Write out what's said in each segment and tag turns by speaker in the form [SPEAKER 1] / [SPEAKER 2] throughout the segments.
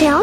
[SPEAKER 1] 聊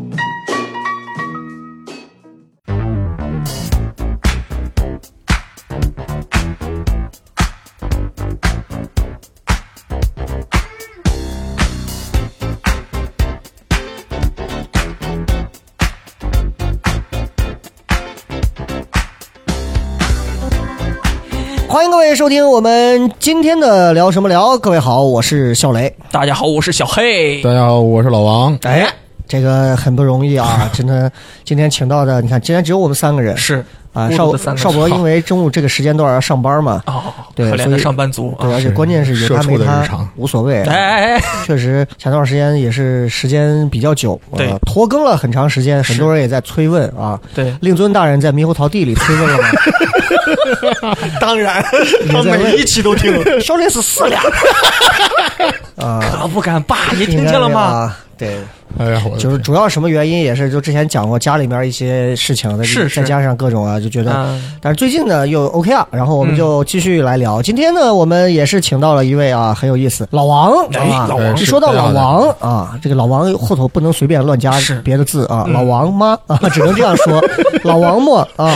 [SPEAKER 2] 欢迎各位收听我们今天的聊什么聊。各位好，我是笑雷。
[SPEAKER 3] 大家好，我是小黑。
[SPEAKER 4] 大家好，我是老王。
[SPEAKER 2] 哎，这个很不容易啊，真的。今天请到的，你看，今天只有我们三个人
[SPEAKER 3] 是
[SPEAKER 2] 啊。
[SPEAKER 3] 孤独
[SPEAKER 2] 邵
[SPEAKER 3] 的三个
[SPEAKER 2] 邵博
[SPEAKER 3] 人
[SPEAKER 2] 因为中午这个时间段要上班嘛，
[SPEAKER 3] 哦，
[SPEAKER 2] 对
[SPEAKER 3] 可怜
[SPEAKER 2] 所以
[SPEAKER 3] 的上班族啊！
[SPEAKER 2] 对，而且
[SPEAKER 4] 是
[SPEAKER 2] 关键是有他
[SPEAKER 4] 社
[SPEAKER 2] 没
[SPEAKER 4] 畜的日
[SPEAKER 2] 他
[SPEAKER 4] 常
[SPEAKER 2] 无所谓。
[SPEAKER 3] 哎哎哎，
[SPEAKER 2] 确实，前段时间也是时间比较久，呃
[SPEAKER 3] 对
[SPEAKER 2] 拖更了很长时间，很多人也在催问啊。
[SPEAKER 3] 对，
[SPEAKER 2] 令尊大人在猕猴桃地里催问了吗？
[SPEAKER 3] 当然，
[SPEAKER 2] 他每一
[SPEAKER 3] 期都听，
[SPEAKER 2] 少林寺四两啊，
[SPEAKER 3] 可不敢爸，你听见了吗？
[SPEAKER 2] 啊？对，
[SPEAKER 4] 哎呀，我的
[SPEAKER 2] 就是
[SPEAKER 4] 天
[SPEAKER 2] 主要什么原因也是，就之前讲过家里面一些事情，再
[SPEAKER 3] 是
[SPEAKER 2] 再
[SPEAKER 3] 是
[SPEAKER 2] 加上各种啊，就觉得。
[SPEAKER 3] 嗯，
[SPEAKER 2] 但是最近呢又 OK 啊，然后我们就继续来聊。今天呢，我们也是请到了一位啊，很有意思，老王
[SPEAKER 3] 哎
[SPEAKER 2] 啊。
[SPEAKER 3] 老王
[SPEAKER 2] 一
[SPEAKER 4] 是
[SPEAKER 2] 说到
[SPEAKER 4] 这
[SPEAKER 2] 老
[SPEAKER 4] 样的
[SPEAKER 2] 王啊，这个老王后头不能随便乱加
[SPEAKER 3] 是嗯
[SPEAKER 2] 别的字啊，老王妈啊，只能这样 说，老王末啊，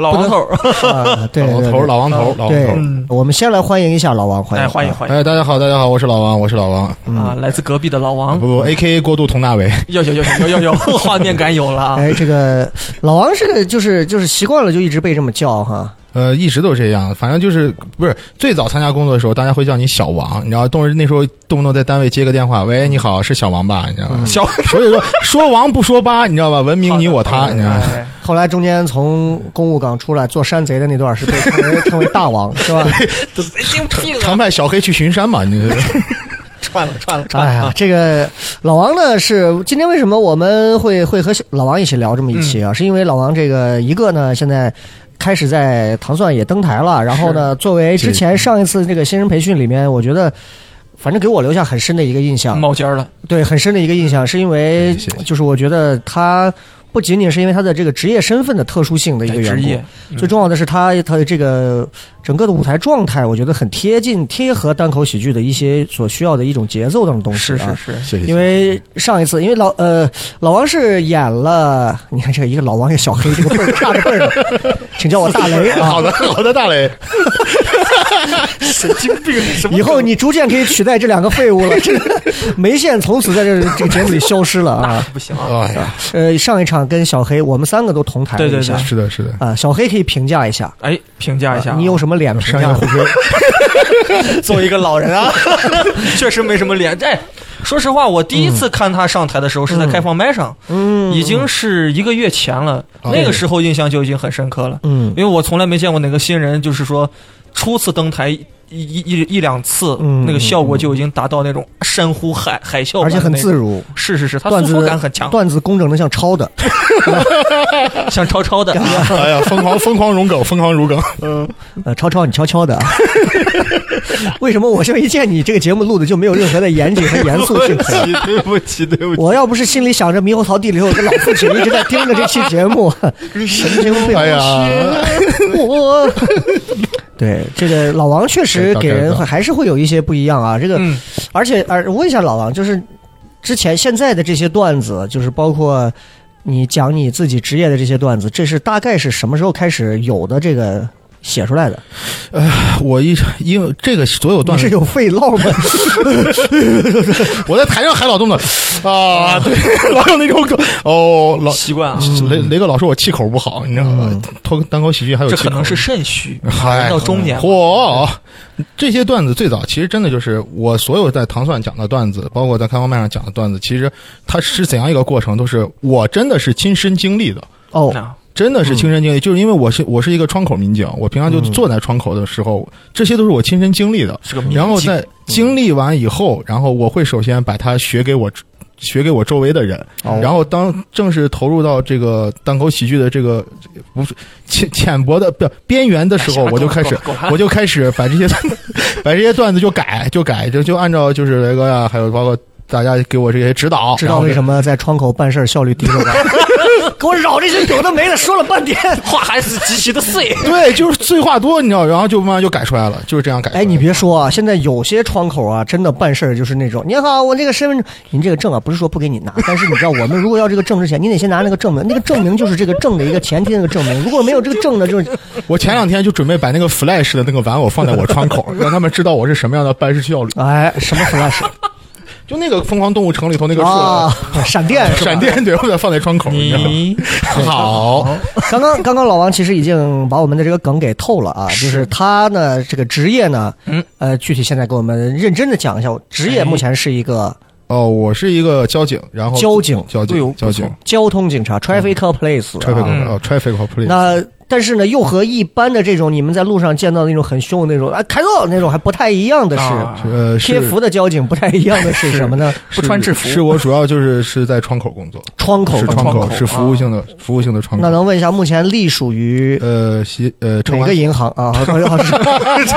[SPEAKER 3] 老王头儿，
[SPEAKER 2] 啊对
[SPEAKER 4] 老
[SPEAKER 2] 对
[SPEAKER 4] 王头，
[SPEAKER 2] 对，
[SPEAKER 4] 老王头，老王
[SPEAKER 2] 对
[SPEAKER 4] 头。，
[SPEAKER 2] 我们先来欢迎一下老王，欢
[SPEAKER 3] 嗯哎，
[SPEAKER 2] 迎
[SPEAKER 3] 欢迎
[SPEAKER 2] 啊
[SPEAKER 3] 欢迎
[SPEAKER 4] 哎，大家好，大家好，我是老王，我是老王。
[SPEAKER 3] 啊！来自隔壁的老
[SPEAKER 4] 不
[SPEAKER 3] 王，
[SPEAKER 4] 不，A K A 过渡佟大为。
[SPEAKER 3] 有有有有有有，画面感有了啊！
[SPEAKER 2] 哎，这个老王是个就是就是习惯了，就一直被这么叫哈。
[SPEAKER 4] 呃，一直都是这样，反正就是不是最早参加工作的时候，大家会叫你小王，你知道，动那时候动不动在单位接个电话，喂，你好，是小王吧？你知道吗？
[SPEAKER 3] 小
[SPEAKER 4] 所以说说王不说八，你知道吧？文明你我他，你知道吗？
[SPEAKER 3] 哎
[SPEAKER 2] 后来中间从公务岗出来做山贼的那段是被称为称为大王， 是吧？
[SPEAKER 3] 神经病啊！
[SPEAKER 4] 常派小黑去巡山嘛，你这
[SPEAKER 3] 串了串了串
[SPEAKER 2] 哎
[SPEAKER 3] 了
[SPEAKER 2] 呀
[SPEAKER 3] 啊！，
[SPEAKER 2] 这个老王呢是今天为什么我们会 会和老王一起聊这么一期啊？是因为老王这个一个呢现在。开始在糖蒜也登台了，然后呢，作为之前上一次这个新人培训里面，我觉得，反正给我留下很深的一个印象，
[SPEAKER 3] 冒尖儿了，
[SPEAKER 2] 对，很深的一个印象，是因为
[SPEAKER 4] 嗯谢谢
[SPEAKER 2] 就是我觉得他不仅仅是因为他的这个职业身份的特殊性的一个缘
[SPEAKER 3] 职业
[SPEAKER 2] 故，
[SPEAKER 4] 嗯
[SPEAKER 2] 最重要的是他他的这个整个的舞台状态，我觉得很贴近贴合单口喜剧的一些所需要的一种节奏等东西、
[SPEAKER 3] 是
[SPEAKER 2] 啊。
[SPEAKER 3] 是是，
[SPEAKER 4] 谢谢。
[SPEAKER 2] 因为上一次，因为老呃老王是演了，你看这个一个老王一个小黑，这个辈儿差着辈儿 呢，请叫我大雷啊。
[SPEAKER 4] 好的好的，大雷，
[SPEAKER 3] 神经病，什
[SPEAKER 2] 以后你逐渐可以取代这两个废物了，这个梅县从此在这这个节目里消失了啊
[SPEAKER 3] 那！不行啊！
[SPEAKER 4] 哎呀，
[SPEAKER 2] 呃，上一场跟小黑，我们三个都同台了
[SPEAKER 3] 对对
[SPEAKER 2] 一下
[SPEAKER 3] 对
[SPEAKER 4] 是的，是的，
[SPEAKER 2] 啊、小黑可以评价一下，
[SPEAKER 3] 哎，评价一下啊，
[SPEAKER 2] 你有什么脸评
[SPEAKER 4] 商业
[SPEAKER 2] 价
[SPEAKER 4] 互？吹。
[SPEAKER 3] 作为一个老人啊， 确实没什么脸。哎，说实话，我第一次看他上台的时候是在开放麦上，
[SPEAKER 2] 嗯，
[SPEAKER 3] 已经是一个月前了。
[SPEAKER 4] 哦
[SPEAKER 3] 那个时候印象就已经很深刻了，
[SPEAKER 2] 嗯
[SPEAKER 3] 因为我从来没见过哪个新人，就是说初次登台一一一一两次
[SPEAKER 2] 嗯，
[SPEAKER 3] 那个效果就已经达到那种山呼海海啸，
[SPEAKER 2] 而且很自。如，
[SPEAKER 3] 是是是，他
[SPEAKER 2] 段
[SPEAKER 3] 诉
[SPEAKER 2] 子
[SPEAKER 3] 说感很强，
[SPEAKER 2] 段子工整的像抄的。
[SPEAKER 3] 像超超的。
[SPEAKER 4] 哎呀，疯狂疯狂融梗，疯狂如梗。
[SPEAKER 2] 呃，超超，你悄悄 的啊。为什么我现在一见你这个节目录的就没有任何的严谨和严肃 性？
[SPEAKER 4] 对不起，对不起，
[SPEAKER 2] 我要不是心里想着猕猴桃地里有个老父亲一直在盯着这期节 目，神经病！
[SPEAKER 4] 哎呀，
[SPEAKER 2] 我。 对这个老王确实
[SPEAKER 4] 对大概
[SPEAKER 2] 给人
[SPEAKER 4] 知
[SPEAKER 2] 会
[SPEAKER 4] 道
[SPEAKER 2] 还是会有一些不一样啊，这个
[SPEAKER 3] 嗯，
[SPEAKER 2] 而且，而问一下老王，就是之前现在的这些段子，就是包括你讲你自己职业的这些段子，这是大概是什么时候开始有的这个写出来的？
[SPEAKER 4] 我一因为这个所有
[SPEAKER 2] 你
[SPEAKER 4] 段
[SPEAKER 2] 是
[SPEAKER 4] 子，
[SPEAKER 2] 有肺痨 吗？
[SPEAKER 4] 我在台上还老动的啊，对，老有那种梗哦，老
[SPEAKER 3] 习惯啊，
[SPEAKER 4] 雷雷哥老说我气口不好，你知道吗？脱单口喜剧还有
[SPEAKER 3] 嗯这
[SPEAKER 4] 气口
[SPEAKER 3] 可能是肾虚，
[SPEAKER 4] 嗨
[SPEAKER 3] 人到中年了。
[SPEAKER 4] 嚯，这些段子最早其实真的就是我所有在糖蒜讲的段子，包括在开放麦上讲的段子，其实它是怎样一个过程，都是我真的是亲身经历的。
[SPEAKER 2] 哦，
[SPEAKER 3] 那
[SPEAKER 4] 真的是亲身经
[SPEAKER 3] 嗯
[SPEAKER 4] 历，就是因为我是我是一个窗口民警，我平常就坐在窗口的时候，这些都是我亲身经历的。
[SPEAKER 3] 是个迷
[SPEAKER 4] 然后
[SPEAKER 3] 津
[SPEAKER 4] 在经历完以后，然后我会首先把它学给我学给我周围的人，
[SPEAKER 2] 哦
[SPEAKER 4] 然后当正式投入到这个单口喜剧的这个不是浅浅薄的不边缘的时候，
[SPEAKER 3] 哎行了
[SPEAKER 4] 我就开始
[SPEAKER 3] 够了够了
[SPEAKER 4] 我就 开始把这些把这些段子就改就改，就就按照就是雷哥呀、还有包括。大家给我这些指导，
[SPEAKER 2] 知道为
[SPEAKER 4] 么
[SPEAKER 2] 什么在窗口办事儿效率低了 吧？给我绕这些有的没的说了半天。
[SPEAKER 3] 话还是极其的碎。
[SPEAKER 4] 对，就是碎话多，你知道，然后就慢慢就改出来了，就是这样改出来
[SPEAKER 2] 哎，
[SPEAKER 4] 的。
[SPEAKER 2] 你别说啊，现在有些窗口啊，真的办事儿就是那种，你好，我这个身份证，您这个证啊，不是说不给你拿， 但是你知道，我们如果要这个证之前，你得先拿那个证明，那个证明就是这个证的一个前提，那个证明，如果没有这个证呢，就是
[SPEAKER 4] 我前两天就准备把那个 Flash 的那个玩偶放在我窗口，让他们知道我是什么样的办事效率。
[SPEAKER 2] 哎，什么 flash
[SPEAKER 4] 就那个《疯狂动物城》里头那个树，
[SPEAKER 2] 啊，闪电，是吧
[SPEAKER 4] 闪。电对，我把它放在窗口，你知 道吗？好，
[SPEAKER 2] 刚刚刚刚老王其实已经把我们的这个梗给透了啊，就是他呢这个职业呢，
[SPEAKER 3] 嗯，
[SPEAKER 2] 呃，具体现在给我们认真的讲一下，职业目前是一个
[SPEAKER 4] 哦，我是一个交警，然后
[SPEAKER 2] 交警
[SPEAKER 4] 交
[SPEAKER 3] 哎呦
[SPEAKER 4] 警，交警
[SPEAKER 2] 交通警察 （traffic police）
[SPEAKER 4] ，traffic
[SPEAKER 2] 啊。
[SPEAKER 4] 哦，traffic police。
[SPEAKER 2] 那但是呢，又和一般的这种你们在路上见到的那种很凶的那种啊开道那种还不太一样的
[SPEAKER 3] 啊
[SPEAKER 2] 是，
[SPEAKER 4] 呃，
[SPEAKER 2] 贴
[SPEAKER 4] 是
[SPEAKER 2] 符的交警不太一样的是什么呢？
[SPEAKER 3] 不穿制服
[SPEAKER 4] 是我主要就是是在窗口工作，
[SPEAKER 2] 窗口
[SPEAKER 4] 是
[SPEAKER 2] 工
[SPEAKER 4] 窗
[SPEAKER 2] 作。
[SPEAKER 4] 口，是服务性的服务性的窗
[SPEAKER 2] 那
[SPEAKER 4] 口。
[SPEAKER 2] 能问一下，目前隶属于
[SPEAKER 4] 呃，西呃，车
[SPEAKER 2] 哪个
[SPEAKER 4] 管
[SPEAKER 2] 银行啊？好像好像是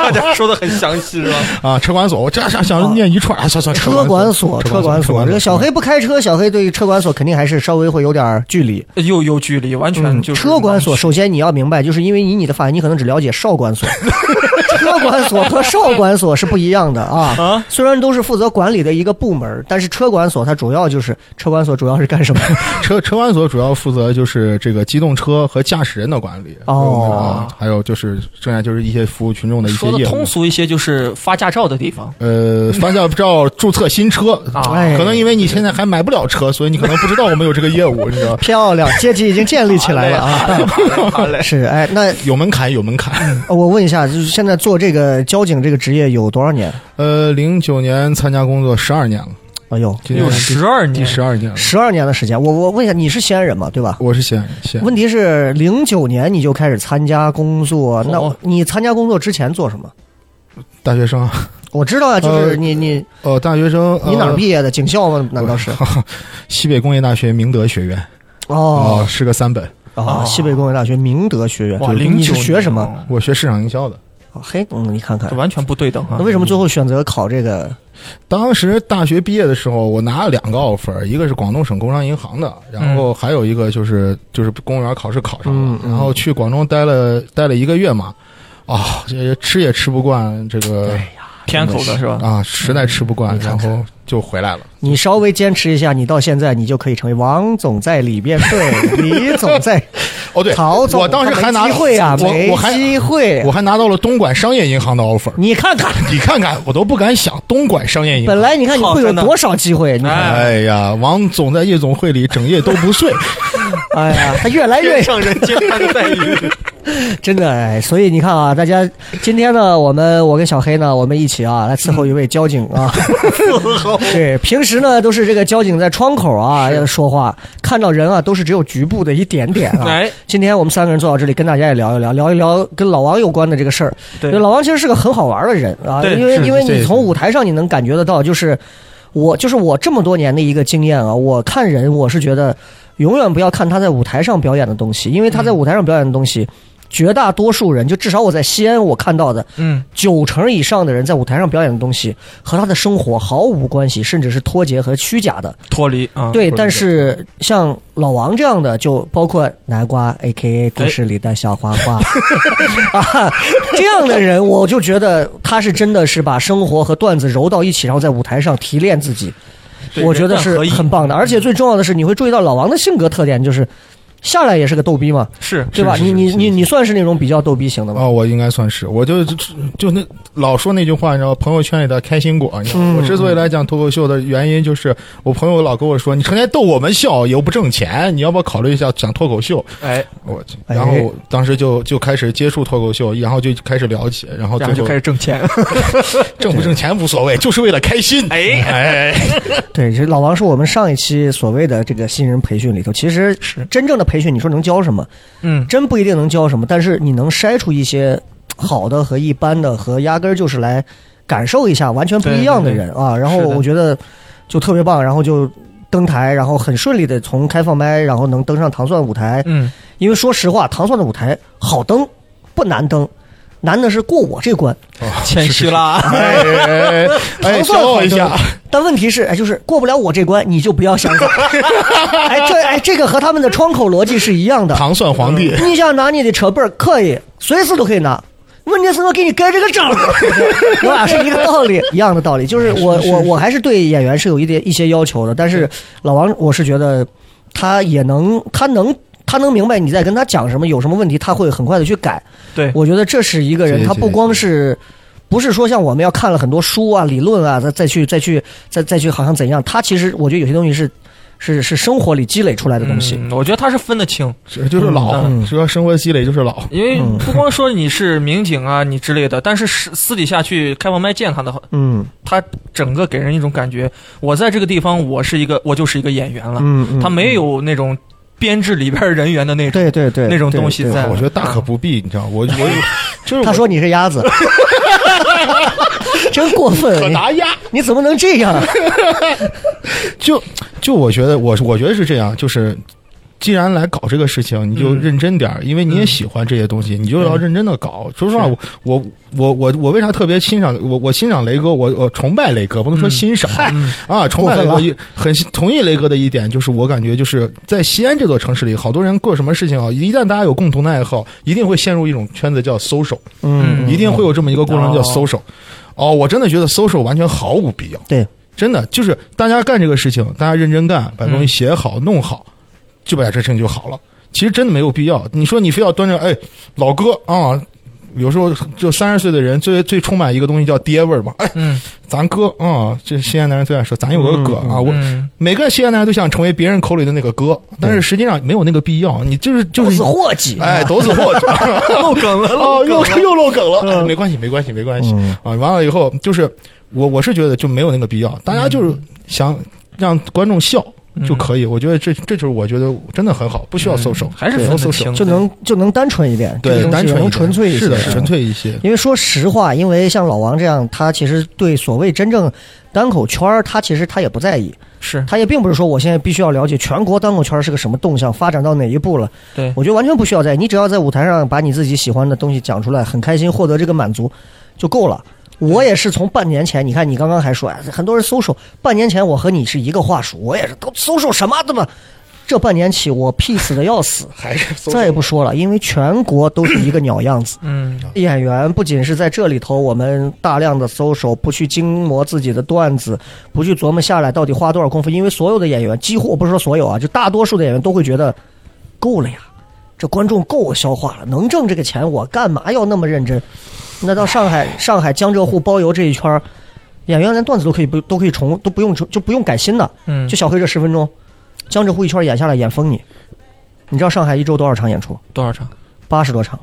[SPEAKER 3] 大家说的很详细是吧？
[SPEAKER 4] 啊，车管所，我这想想念一串啊，算算
[SPEAKER 2] 车管所，
[SPEAKER 4] 车
[SPEAKER 2] 车管所。这个小黑不开车，小黑对车管所肯定还是稍微会有点距离。
[SPEAKER 3] 又有距离，完全就
[SPEAKER 2] 嗯
[SPEAKER 3] 是
[SPEAKER 2] 车管所，首先你要明白，就是因为以你的发言，你可能只了解少管所， 车管所和少管所是不一样的啊
[SPEAKER 3] 啊。
[SPEAKER 2] 虽然都是负责管理的一个部门，但是车管所它主要就是车管所主要是干什 么？
[SPEAKER 4] 车车管所主要负责就是这个机动车和驾驶人的管理
[SPEAKER 2] 哦
[SPEAKER 4] 啊还有就是剩下就是一些服务群众的一些
[SPEAKER 3] 说的
[SPEAKER 4] 业务
[SPEAKER 3] 通。俗一些就是发驾照的地方
[SPEAKER 4] 呃，翻驾照注册新车，
[SPEAKER 3] 啊
[SPEAKER 2] 哎。
[SPEAKER 4] 可能因为你现在还买不了车，所以你可能不知道我们有这个业务，你知道
[SPEAKER 2] 漂亮，阶级已经建立起来了啊。
[SPEAKER 3] 好嘞，
[SPEAKER 2] 是哎，那呃
[SPEAKER 4] 有门槛，有门槛。
[SPEAKER 2] 我问一下，就是现在做这个交警这个职业有多少年？
[SPEAKER 4] 呃，零九年参加工作十二年了，
[SPEAKER 2] 哎呦，
[SPEAKER 4] 今年
[SPEAKER 3] 有十二
[SPEAKER 4] 第
[SPEAKER 3] 年，
[SPEAKER 4] 十二年了。
[SPEAKER 2] 十二年的时间。我我问一下，你是西安人嘛？对吧？
[SPEAKER 4] 我是西安人，西安人
[SPEAKER 2] 问题是零九年你就开始参加工作，那
[SPEAKER 3] 哦
[SPEAKER 2] 你参加工作之前做什么？
[SPEAKER 4] 大学生啊。
[SPEAKER 2] 我知道啊，就是
[SPEAKER 4] 呃
[SPEAKER 2] 你你
[SPEAKER 4] 哦，大学生，
[SPEAKER 2] 你哪儿
[SPEAKER 4] 呃
[SPEAKER 2] 毕业的？警校吗？难道是？
[SPEAKER 4] 西北工业大学明德学院。
[SPEAKER 2] 哦
[SPEAKER 4] 哦，是个三本。
[SPEAKER 2] 啊，西北工业大学明德学院。
[SPEAKER 3] 哇，
[SPEAKER 2] 就是
[SPEAKER 3] 零
[SPEAKER 2] 你
[SPEAKER 3] 九
[SPEAKER 2] 是学什么？？
[SPEAKER 4] 我学市场营销的。
[SPEAKER 2] 哦嘿，嗯，你看看
[SPEAKER 3] 这，完全不对等啊
[SPEAKER 2] 那！为什么最后选择考这个？
[SPEAKER 4] 当时大学毕业的时候，我拿了两个 offer，一个是广东省工商银行的，
[SPEAKER 2] 嗯
[SPEAKER 4] 然后还有一个就是就是公务员考试考上了，
[SPEAKER 2] 嗯嗯
[SPEAKER 4] 然后去广州待了待了一个月嘛，啊、这吃也吃不惯这个
[SPEAKER 3] 偏口的是
[SPEAKER 2] 嗯
[SPEAKER 3] 吧？
[SPEAKER 4] 啊，实在吃不惯，
[SPEAKER 2] 你看
[SPEAKER 4] 然
[SPEAKER 2] 看
[SPEAKER 4] 后就回来了。
[SPEAKER 2] 你稍微坚持一下，你到现在你就可以成为王总在里边 睡，李总在
[SPEAKER 4] 哦，对，
[SPEAKER 2] 曹总。
[SPEAKER 4] 我当时还
[SPEAKER 2] 他
[SPEAKER 4] 拿
[SPEAKER 2] 没机会啊，
[SPEAKER 4] 我
[SPEAKER 2] 没
[SPEAKER 4] 我还
[SPEAKER 2] 机会啊
[SPEAKER 4] 我。还拿到了东莞商业银行的 offer，
[SPEAKER 2] 你看看，
[SPEAKER 4] 你看看，我都不敢想东莞商业银行
[SPEAKER 2] 本。来你看你
[SPEAKER 3] 好
[SPEAKER 2] 会有
[SPEAKER 3] 真的
[SPEAKER 2] 多少机会？你看，
[SPEAKER 3] 哎
[SPEAKER 4] 哎呀，王总在夜总会里整夜都不睡，
[SPEAKER 2] 哎呀，他越 来越
[SPEAKER 3] 天上人间般的待遇，
[SPEAKER 2] 真的哎，所以你看啊，大家今天呢，我们我跟小黑呢，我们一起啊来伺候一位交警啊。 对，平时呢都是这个交警在窗口啊要说话，看到人啊都是只有局部的一点点啊。
[SPEAKER 3] 哎，
[SPEAKER 2] 今天我们三个人坐到这里，跟大家也聊一聊，聊一聊跟老王有关的这个事儿。
[SPEAKER 3] 对
[SPEAKER 2] 因为老王其实是个很好玩的人啊，
[SPEAKER 3] 对
[SPEAKER 2] 因为
[SPEAKER 4] 是
[SPEAKER 2] 因为
[SPEAKER 4] 这
[SPEAKER 2] 你
[SPEAKER 4] 是
[SPEAKER 2] 从舞台上你能感觉得到，就是我就是我这么多年的一个经验啊，我看人我是觉得永远不要看他在舞台上表演的东西，因为
[SPEAKER 4] 嗯
[SPEAKER 2] 他在舞台上表演的东西。绝大多数人，就至少我在西安我看到的
[SPEAKER 3] 嗯，
[SPEAKER 2] 九成以上的人在舞台上表演的东西，和他的生活毫无关系，甚至是脱节和虚假的。
[SPEAKER 3] 脱离啊，
[SPEAKER 2] 对，
[SPEAKER 4] 脱离
[SPEAKER 2] 但
[SPEAKER 4] 的
[SPEAKER 2] 是像老王这样的，就包括南瓜 A K A 故事里的小花 花啊，这样的人，我就觉得他是真的是把生活和段子揉到一起，然后在舞台上提炼自己，
[SPEAKER 3] 对
[SPEAKER 2] 我觉得
[SPEAKER 3] 人段
[SPEAKER 2] 是
[SPEAKER 3] 合一
[SPEAKER 2] 很棒的。而且最重要的是，你会注意到老王的性格特点，就是下来也是个逗逼嘛，
[SPEAKER 3] 是
[SPEAKER 2] 对吧？
[SPEAKER 4] 是
[SPEAKER 2] 你
[SPEAKER 4] 是
[SPEAKER 2] 你
[SPEAKER 4] 是
[SPEAKER 2] 你
[SPEAKER 4] 是
[SPEAKER 2] 你算是那种比较逗逼型的吗？
[SPEAKER 4] 哦，我应该算是，我就就就那老说那句话，你知道，朋友圈里的开心果。你知道吗，
[SPEAKER 2] 嗯
[SPEAKER 4] 我之所以来讲脱口秀的原因，就是我朋友老跟我说，你成天逗我们笑，又不挣钱，你要不要考虑一下讲脱口秀？
[SPEAKER 3] 哎，
[SPEAKER 4] 我去，
[SPEAKER 2] 哎
[SPEAKER 4] 然后我当时就就开始接触脱口秀，然后就开始聊起，然后
[SPEAKER 2] 哦
[SPEAKER 3] 然后
[SPEAKER 4] 最
[SPEAKER 3] 就开
[SPEAKER 4] 始
[SPEAKER 3] 始 挣钱，
[SPEAKER 4] 挣不挣钱无所谓，就是为了开心。
[SPEAKER 3] 哎
[SPEAKER 4] 哎，
[SPEAKER 2] 对，这老王是我们上一期所谓的这个新人培训里头，其实
[SPEAKER 3] 是
[SPEAKER 2] 真正的培训，你说能教什么？
[SPEAKER 3] 嗯，
[SPEAKER 2] 真不一定能教什么，但是你能筛出一些好的和一般的，和压根儿就是来感受一下完全不一样的人啊。然后
[SPEAKER 3] 是的
[SPEAKER 2] 我觉得就特别棒，然后就登台，然后很顺利的从开放麦，然后能 登上糖蒜舞台。
[SPEAKER 3] 嗯，
[SPEAKER 2] 因为说实话，糖蒜的舞台好登，不难登。难的是过我这关。
[SPEAKER 3] 谦 虚啦，
[SPEAKER 4] 哎哎哎哎，
[SPEAKER 2] 糖
[SPEAKER 4] 骄
[SPEAKER 2] 蒜好
[SPEAKER 4] 傲一下
[SPEAKER 2] 像，但问题是，哎，就是过不了我这关，你就不要 想走。哎，这哎，这个和他们的窗口逻辑是一样的。
[SPEAKER 4] 糖蒜皇帝，
[SPEAKER 2] 你想拿你的车本儿可以，随时都可以拿。问题是我给你盖这个章， 我俩是一个道理，一样的道理。就是我我我还是对演员是有一点一些要求的，但是老王，我是觉得他也能，他能。他能明白你在跟他讲什么，有什么问题，他会很快的去改。
[SPEAKER 3] 对，
[SPEAKER 2] 我觉得这是一个人，
[SPEAKER 4] 是
[SPEAKER 2] 他
[SPEAKER 4] 是
[SPEAKER 2] 不光是，不是说像我们要看了很多书啊、理论啊，再再去再去再再去好像怎样，他其实我觉得有些东西是是是生活里积累出来的东西。
[SPEAKER 3] 嗯我觉得他是分得清，
[SPEAKER 4] 是就是老，
[SPEAKER 2] 嗯
[SPEAKER 4] 说生活积累就是老，
[SPEAKER 3] 因为不光说你是民警啊， 你之类的，但是私私底下去开房麦见他的，
[SPEAKER 2] 嗯
[SPEAKER 3] 他整个给人一种感觉，我在这个地方，我是一个，我就是一个演员了，
[SPEAKER 2] 嗯，嗯
[SPEAKER 3] 他没有那种编制里边人员的那种，
[SPEAKER 2] 对对对
[SPEAKER 3] 那种东西
[SPEAKER 2] 对对
[SPEAKER 3] 在
[SPEAKER 4] 我觉得大可不必，你知道，我 我就
[SPEAKER 2] 嗯
[SPEAKER 4] 是
[SPEAKER 2] 他
[SPEAKER 4] 我
[SPEAKER 2] 说你是鸭子， 真过
[SPEAKER 4] 可
[SPEAKER 2] 分！
[SPEAKER 4] 拿压。
[SPEAKER 2] 你怎么能这样？
[SPEAKER 4] 就就我觉得，我我觉得是这样，就是既然来搞这个事情，你就
[SPEAKER 2] 嗯
[SPEAKER 4] 认真点儿，因为你也喜欢这些东西，你就要认真的搞。说实话，
[SPEAKER 3] 是
[SPEAKER 4] 我我我我我为啥特别欣赏我我欣赏雷哥，我我崇拜雷哥，不能说欣赏、
[SPEAKER 3] 嗯
[SPEAKER 4] 啊，崇拜雷
[SPEAKER 2] 嗯过
[SPEAKER 4] 哥
[SPEAKER 2] 分
[SPEAKER 4] 一很同意雷哥的一点，就是我感觉就是在西安这座城市里，好多人过什么事情啊，一旦大家有共同的爱好，一定会陷入一种圈子叫 social，
[SPEAKER 2] 嗯，
[SPEAKER 4] 一定会有这么一个过程叫
[SPEAKER 3] 哦
[SPEAKER 4] social。哦，我真的觉得 social 完全毫无必要。
[SPEAKER 2] 对，
[SPEAKER 4] 真的就是大家干这个事情，大家认真干，把东西写好、弄好，就把这事情就好了。其实真的没有必要。你说你非要端着，哎，老哥啊，有时候就三十岁的人最最充满一个东西叫爹味儿嘛。哎，
[SPEAKER 3] 嗯
[SPEAKER 4] 咱哥啊，这西安男人最爱说，咱有个哥啊，我。
[SPEAKER 3] 嗯，
[SPEAKER 4] 每个西安男人都想成为别人口里的那个哥，但是实际上没有那个必要。你就是就
[SPEAKER 2] 都
[SPEAKER 4] 是
[SPEAKER 2] 是，啊嗯伙计。
[SPEAKER 4] 哎，抖死货，
[SPEAKER 3] 漏梗了，
[SPEAKER 4] 哦，
[SPEAKER 3] 漏
[SPEAKER 4] 又
[SPEAKER 3] 梗了。
[SPEAKER 4] 又漏 梗了，没关系，没关系，没关系
[SPEAKER 2] 嗯
[SPEAKER 4] 啊！完了以后，就是我我是觉得就没有那个必要，大家就是想让观众笑
[SPEAKER 3] 嗯
[SPEAKER 4] 就可以，我觉得这这就是我觉得真的很好，不需要 social，
[SPEAKER 3] 还是
[SPEAKER 4] 不
[SPEAKER 3] 分
[SPEAKER 4] 用
[SPEAKER 3] 得
[SPEAKER 4] social，
[SPEAKER 3] 清，
[SPEAKER 2] 就能就能单纯一点，这
[SPEAKER 4] 对，
[SPEAKER 2] 个东
[SPEAKER 4] 单
[SPEAKER 2] 西
[SPEAKER 4] 纯
[SPEAKER 2] 能
[SPEAKER 4] 一点
[SPEAKER 2] 纯粹一些，
[SPEAKER 4] 是的，纯
[SPEAKER 2] 嗯
[SPEAKER 4] 粹一些，
[SPEAKER 2] 因为说实话，因为像老王这样，他其实对所谓真正单口圈儿，他其实他也不在意，
[SPEAKER 3] 嗯是
[SPEAKER 2] 他也并不是说我现在必须要了解全国单口圈儿是个什么动向，发展到哪一步了。
[SPEAKER 3] 对
[SPEAKER 2] 我觉得完全不需要在意，你只要在舞台上把你自己喜欢的东西讲出来，很开心，获得这个满足就够了。我也是从半年前，你看你刚刚还说，哎，很多人搜手，半年前我和你是一个话术，我也是都搜手什么的嘛。这半年起，我 peace 的要死，
[SPEAKER 4] 还是 social
[SPEAKER 2] 再也不说了，因为全国都是一个鸟样子。
[SPEAKER 3] 嗯，
[SPEAKER 2] 演员不仅是在这里头，我们大量的搜手，不去精磨自己的段子，不去琢磨下来到底花多少功夫，因为所有的演员，几乎我不是说所有啊，就大多数的演员都会觉得够了呀，这观众够我消化了，能挣这个钱，我干嘛要那么认真？那到上海、上海江浙沪包邮这一圈儿，演员连段子都可以不都可以重都不用重就不用改新的，
[SPEAKER 3] 嗯
[SPEAKER 2] 就小黑这十分钟，江浙沪一圈演下来演疯你。你知道上海一周多少场演出？
[SPEAKER 3] 多少场？
[SPEAKER 2] 八十多场。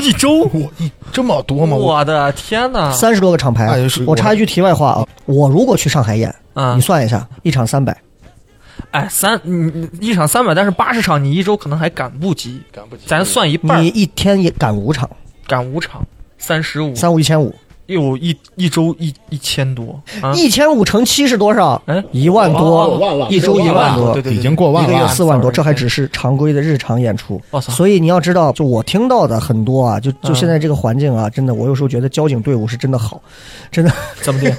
[SPEAKER 3] 一周？
[SPEAKER 4] 我这么多吗？我
[SPEAKER 3] 我的天哪！
[SPEAKER 2] 三十多个厂牌。啊
[SPEAKER 4] 哎是
[SPEAKER 2] 我插一句题外话啊，我如果去上海演，
[SPEAKER 3] 啊
[SPEAKER 2] 你，算一下，一场三百，
[SPEAKER 3] 哎，三你你一场三百，但是八十场，你一周可能还赶不及，
[SPEAKER 4] 赶不及
[SPEAKER 3] 咱算一半
[SPEAKER 2] 你
[SPEAKER 3] 儿，
[SPEAKER 2] 一天也赶五场，
[SPEAKER 3] 赶五场，三十五，
[SPEAKER 2] 三五一千五，
[SPEAKER 3] 有一一周一一千多啊，
[SPEAKER 2] 一千五乘七是多少
[SPEAKER 3] 嗯？
[SPEAKER 2] 一万
[SPEAKER 3] 哦忘
[SPEAKER 2] 多，一周一万多
[SPEAKER 3] 对。对对，
[SPEAKER 4] 已经过
[SPEAKER 2] 一
[SPEAKER 4] 万
[SPEAKER 2] 个月
[SPEAKER 4] 了，
[SPEAKER 2] 四万多，
[SPEAKER 3] sorry 哎
[SPEAKER 2] 这还只是常规的日常演出
[SPEAKER 3] 我。操
[SPEAKER 2] 所以你要知道，就我听到的很多啊，就就
[SPEAKER 3] 嗯
[SPEAKER 2] 现在这个环境啊，真的，我有时候觉得交警队伍是真的好，真的
[SPEAKER 3] 怎么的？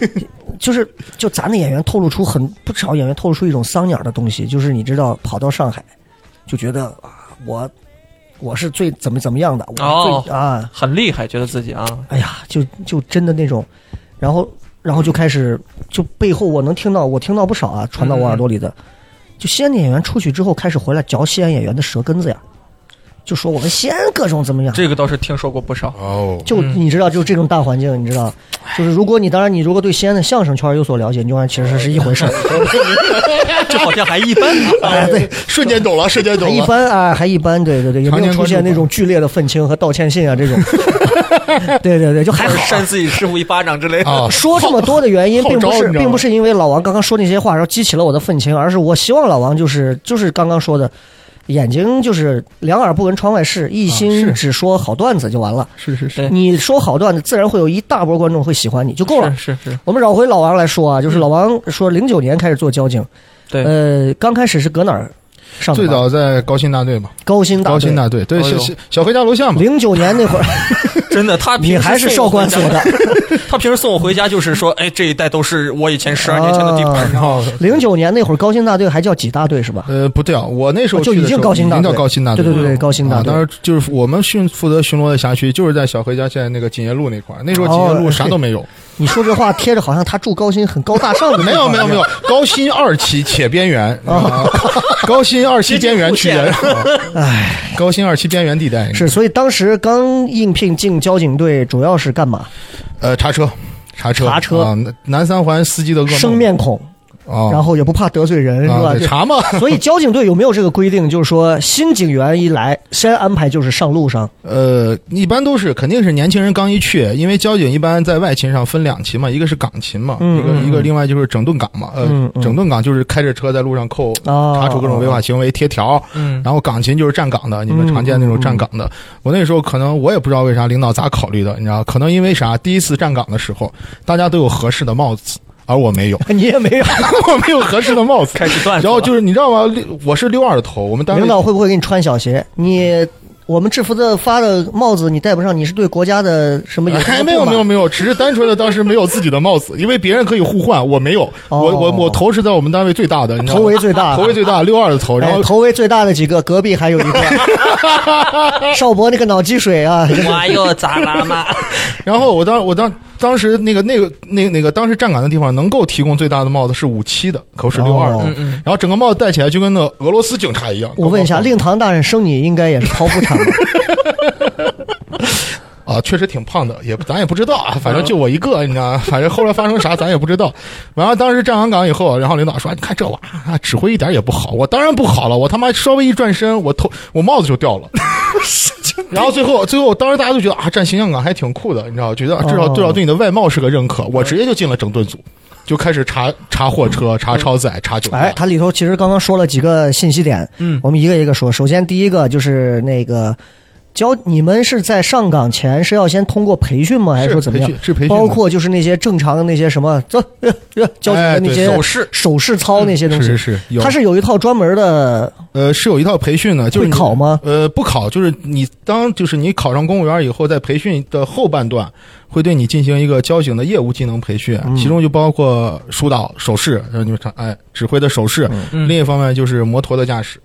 [SPEAKER 2] 就是就咱的演员透露出很不少演员透露出一种丧鸟的东西，就是你知道跑到上海就觉得啊，我我是最怎么怎么样的，我是最、啊，
[SPEAKER 3] 很厉害，觉得自己啊，
[SPEAKER 2] 哎呀，就就真的那种，然后然后就开始就背后我能听到我听到不少啊，传到我耳朵里的，就西安的演员出去之后开始回来嚼西安演员的舌根子呀，就说我们西安各种怎么样，
[SPEAKER 3] 这个倒是听说过不少。
[SPEAKER 4] 哦，
[SPEAKER 2] 就你知道，就这种大环境，你知道，就是如果你当然你如果对西安的相声圈有所了解，你就发现其实是一回事儿。
[SPEAKER 3] 这好像还一般啊呢。
[SPEAKER 2] 哎，对，
[SPEAKER 4] 瞬间懂了，瞬间
[SPEAKER 2] 还
[SPEAKER 4] 懂
[SPEAKER 2] 一
[SPEAKER 4] 了。
[SPEAKER 2] 般啊，还一般，对对对，也
[SPEAKER 4] 常
[SPEAKER 2] 没有
[SPEAKER 4] 年
[SPEAKER 2] 出
[SPEAKER 4] 关注
[SPEAKER 2] 现那
[SPEAKER 4] 吧
[SPEAKER 2] 种剧烈的愤青和道歉信啊这 种。 对对对，就还好啊。
[SPEAKER 3] 扇自己师傅一巴掌之类的。
[SPEAKER 4] 啊，
[SPEAKER 2] 说这么多的原因，
[SPEAKER 4] 号
[SPEAKER 2] 并不
[SPEAKER 4] 召
[SPEAKER 2] 是
[SPEAKER 4] 你知道吗
[SPEAKER 2] 并不是因为老王刚刚说那些话，然后激起了我的愤青，啊而是我希望老王就是就是刚刚说的，眼睛就是两耳不闻窗外事，一心
[SPEAKER 4] 啊是
[SPEAKER 2] 只说好段子就完了。
[SPEAKER 4] 是是是，
[SPEAKER 3] 对
[SPEAKER 2] 你说好段子，自然会有一大波观众会喜欢你，就够了。
[SPEAKER 3] 是是是，
[SPEAKER 2] 我们绕
[SPEAKER 4] 嗯
[SPEAKER 2] 回老王来说啊，就是老王说零九年开始做交警，
[SPEAKER 3] 对，
[SPEAKER 2] 呃，刚开始是搁哪儿上
[SPEAKER 4] 最
[SPEAKER 2] 的班
[SPEAKER 4] 早在高新大队嘛，
[SPEAKER 2] 高薪大
[SPEAKER 4] 高新大队对，
[SPEAKER 3] 哎
[SPEAKER 4] 小
[SPEAKER 3] 呦
[SPEAKER 4] 小小黑家楼下嘛，
[SPEAKER 2] 零九年那会儿，
[SPEAKER 3] 真的，啊他平
[SPEAKER 2] 你
[SPEAKER 3] 时
[SPEAKER 2] 还是
[SPEAKER 3] 送
[SPEAKER 2] 少
[SPEAKER 3] 我回
[SPEAKER 2] 管
[SPEAKER 3] 家
[SPEAKER 2] 所的。
[SPEAKER 3] 他平时送我回家就是说，哎，这一带都是我以前十二年前的地盘。
[SPEAKER 4] 然后
[SPEAKER 2] 零九年那会儿，高薪大队还叫几大队是吧？
[SPEAKER 4] 呃，不对啊，我那时候
[SPEAKER 2] 哦就
[SPEAKER 4] 去
[SPEAKER 2] 已
[SPEAKER 4] 的时
[SPEAKER 2] 经
[SPEAKER 4] 候
[SPEAKER 2] 高薪大
[SPEAKER 4] 已
[SPEAKER 2] 队
[SPEAKER 4] 经叫高新大队
[SPEAKER 2] 对
[SPEAKER 4] 了，
[SPEAKER 2] 对对对高薪大
[SPEAKER 4] 啊
[SPEAKER 2] 队
[SPEAKER 4] 当时就是我们巡负责巡逻的辖区，就是在小黑家现在那个锦业路那块儿。那时候锦业
[SPEAKER 2] 哦
[SPEAKER 4] 路啥都 没有，
[SPEAKER 2] 你说这 话贴着好像他住高薪很高大上的那种
[SPEAKER 4] 没有没
[SPEAKER 2] 感
[SPEAKER 4] 有
[SPEAKER 2] 觉
[SPEAKER 4] 没有，高新二期且边缘，啊高新二期边缘区人，唉，高新二期边缘地带
[SPEAKER 2] 是，所以当时刚应聘进交警队，主要是干嘛？
[SPEAKER 4] 呃查车。查车，
[SPEAKER 2] 查车
[SPEAKER 4] 啊！南南三环司机的噩梦，
[SPEAKER 2] 生面孔，
[SPEAKER 4] 啊，
[SPEAKER 2] 然后也不怕得罪人，
[SPEAKER 4] 啊得
[SPEAKER 2] 是吧？
[SPEAKER 4] 查嘛，
[SPEAKER 2] 就所以交警队有没有这个规定？就是说，新警员一来，先安排就是上路上，
[SPEAKER 4] 呃，一般都是肯定是年轻人刚一去，因为交警一般在外勤上分两勤嘛，一个是岗勤嘛，
[SPEAKER 2] 嗯
[SPEAKER 4] 一个
[SPEAKER 2] 嗯
[SPEAKER 4] 一个另外就是整顿岗嘛，呃，
[SPEAKER 2] 嗯嗯
[SPEAKER 4] 整顿岗就是开着车在路上扣，
[SPEAKER 2] 哦
[SPEAKER 4] 查处各种违法行为，贴条。
[SPEAKER 3] 嗯，
[SPEAKER 4] 然后岗勤就是站岗的，你们常见那种站岗
[SPEAKER 2] 嗯
[SPEAKER 4] 的。我那时候可能我也不知道为啥领导咋考虑的，你知道？可能因为啥？第一次站岗的时候，大家都有合适的帽子，而我没有，
[SPEAKER 2] 你也没有。
[SPEAKER 4] 我没有合适的帽子。
[SPEAKER 3] 开始段子了。
[SPEAKER 4] 然后 就是你知道吗？六我是六二头，我们单位
[SPEAKER 2] 领导会不会给你穿小鞋？你我们制服的发的帽子你戴不上，你是对国家的什么有什么
[SPEAKER 4] 哎，
[SPEAKER 2] 不
[SPEAKER 4] 没有
[SPEAKER 2] 满
[SPEAKER 4] 没有没有，只是单纯的当时没有自己的帽子，因为别人可以互换，我没有，
[SPEAKER 2] 哦
[SPEAKER 4] 我我我头是在我们单位最大的，你知道吗
[SPEAKER 2] 头围最大的
[SPEAKER 4] 头围最大，六二的头，然
[SPEAKER 2] 哎
[SPEAKER 4] 后，
[SPEAKER 2] 头围最大的几个，隔壁还有一 个邵博那个脑积水啊，
[SPEAKER 3] 我又咋啦嘛？
[SPEAKER 4] 然后我当我当当时那个那个那个那个当时站岗的地方能够提供最大的帽子是五七的，可不是六二的
[SPEAKER 2] 哦，
[SPEAKER 4] 然后整个帽子戴起来就跟那俄罗斯警察一样。
[SPEAKER 2] 我问一下，
[SPEAKER 4] 高高
[SPEAKER 2] 令堂大人生你应该也是剖腹 产吧？
[SPEAKER 4] 啊，确实挺胖的，也不咱也不知道啊，反正就我一个，你知道吗，反正后来发生啥咱也不知道。完了，当时站完岗以后，然后领导说：“你看这娃啊指挥一点也不好。”我当然不好了，我他妈稍微一转身，我头我帽子就 掉了。然后最后最后，当时大家都觉得啊，站形象岗还挺酷的，你知道，觉得至少
[SPEAKER 2] 哦
[SPEAKER 4] 至少对你的外貌是个认可。我直接就进了整顿组，就开始查查货车、查超载、查酒驾。
[SPEAKER 2] 哎，它里头其实刚刚说了几个信息点，
[SPEAKER 3] 嗯
[SPEAKER 2] 我们一个一个说。首先第一个就是那个教你们是在上岗前是要先通过培训吗？还
[SPEAKER 4] 是
[SPEAKER 2] 说怎么样
[SPEAKER 4] 培？训是培训的，
[SPEAKER 2] 包括就是那些正常的那些什么走呃呃交警的
[SPEAKER 4] 哎
[SPEAKER 2] 那
[SPEAKER 4] 对嗯
[SPEAKER 2] 些
[SPEAKER 3] 手势
[SPEAKER 2] 手势操那些东西，
[SPEAKER 4] 是是是，有
[SPEAKER 2] 它是有一套专门的
[SPEAKER 4] 呃，是有一套培训的，就是
[SPEAKER 2] 会
[SPEAKER 4] 你
[SPEAKER 2] 考吗？
[SPEAKER 4] 呃，不考，就是你当就是你考上公务员以后，在培训的后半段，会对你进行一个交警的业务技能培训，
[SPEAKER 2] 嗯
[SPEAKER 4] 其中就包括疏导手势，让你们看，哎，指挥的手势。
[SPEAKER 3] 嗯
[SPEAKER 4] 另一方面就是摩托的驾驶，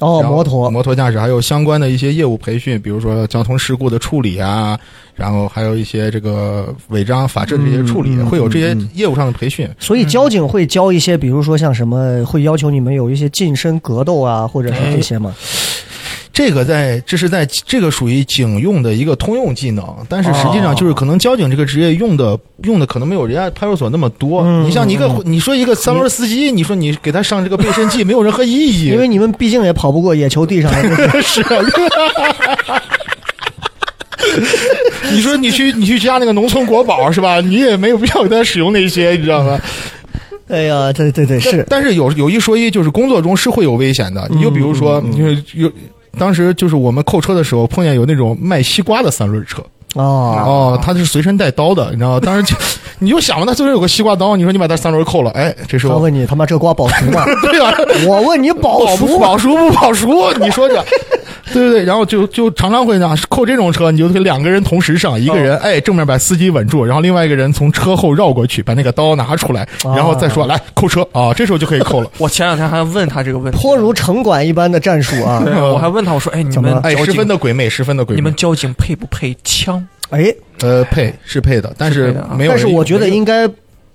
[SPEAKER 2] 哦，
[SPEAKER 4] 然后
[SPEAKER 2] 摩托
[SPEAKER 4] 摩托驾驶还有相关的一些业务培训，比如说交通事故的处理啊，然后还有一些这个违章法制的这些处理，
[SPEAKER 2] 嗯嗯
[SPEAKER 4] 会有这些
[SPEAKER 2] 嗯嗯
[SPEAKER 4] 业务上的培训。
[SPEAKER 2] 所以交警会教一些，比如说像什么，会要求你们有一些近身格斗啊，或者是这些吗？
[SPEAKER 4] 哎这个在这是在这个属于警用的一个通用技能，但
[SPEAKER 2] 哦
[SPEAKER 4] 是实际上就是可能交警这个职业用的用的可能没有人家派出所那么多。
[SPEAKER 2] 嗯
[SPEAKER 4] 你像你一个你说一个三轮司机，你说你给他上这个背身 技没有任何意义，
[SPEAKER 2] 因为你们毕竟也跑不过野球地上的那 些
[SPEAKER 4] 是啊。
[SPEAKER 2] 啊
[SPEAKER 4] 你说你去你去加那个农村国宝是吧？你也没有必要给他使用那些，你知道吗？
[SPEAKER 2] 哎呀，对对对， 是
[SPEAKER 4] 但是有有一说一，就是工作中是会有危险的。你就比如说，
[SPEAKER 2] 嗯
[SPEAKER 4] 就是有当时就是我们扣车的时候碰见有那种卖西瓜的三轮车。
[SPEAKER 2] 哦，
[SPEAKER 4] 哦，他是随身带刀的，你知道吗？当时就你就想嘛，他随身有个西瓜刀，你说你把他三轮扣了，哎，这时
[SPEAKER 2] 他
[SPEAKER 4] 候
[SPEAKER 2] 问你他妈这瓜保熟吗？
[SPEAKER 4] 对吧？
[SPEAKER 2] 我问你
[SPEAKER 4] 保
[SPEAKER 2] 保啊
[SPEAKER 4] 不
[SPEAKER 2] 熟吗？
[SPEAKER 4] 保熟不保熟？你说这，对对对，然后就就常常会呢，扣这种车，你就得两个人同时上，一个人哎正面把司机稳住，然后另外一个人从车后绕过去，把那个刀拿出来，然后再说来扣车啊，这时候就可以扣了。
[SPEAKER 3] 我前两天还问他这个问题，
[SPEAKER 2] 颇如城管一般的战术 啊！
[SPEAKER 3] 对我还问他，我说，哎，你们
[SPEAKER 4] 哎，
[SPEAKER 3] 交
[SPEAKER 4] 十分
[SPEAKER 3] 警，
[SPEAKER 4] 的鬼魅，十分的鬼魅。
[SPEAKER 3] 你们交警配不配枪？
[SPEAKER 2] 哎，
[SPEAKER 4] 呃配是配的，但
[SPEAKER 3] 是
[SPEAKER 4] 是
[SPEAKER 3] 配的啊
[SPEAKER 4] 没有人用。
[SPEAKER 2] 但是我觉得应该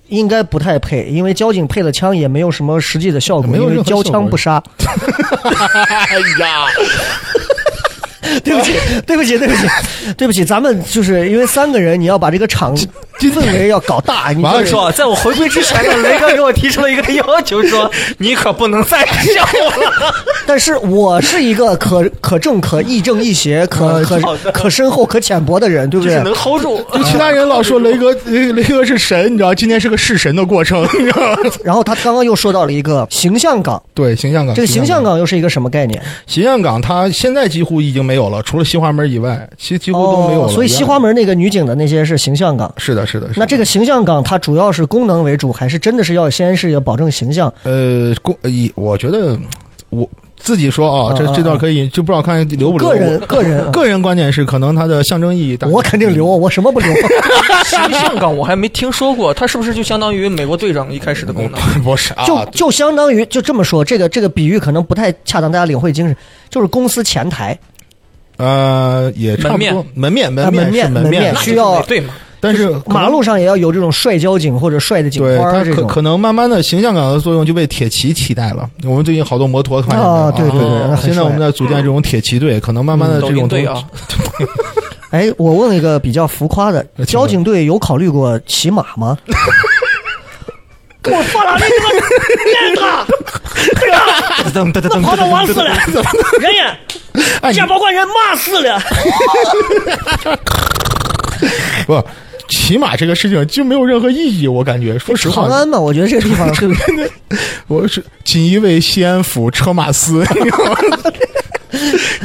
[SPEAKER 2] 应该不太配，因为交警配了枪也没有什么实际的效果，
[SPEAKER 4] 没有
[SPEAKER 2] 因
[SPEAKER 4] 任
[SPEAKER 2] 为
[SPEAKER 4] 何
[SPEAKER 2] 交
[SPEAKER 4] 效
[SPEAKER 2] 枪
[SPEAKER 4] 果
[SPEAKER 2] 不 杀。
[SPEAKER 4] 哎呀，
[SPEAKER 2] 对不起，对不起，对不起，对不起，咱们就是因为三个人，你要把这个场氛围要搞大，你
[SPEAKER 4] 完
[SPEAKER 2] 就
[SPEAKER 3] 我
[SPEAKER 4] 了
[SPEAKER 3] 跟你
[SPEAKER 2] 是
[SPEAKER 3] 说，在我回归之前呢，雷哥给我提出了一个要求，说你可不能再笑我了。
[SPEAKER 2] 但是我是一 个可可正可亦正亦邪可可
[SPEAKER 3] 好的
[SPEAKER 2] 可深厚可浅薄的人，对不
[SPEAKER 3] 就是
[SPEAKER 2] 对？
[SPEAKER 3] 能 hold 住。
[SPEAKER 4] 就 其他人老 说雷哥，雷雷哥是神，你知道，今天是个弑神的过程， 你知道吗？
[SPEAKER 2] 然后他刚刚又说到了一个形象岗，
[SPEAKER 4] 对，啊形象岗，
[SPEAKER 2] 这个形象，岗又是一个什么概念？
[SPEAKER 4] 形象岗，它现在几乎已经没有了，除了西华门以外，其几乎都没有了。
[SPEAKER 2] 哦，所以西华门那个女警的那些是形象岗。
[SPEAKER 4] 是的，是的，是的
[SPEAKER 2] 那这个形象岗它主要是功能为主，还是真的是要先是要保证形象？
[SPEAKER 4] 呃，公呃以我觉得我自己说啊，这
[SPEAKER 2] 嗯嗯
[SPEAKER 4] 这段可以，就不知道看留不留。
[SPEAKER 2] 个 人
[SPEAKER 4] 我
[SPEAKER 2] 个人
[SPEAKER 4] 个人观点是，可能它的象征意义大。
[SPEAKER 2] 我肯定留，我什么不留？
[SPEAKER 3] 其实上岗我还没听说过，它是不是就相当于美国队长一开始的功能？
[SPEAKER 4] 不是啊，
[SPEAKER 2] 就就相当于就这么说，这个这个比喻可能不太恰当，大家领会精神，就是公司前台，
[SPEAKER 4] 呃，也差不多。门面
[SPEAKER 2] 啊
[SPEAKER 4] 门面
[SPEAKER 2] 门面
[SPEAKER 4] 是门
[SPEAKER 2] 门面
[SPEAKER 4] 面，
[SPEAKER 2] 需要
[SPEAKER 3] 对嘛？
[SPEAKER 4] 但是可能
[SPEAKER 2] 马路上也要有这种帅交警或者帅的警
[SPEAKER 4] 对
[SPEAKER 2] 花
[SPEAKER 4] 它
[SPEAKER 2] 儿这
[SPEAKER 4] 可
[SPEAKER 2] 种。
[SPEAKER 4] 可能慢慢的形象感的作用就被铁骑替代了。我们最近好多摩托看见没有
[SPEAKER 2] 啊，对对对，
[SPEAKER 3] 啊
[SPEAKER 2] 那很
[SPEAKER 4] 哦现在我
[SPEAKER 2] 帅嗯
[SPEAKER 4] 们在组建这种铁骑队，可能慢慢的
[SPEAKER 3] 抖
[SPEAKER 4] 这
[SPEAKER 3] 音
[SPEAKER 4] 种
[SPEAKER 3] 队
[SPEAKER 4] 东
[SPEAKER 3] 啊，
[SPEAKER 2] 哎，我问了一个比较浮夸的，
[SPEAKER 4] 呃请
[SPEAKER 2] 交
[SPEAKER 4] 问
[SPEAKER 2] 警队有考虑过骑马 吗？我放哪里他
[SPEAKER 3] 噔噔噔噔，
[SPEAKER 2] 跑到完死了， 人也
[SPEAKER 4] 哎，你
[SPEAKER 2] 保官人骂死了。
[SPEAKER 4] 不，骑马这个事情就没有任何意义，我感觉。说实
[SPEAKER 2] 长
[SPEAKER 4] 话，
[SPEAKER 2] 安嘛，我觉得这个地方对不 对？
[SPEAKER 4] 我是锦衣卫西安府车马司，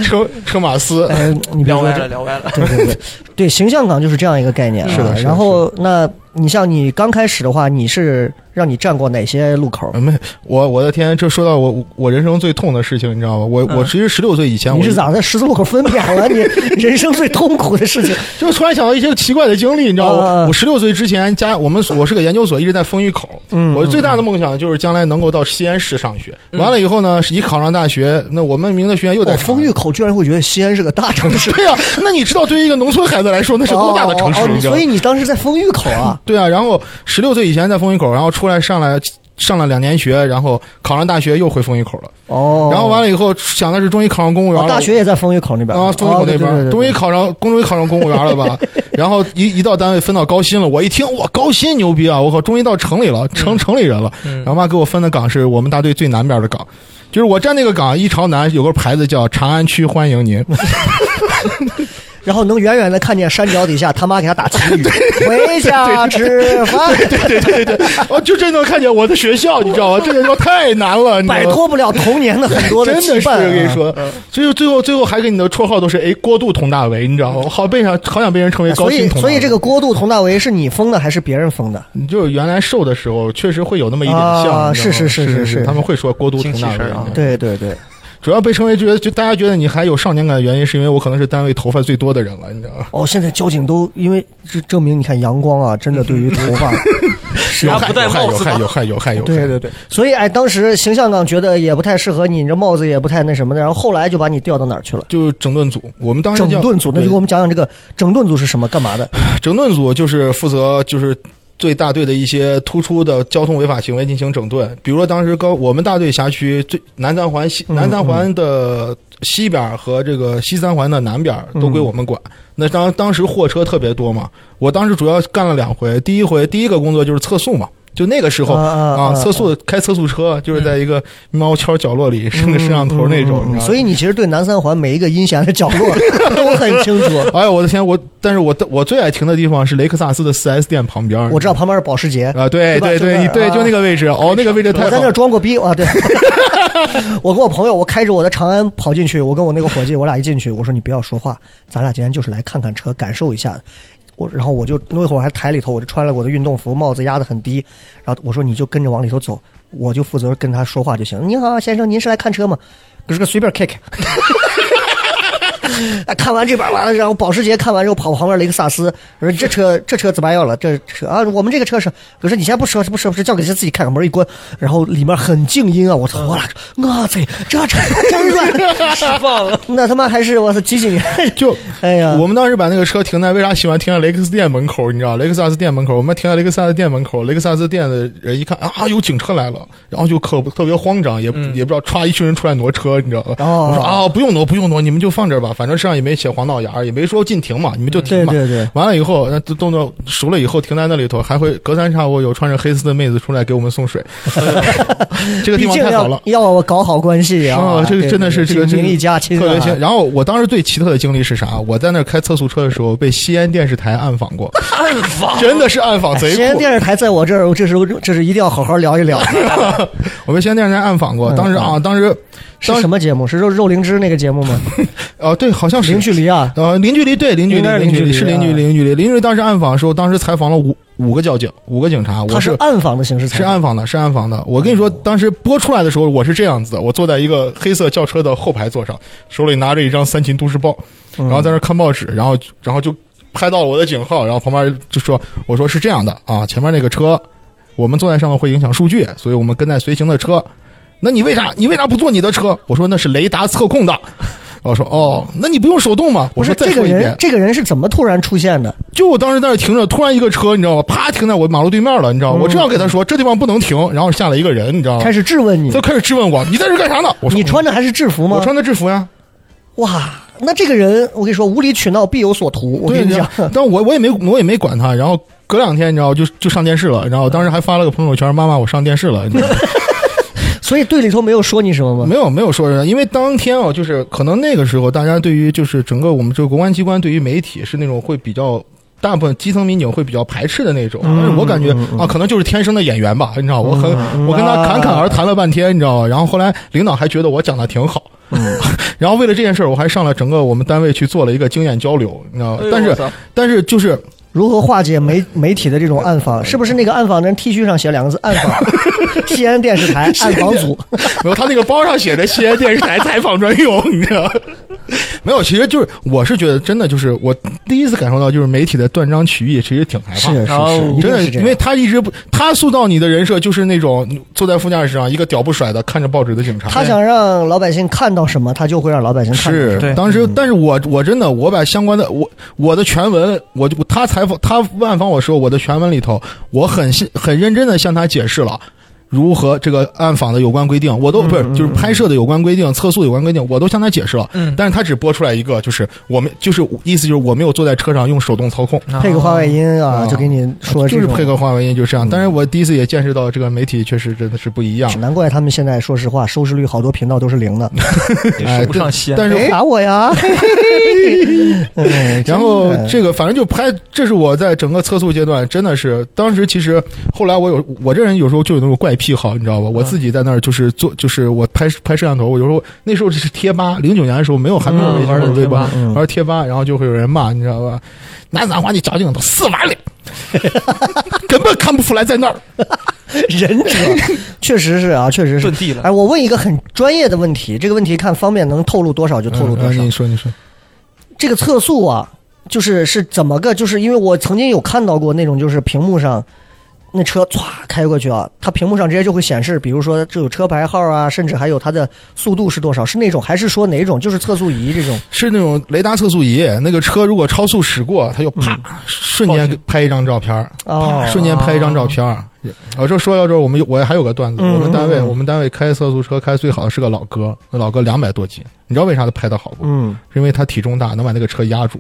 [SPEAKER 4] 车车马司。
[SPEAKER 2] 哎，你别
[SPEAKER 3] 聊
[SPEAKER 2] 说
[SPEAKER 3] 歪了，
[SPEAKER 2] 这，
[SPEAKER 3] 聊歪了。
[SPEAKER 2] 对对 对，对形象港就是这样一个概念啊。
[SPEAKER 4] 是的是的
[SPEAKER 2] 然后，那你像你刚开始的话，你是让你站过哪些路口？
[SPEAKER 4] 啊没，我我的天，这说到我我人生最痛的事情，你知道吗？我我其实十六岁以前，
[SPEAKER 2] 嗯你
[SPEAKER 4] 我
[SPEAKER 2] 是咋的？十字路口分娩了，你 人生最痛苦的事情。
[SPEAKER 4] 就突然想到一些奇怪的经历，你知道
[SPEAKER 2] 啊啊啊
[SPEAKER 4] 吗？我十六岁之前家我们我是个研究所，一直在丰峪口。
[SPEAKER 2] 嗯
[SPEAKER 4] 我最大的梦想就是将来能够到西安市上学。完了以后呢，一考上大学，那我们名字学院又在
[SPEAKER 2] 我丰峪哦口居然会觉得西安是个大城市，
[SPEAKER 4] 对呀、那你知道对于一个农村孩子来说， 那是多大的城市？
[SPEAKER 2] 哦哦哦
[SPEAKER 4] 你知道
[SPEAKER 2] 所
[SPEAKER 4] 吗
[SPEAKER 2] 以？你当时在丰峪口啊？
[SPEAKER 4] 对啊，然后十六岁以前在丰峪口，然后出来上来上了两年学，然后考上大学又回丰峪口了。
[SPEAKER 2] 哦，
[SPEAKER 4] 然后完了以后，想的是终于考上公务员
[SPEAKER 2] 哦
[SPEAKER 4] 了。
[SPEAKER 2] 大学也在丰峪口那边
[SPEAKER 4] 啊，丰峪口那边，
[SPEAKER 2] 哦对对对对
[SPEAKER 4] 终于考上，终于考上公务员 了吧？然后一一到单位分到高薪了，我一听，哇，高薪牛逼啊！我靠，终于到城里了，城、城里人了。
[SPEAKER 3] 嗯
[SPEAKER 4] 然后妈给我分的岗是我们大队最南边的岗，就是我站那个岗一朝南，有个牌子叫“长安区欢迎 您
[SPEAKER 2] 然后能远远的看见山脚底下他妈给他打 旗语，回家吃饭，”。
[SPEAKER 4] 对对对对，哦，就真能看见我的学校，你知道吗？这个叫太难了，你知道
[SPEAKER 2] 摆
[SPEAKER 4] 吗？
[SPEAKER 2] 脱不了童年的很多
[SPEAKER 4] 真
[SPEAKER 2] 羁
[SPEAKER 4] 的是
[SPEAKER 2] 绊、啊。
[SPEAKER 4] 我跟你，说，最后最后最后还给你的绰号都是哎过度佟大为，你知道吗？我好被想好想被人称为高
[SPEAKER 2] 哎
[SPEAKER 4] 啊
[SPEAKER 2] 所以
[SPEAKER 4] 薪佟大为。
[SPEAKER 2] 所以这个过度佟大为是你封的还是别人封的？
[SPEAKER 4] 你就是原来瘦的时候，确实会有那么一点
[SPEAKER 2] 啊
[SPEAKER 4] 像，你知
[SPEAKER 2] 是
[SPEAKER 4] 道
[SPEAKER 2] 是
[SPEAKER 4] 吗
[SPEAKER 2] 是
[SPEAKER 4] 是
[SPEAKER 2] 是是
[SPEAKER 4] 他们会说过度佟大
[SPEAKER 3] 精气
[SPEAKER 4] 为
[SPEAKER 3] 神啊，
[SPEAKER 2] 对对对，
[SPEAKER 4] 主要被称为觉得就大家觉得你还有少年感的原因，是因为我可能是单位头发最多的人了，你知道吗？
[SPEAKER 2] 哦，现在交警都因为这证明，你看阳光啊，真的对于头 发 是
[SPEAKER 4] 有
[SPEAKER 3] 啊
[SPEAKER 4] 害
[SPEAKER 3] 不戴
[SPEAKER 4] 有害
[SPEAKER 3] 帽
[SPEAKER 4] 有
[SPEAKER 3] 子
[SPEAKER 4] 害
[SPEAKER 3] 吧
[SPEAKER 4] 有害有害有 害，
[SPEAKER 2] 对对对，所以哎，当时形象港觉得也不太适合你，你这帽子也不太那什么的，然后后来就把你调到哪儿去了？
[SPEAKER 4] 就整顿组，我们当时
[SPEAKER 2] 整
[SPEAKER 4] 叫
[SPEAKER 2] 顿组，那就
[SPEAKER 4] 对
[SPEAKER 2] 给我们讲讲这个整顿组是什么，干嘛的？
[SPEAKER 4] 整顿组就是负责就是对大队的一些突出的交通违法行为进行整顿，比如说当时高我们大队辖区最南三环西
[SPEAKER 2] 嗯
[SPEAKER 4] 南三环的西边儿和这个西三环的南边儿都归我们管。
[SPEAKER 2] 嗯
[SPEAKER 4] 那当当时货车特别多嘛，我当时主要干了两回，第一回第一个工作就是测速嘛。就那个时候
[SPEAKER 2] 啊啊啊
[SPEAKER 4] 测速开测速车，就是在一个猫圈角落里伸个摄像头那种，你知道吗
[SPEAKER 2] 嗯所以你其实对南三环每一个阴险的角落 都很清 楚。
[SPEAKER 4] 哎呦我的天，我但是我我最爱停的地方是雷克萨斯的 4S 店旁边儿，
[SPEAKER 2] 我知道旁边是保时捷，
[SPEAKER 4] 啊，对
[SPEAKER 2] 对吧
[SPEAKER 4] 对
[SPEAKER 2] 就那
[SPEAKER 4] 对，
[SPEAKER 2] 儿
[SPEAKER 4] 你对
[SPEAKER 2] 啊
[SPEAKER 4] 就那个位置，哦，那个位置
[SPEAKER 2] 我
[SPEAKER 4] 太
[SPEAKER 2] 在
[SPEAKER 4] 好
[SPEAKER 2] 那儿装过逼啊！对， 我跟我朋友，我开着我的长安跑进去，我跟我那个伙计，我俩一进去，我说你不要说话，咱俩今天就是来看看车，感受一下。我然后我就那会儿还台里头，我就穿了我的运动服，帽子压得很低，然后我说你就跟着往里头走，我就负责跟他说话就行。您好，先生，您是来看车吗？可是个随便 kick。啊看完这边完了，然后保时捷看完之后跑旁边雷克萨斯，我说这车这车怎么样了？这车啊，我们这个车是，我说你先不说，不说不说，叫给他自己开个门一关，然后里面很静音啊，我操，我俩我操，这车真乱，
[SPEAKER 3] 释放了，
[SPEAKER 2] 那他妈还是我操几几年，
[SPEAKER 4] 就
[SPEAKER 2] 哎呀，
[SPEAKER 4] 我们当时把那个车停在为啥喜欢停在雷克斯店门口？你知道雷克萨斯店门口，我们停在雷克萨斯店门口，雷克萨斯店的人一看啊，有警车来了，然后就可特别慌张，也不也不知道歘一群人出来挪车，你知道吧？
[SPEAKER 2] 嗯哦
[SPEAKER 4] 我说啊，不用挪，不用挪，你们就放这儿吧，反正身上也没写黄道牙儿，也没说禁停嘛，你们就停
[SPEAKER 2] 对
[SPEAKER 4] 吧。
[SPEAKER 2] 对对，
[SPEAKER 4] 完了以后，那动作熟了以后，停在那里头，还会隔三差五有穿着黑丝的妹子出来给我们送 水，这个地
[SPEAKER 2] 毕
[SPEAKER 4] 方
[SPEAKER 2] 竟
[SPEAKER 4] 太好
[SPEAKER 2] 要
[SPEAKER 4] 了。
[SPEAKER 2] 要我搞好关系啊
[SPEAKER 4] 啊，，这个
[SPEAKER 2] 对
[SPEAKER 4] 真的是
[SPEAKER 2] 对
[SPEAKER 4] 这个
[SPEAKER 2] 对
[SPEAKER 4] 这个
[SPEAKER 2] 名利家亲啊，
[SPEAKER 4] 特别亲。然后我当时最奇特的经历是啥？我在那儿开测速车的时候，被西安电视台暗访过，
[SPEAKER 3] 暗访。
[SPEAKER 4] 真的是暗访
[SPEAKER 2] 哎
[SPEAKER 4] 贼
[SPEAKER 2] 西安
[SPEAKER 4] 酷。
[SPEAKER 2] 电视台在我这儿，我这是这是一定要好好聊一聊。
[SPEAKER 4] 我
[SPEAKER 2] 嗯
[SPEAKER 4] 被西安电视台暗访过，当时啊，当时
[SPEAKER 2] 是什么节目？是肉肉灵芝那个节目吗？
[SPEAKER 4] 啊，对对，好像是
[SPEAKER 2] 零距离啊，
[SPEAKER 4] 呃，零距离，对，零距
[SPEAKER 2] 应
[SPEAKER 4] 离，
[SPEAKER 2] 该是
[SPEAKER 4] 零距离，
[SPEAKER 2] 零距离
[SPEAKER 4] 是零距离，
[SPEAKER 2] 啊
[SPEAKER 4] 零距离。零距离当时暗访的时候，当时采访了五五个交警，五个警察，
[SPEAKER 2] 他
[SPEAKER 4] 我
[SPEAKER 2] 是哦暗访的形式采
[SPEAKER 4] 是
[SPEAKER 2] 访，
[SPEAKER 4] 暗访的，是暗访的。我跟你说，当时播出来的时候，我是这样子的，我坐在一个黑色轿车的后排座上，手里拿着一张《三秦都市报》，
[SPEAKER 2] 嗯
[SPEAKER 4] 然后在那儿看报纸，然后然后就拍到了我的警号，然后旁边就说：“我说是这样的啊，前面那个车，我们坐在上面会影响数据，所以我们跟在随行的车。那你为啥你为啥不坐你的车？我说那是雷达测控的。” 我说哦，那你不用手动吗？
[SPEAKER 2] 不
[SPEAKER 4] 我
[SPEAKER 2] 是
[SPEAKER 4] 说再
[SPEAKER 2] 这个
[SPEAKER 4] 说一遍啊
[SPEAKER 2] 人，，这个人是怎么突然出现的？
[SPEAKER 4] 就我当时在那儿停着，突然一个车，你知道吗？啪停在我马路对面了，你知道吗？我正要跟他说这地方不能停，然后下来一个人，你知道吗
[SPEAKER 2] 嗯开？始质问你
[SPEAKER 4] 他，开始质问我：“你在这干啥呢？”我说：“
[SPEAKER 2] 你穿的还是制服吗
[SPEAKER 4] 我？穿的制服呀。
[SPEAKER 2] 哇，那这个人，我跟你说，无理取闹必有所图。”我
[SPEAKER 4] 对，
[SPEAKER 2] 跟你讲，
[SPEAKER 4] 但我我也没我也没管他。然后隔两天，你知道，就就上电视了。然后当时还发了个朋友圈：“妈妈，我上电视了。”你知道吗
[SPEAKER 2] 所以队里头没有说你什么吗？
[SPEAKER 4] 没有没有说人，因为当天哦，就是可能那个时候大家对于就是整个我们这个公安机关对于媒体是那种会比较。大部分基层民警会比较排斥的那种，
[SPEAKER 3] 嗯
[SPEAKER 4] 但是我感觉啊，可能就是天生的演员吧，你知道，我很
[SPEAKER 3] 嗯
[SPEAKER 4] 我跟他侃侃而谈了半天，你知道吧？然后后来领导还觉得我讲的挺好，
[SPEAKER 3] 嗯
[SPEAKER 4] 然后为了这件事儿，我还上了整个我们单位去做了一个经验交流，你知道吧
[SPEAKER 3] 哎呦？
[SPEAKER 4] 但
[SPEAKER 3] 我
[SPEAKER 4] 是
[SPEAKER 3] 操
[SPEAKER 4] 但是就是
[SPEAKER 2] 如何化解媒媒体的这种暗访？是不是那个暗访的人 T 恤上写两个字“暗访”？ 西安电视台暗访组，
[SPEAKER 4] 没有，他那个包上写着西安电视台采访专用，你知道？ 没有，其实就是我是觉得真的就是我第一次感受到就是媒体的断章取义，其实挺害
[SPEAKER 2] 是
[SPEAKER 4] 怕。
[SPEAKER 2] 是
[SPEAKER 3] 然后
[SPEAKER 2] 是，一
[SPEAKER 4] 真
[SPEAKER 2] 定
[SPEAKER 4] 的，
[SPEAKER 2] 是这
[SPEAKER 4] 因为
[SPEAKER 2] 样。
[SPEAKER 4] 他一直不，他塑造你的人设就是那种坐在副驾驶上一个屌不甩的看着报纸的警察。
[SPEAKER 2] 他想让老百姓看到什么，他就会让老百姓看到什
[SPEAKER 4] 是啊
[SPEAKER 2] 么。
[SPEAKER 3] 对
[SPEAKER 4] 当时，但是我我真的我把相关的我我的全文，我就他采访他万访我说我的全文里头，我很信很认真的向他解释了。如何这个暗访的有关规定，我
[SPEAKER 3] 嗯
[SPEAKER 4] 都不是就是拍摄的有关规定、测速有关规定，我都向他解释了。
[SPEAKER 3] 嗯
[SPEAKER 4] 但是他只播出来一个，就是我们就是意思就是我没有坐在车上用手动操控，
[SPEAKER 2] 配个话外音啊，
[SPEAKER 4] 啊
[SPEAKER 2] 就给你说
[SPEAKER 4] 就是
[SPEAKER 2] 这种
[SPEAKER 4] 配个话外音就这样。但是我第一次也见识到这个媒体确实真的是不一样。
[SPEAKER 2] 难怪他们现在说实话，收视率好多频道都是零 的。
[SPEAKER 4] 哎
[SPEAKER 3] 说不上西安，
[SPEAKER 4] 但是
[SPEAKER 2] 打我 呀！嘿嘿嘿哎
[SPEAKER 4] 哎然后
[SPEAKER 2] 真的
[SPEAKER 4] 这个反正就拍，这是我在整个测速阶段，真的是当时其实后来我有我这人有时候就有那种怪癖好，你知道吧？
[SPEAKER 3] 嗯
[SPEAKER 4] 我自己在那儿就是做，就是我拍拍摄像头，我有时候那时候是贴吧，零九年的时候没有还没有
[SPEAKER 3] 嗯
[SPEAKER 4] 微
[SPEAKER 3] 玩
[SPEAKER 4] 信
[SPEAKER 3] 的
[SPEAKER 4] 微
[SPEAKER 3] 贴
[SPEAKER 4] 博
[SPEAKER 3] 吧，
[SPEAKER 4] 玩贴吧，然后就会有人骂，你知道吧？拿咱话你矫情都四娃 脸，根本看不出来在那儿。
[SPEAKER 2] 忍者确实是啊，确实是
[SPEAKER 3] 遁。地了。
[SPEAKER 2] 哎，我问一个很专业的问题，这个问题看方便能透露多少就透露多
[SPEAKER 4] 嗯
[SPEAKER 2] 少。
[SPEAKER 4] 你说你说，
[SPEAKER 2] 这个测速啊，就是是怎么个？就是因为我曾经有看到过那种，就是屏幕上那车歘开过去啊，它屏幕上直接就会显示，比如说这有车牌号啊，甚至还有它的速度是多少，是那种还是说哪种？就是测速仪这种。
[SPEAKER 4] 是那种雷达测速仪，那个车如果超速驶过，它就啪、瞬
[SPEAKER 3] 嗯报
[SPEAKER 4] 间
[SPEAKER 3] 警
[SPEAKER 4] 拍一张照片儿。
[SPEAKER 2] 哦，
[SPEAKER 4] 瞬间拍一张照片儿。我这说到这儿，我们有我还有个段子，
[SPEAKER 2] 嗯
[SPEAKER 4] 我们单位
[SPEAKER 2] 嗯嗯
[SPEAKER 4] 我们单位开测速车开最好的是个老哥，那老哥两百多斤，你知道为啥他拍的好不？
[SPEAKER 2] 嗯，
[SPEAKER 4] 是因为他体重大，能把那个车压住。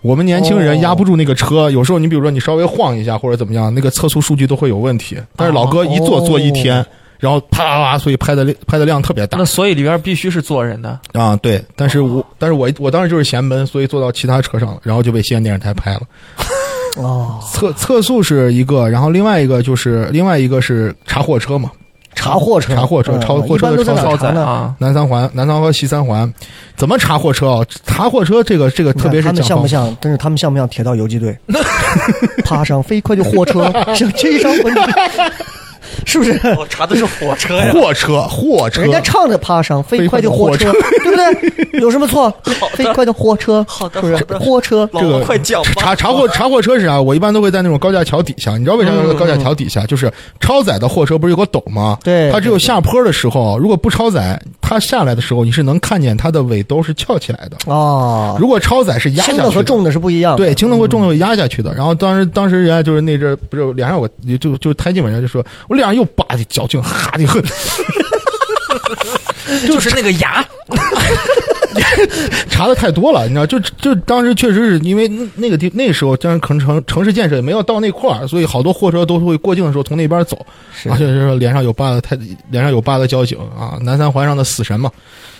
[SPEAKER 4] 我们年轻
[SPEAKER 2] 哦
[SPEAKER 4] 人压不住那个车，有时候你比如说你稍微晃一下或者怎么样，那个测速数据都会有问题。但是老哥一坐
[SPEAKER 2] 哦嗯
[SPEAKER 4] 坐一天，然后啪啪啪，所以拍的量拍的量特别大
[SPEAKER 3] 那所以里边必须是坐人的，
[SPEAKER 4] 啊。对，但是我但是我我当时就是嫌闷，所以坐到其他车上了，然后就被西安电视台拍了。
[SPEAKER 2] 哦，
[SPEAKER 4] 测测速是一个，然后另外一个就是另外一个是查货车嘛，
[SPEAKER 2] 查货车，
[SPEAKER 4] 查货车
[SPEAKER 2] 嗯
[SPEAKER 4] 查货车
[SPEAKER 2] 一般都在哪
[SPEAKER 4] 超
[SPEAKER 2] 儿
[SPEAKER 3] 超
[SPEAKER 2] 查
[SPEAKER 3] 载
[SPEAKER 2] 呢？
[SPEAKER 3] 啊，
[SPEAKER 4] 南三环、南三环和西三环，怎么查货车啊？查货车这个这个
[SPEAKER 2] 你看
[SPEAKER 4] 特别是
[SPEAKER 2] 他们
[SPEAKER 4] 讲
[SPEAKER 2] 像
[SPEAKER 4] 方
[SPEAKER 2] 不像？真是他们像不像铁道游击队？爬上飞快的货车，像追上风筝，是不是？
[SPEAKER 3] 我查的是火车呀，
[SPEAKER 4] 货车货车
[SPEAKER 2] 人家唱着爬上飞快的火车，对不 对？有什么错？飞快的火车，
[SPEAKER 3] 好
[SPEAKER 2] 是
[SPEAKER 3] 的
[SPEAKER 2] 不是
[SPEAKER 3] 好的
[SPEAKER 2] 火车
[SPEAKER 3] 老
[SPEAKER 4] 这
[SPEAKER 3] 王
[SPEAKER 4] 个
[SPEAKER 3] 快讲吧。
[SPEAKER 4] 查查货查货车是啥？我一般都会在那种高架桥底下，你知道为啥要在高架桥底下？就是超载的货车不是有个斗吗？
[SPEAKER 2] 嗯对
[SPEAKER 4] 它只有下坡的时候，如果不超载，它下来的时候你是能看见它的尾兜是翘起来的。
[SPEAKER 2] 哦，
[SPEAKER 4] 如果超载是压下
[SPEAKER 2] 轻
[SPEAKER 4] 去
[SPEAKER 2] 的和重的是不一样的。嗯
[SPEAKER 4] 对，轻的会重的会压下去的。然后当时当时人家就是那阵儿不是有脸上我就就胎记文章就说我脸上又拔的矫情，哈的很。
[SPEAKER 3] 就是那个牙，
[SPEAKER 4] 查的太多了，你知道，就就当时确实是因为那那个地那时候，当然可能城城市建设也没有到那块儿，所以好多货车都会过境的时候从那边走，
[SPEAKER 2] 是
[SPEAKER 4] 啊，就是说脸上有疤的太脸上有疤的交警啊，南三环上的死神嘛，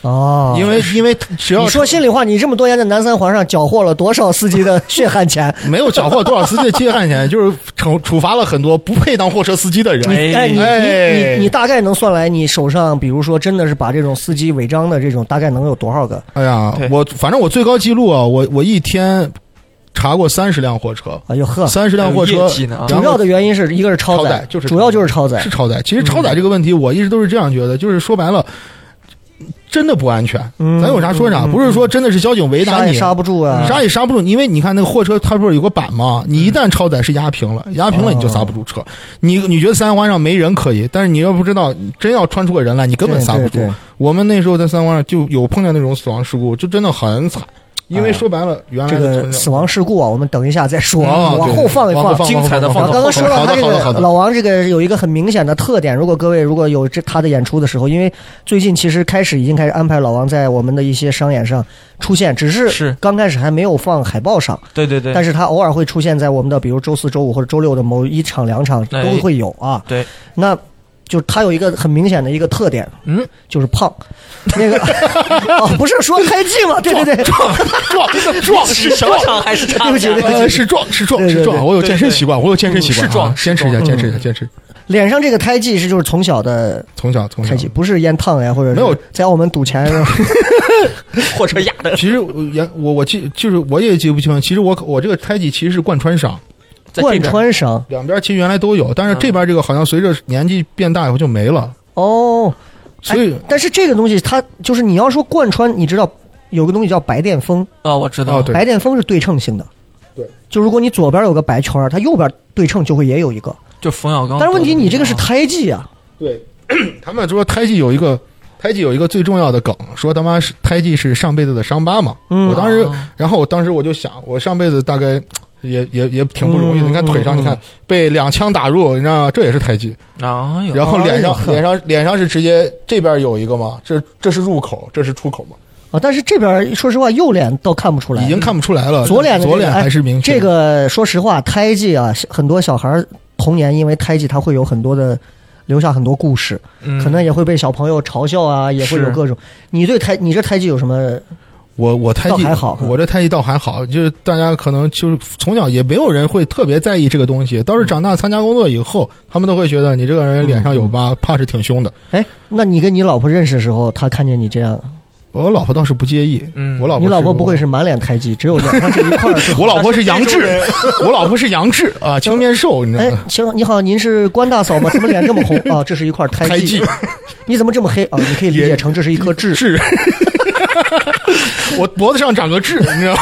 [SPEAKER 2] 哦，
[SPEAKER 4] 因为因为只要
[SPEAKER 2] 你说心里话，你这么多年在南三环上缴获了多少司机的血汗钱？
[SPEAKER 4] 没有缴获多少司机的接案钱，就是惩处罚了很多不配当货车司机的人，
[SPEAKER 3] 哎
[SPEAKER 2] 哎，你你
[SPEAKER 4] 哎
[SPEAKER 2] 你你大概能算来，你手上比如说真的是把这种司机违章的这种，大概能有多少个？
[SPEAKER 4] 哎呀
[SPEAKER 3] 对，
[SPEAKER 4] 我反正我最高记录啊，我我一天查过三十辆货车，
[SPEAKER 2] 哎呦呵，
[SPEAKER 4] 三十辆货
[SPEAKER 3] 还有
[SPEAKER 4] 车
[SPEAKER 3] 业绩呢啊，
[SPEAKER 4] 然
[SPEAKER 2] 主
[SPEAKER 4] 后
[SPEAKER 2] 要的原因是一个是超
[SPEAKER 4] 超
[SPEAKER 2] 载
[SPEAKER 4] 载，就是
[SPEAKER 2] 主要就是超载
[SPEAKER 4] 是，超载。其实超载这个问题，我一直都是这样觉得，就是说白了，真的不安全。
[SPEAKER 2] 嗯
[SPEAKER 4] 咱有啥说啥，
[SPEAKER 2] 嗯嗯
[SPEAKER 4] 不是说真的是交警围
[SPEAKER 2] 刹
[SPEAKER 4] 打
[SPEAKER 2] 也
[SPEAKER 4] 你，
[SPEAKER 2] 刹不住啊，
[SPEAKER 4] 刹也刹不住，因为你看那个货车，它不是有个板吗？你一旦超载是压平了，压平了你就刹不住车。你你觉得三环上没人可以，但是你要不知道，真要穿出个人来，你根本刹不住
[SPEAKER 2] 对对对。
[SPEAKER 4] 我们那时候在三环上就有碰见那种死亡事故，就真的很惨，因为说白了，原来
[SPEAKER 2] 哎这
[SPEAKER 4] 的
[SPEAKER 2] 个
[SPEAKER 4] 村
[SPEAKER 2] 死亡事故啊，我们等一下再说，
[SPEAKER 4] 啊，
[SPEAKER 2] 往后放一
[SPEAKER 4] 放，往
[SPEAKER 2] 放
[SPEAKER 4] 后。放
[SPEAKER 3] 精彩的
[SPEAKER 4] 往
[SPEAKER 2] 然
[SPEAKER 4] 后
[SPEAKER 2] 后刚
[SPEAKER 3] 放
[SPEAKER 4] 放
[SPEAKER 2] 刚说到
[SPEAKER 4] 好
[SPEAKER 2] 他
[SPEAKER 4] 的
[SPEAKER 2] 这
[SPEAKER 4] 好的
[SPEAKER 2] 个
[SPEAKER 4] 好的
[SPEAKER 2] 老王这个有一个很明显的特点，如果各位如果有这他的演出的时候，因为最近其实开始已经开始安排老王在我们的一些商演上出现，只是
[SPEAKER 3] 是
[SPEAKER 2] 刚开始还没有放海报上，
[SPEAKER 3] 对对对
[SPEAKER 2] 但，是他偶尔会出现在我们的比如周四周五或者周六的某一场两场
[SPEAKER 3] 哎
[SPEAKER 2] 都会有啊。
[SPEAKER 3] 对，
[SPEAKER 2] 那就他有一个很明显的一个特点，
[SPEAKER 3] 嗯，
[SPEAKER 2] 就是胖。那 个哦，不是说开季吗？对对对，
[SPEAKER 4] 壮壮
[SPEAKER 3] 是
[SPEAKER 4] 是
[SPEAKER 3] 小
[SPEAKER 4] 壮。
[SPEAKER 3] 厂还是大
[SPEAKER 2] 对不起对不
[SPEAKER 3] 厂？
[SPEAKER 4] 呃，是壮是壮
[SPEAKER 2] 对对
[SPEAKER 4] 是壮，
[SPEAKER 2] 对
[SPEAKER 4] 我有健身习惯，我有健身习惯啊，
[SPEAKER 3] 是壮
[SPEAKER 4] 坚持一下，坚
[SPEAKER 2] 嗯
[SPEAKER 4] 持一下，坚持。
[SPEAKER 2] 脸上这个胎记是就是从小的
[SPEAKER 4] 从小从小
[SPEAKER 2] 胎，记，不是烟烫呀，或者是
[SPEAKER 4] 没有
[SPEAKER 2] 在澳门赌钱。
[SPEAKER 3] 货车压的，
[SPEAKER 4] 其实我也我我记就是我也记不清，其实我我这个胎记其实是贯穿伤，
[SPEAKER 3] 在这
[SPEAKER 2] 贯
[SPEAKER 3] 边
[SPEAKER 2] 穿伤
[SPEAKER 4] 两边其实原来都有，但是这边这个好像随着年纪变大以后就没了，
[SPEAKER 2] 哦，
[SPEAKER 4] 所以
[SPEAKER 2] 但是这个东西它就是你要说贯穿，你知道有个东西叫白癜风，
[SPEAKER 3] 啊，我知
[SPEAKER 4] 哦
[SPEAKER 3] 道，
[SPEAKER 4] 对
[SPEAKER 2] 白癜风是对称性的。
[SPEAKER 4] 对，
[SPEAKER 2] 就如果你左边有个白圈儿，它右边对称就会也有一个。
[SPEAKER 3] 就冯小刚。
[SPEAKER 2] 但是问题你这个是胎记啊，
[SPEAKER 4] 对 他们说胎记有一个。胎记有一个最重要的梗，说他妈是胎记是上辈子的伤疤嘛。
[SPEAKER 2] 嗯
[SPEAKER 4] 我当时，然后我当时我就想，我上辈子大概也也也挺不容易的。
[SPEAKER 2] 嗯
[SPEAKER 4] 你看腿上，
[SPEAKER 2] 嗯
[SPEAKER 4] 你看被两枪打入，你知道吗这也是胎记。
[SPEAKER 3] 哎呦，
[SPEAKER 4] 然后脸
[SPEAKER 2] 哎
[SPEAKER 4] 上
[SPEAKER 2] 呦
[SPEAKER 4] 脸上脸上是直接这边有一个嘛，这这是入口，这是出口嘛，
[SPEAKER 2] 啊，但是这边说实话右脸倒看不出来，
[SPEAKER 4] 已经看不出来了。
[SPEAKER 2] 左脸的这个哎
[SPEAKER 4] 左脸还是明确
[SPEAKER 2] 这个说实话，胎记啊，很多小孩儿童年因为胎记，他会有很多的留下很多故事，
[SPEAKER 3] 嗯
[SPEAKER 2] 可能也会被小朋友嘲笑啊，也会有
[SPEAKER 3] 是
[SPEAKER 2] 各种。你对胎，你这胎记有什么？
[SPEAKER 4] 我我胎记
[SPEAKER 2] 倒还好嗯
[SPEAKER 4] 我这胎记倒还好，就是大家可能就是从小也没有人会特别在意这个东西，倒
[SPEAKER 2] 嗯
[SPEAKER 4] 是长大参加工作以后，他们都会觉得你这个人脸上有
[SPEAKER 2] 嗯
[SPEAKER 4] 疤，怕是挺凶的。
[SPEAKER 2] 哎，那你跟你老婆认识的时候，她看见你这样，
[SPEAKER 4] 我老婆倒是不介意，
[SPEAKER 3] 嗯
[SPEAKER 4] 我老婆
[SPEAKER 2] 你老
[SPEAKER 4] 是。
[SPEAKER 2] 婆不会是满脸胎记，只有脸上这一块儿是
[SPEAKER 4] 我老婆是杨
[SPEAKER 3] 她是
[SPEAKER 4] 志
[SPEAKER 3] 非洲，
[SPEAKER 4] 我老婆是杨志 啊，青面兽，你知道
[SPEAKER 2] 哎
[SPEAKER 4] 吗？，
[SPEAKER 2] 行，你好，您是关大嫂吗？怎么脸这么红啊？这是一块胎
[SPEAKER 4] 胎记
[SPEAKER 2] 记，你怎么这么黑啊？你可以理解成这是一颗痣，
[SPEAKER 4] 痣，我脖子上长个痣，你知道吗？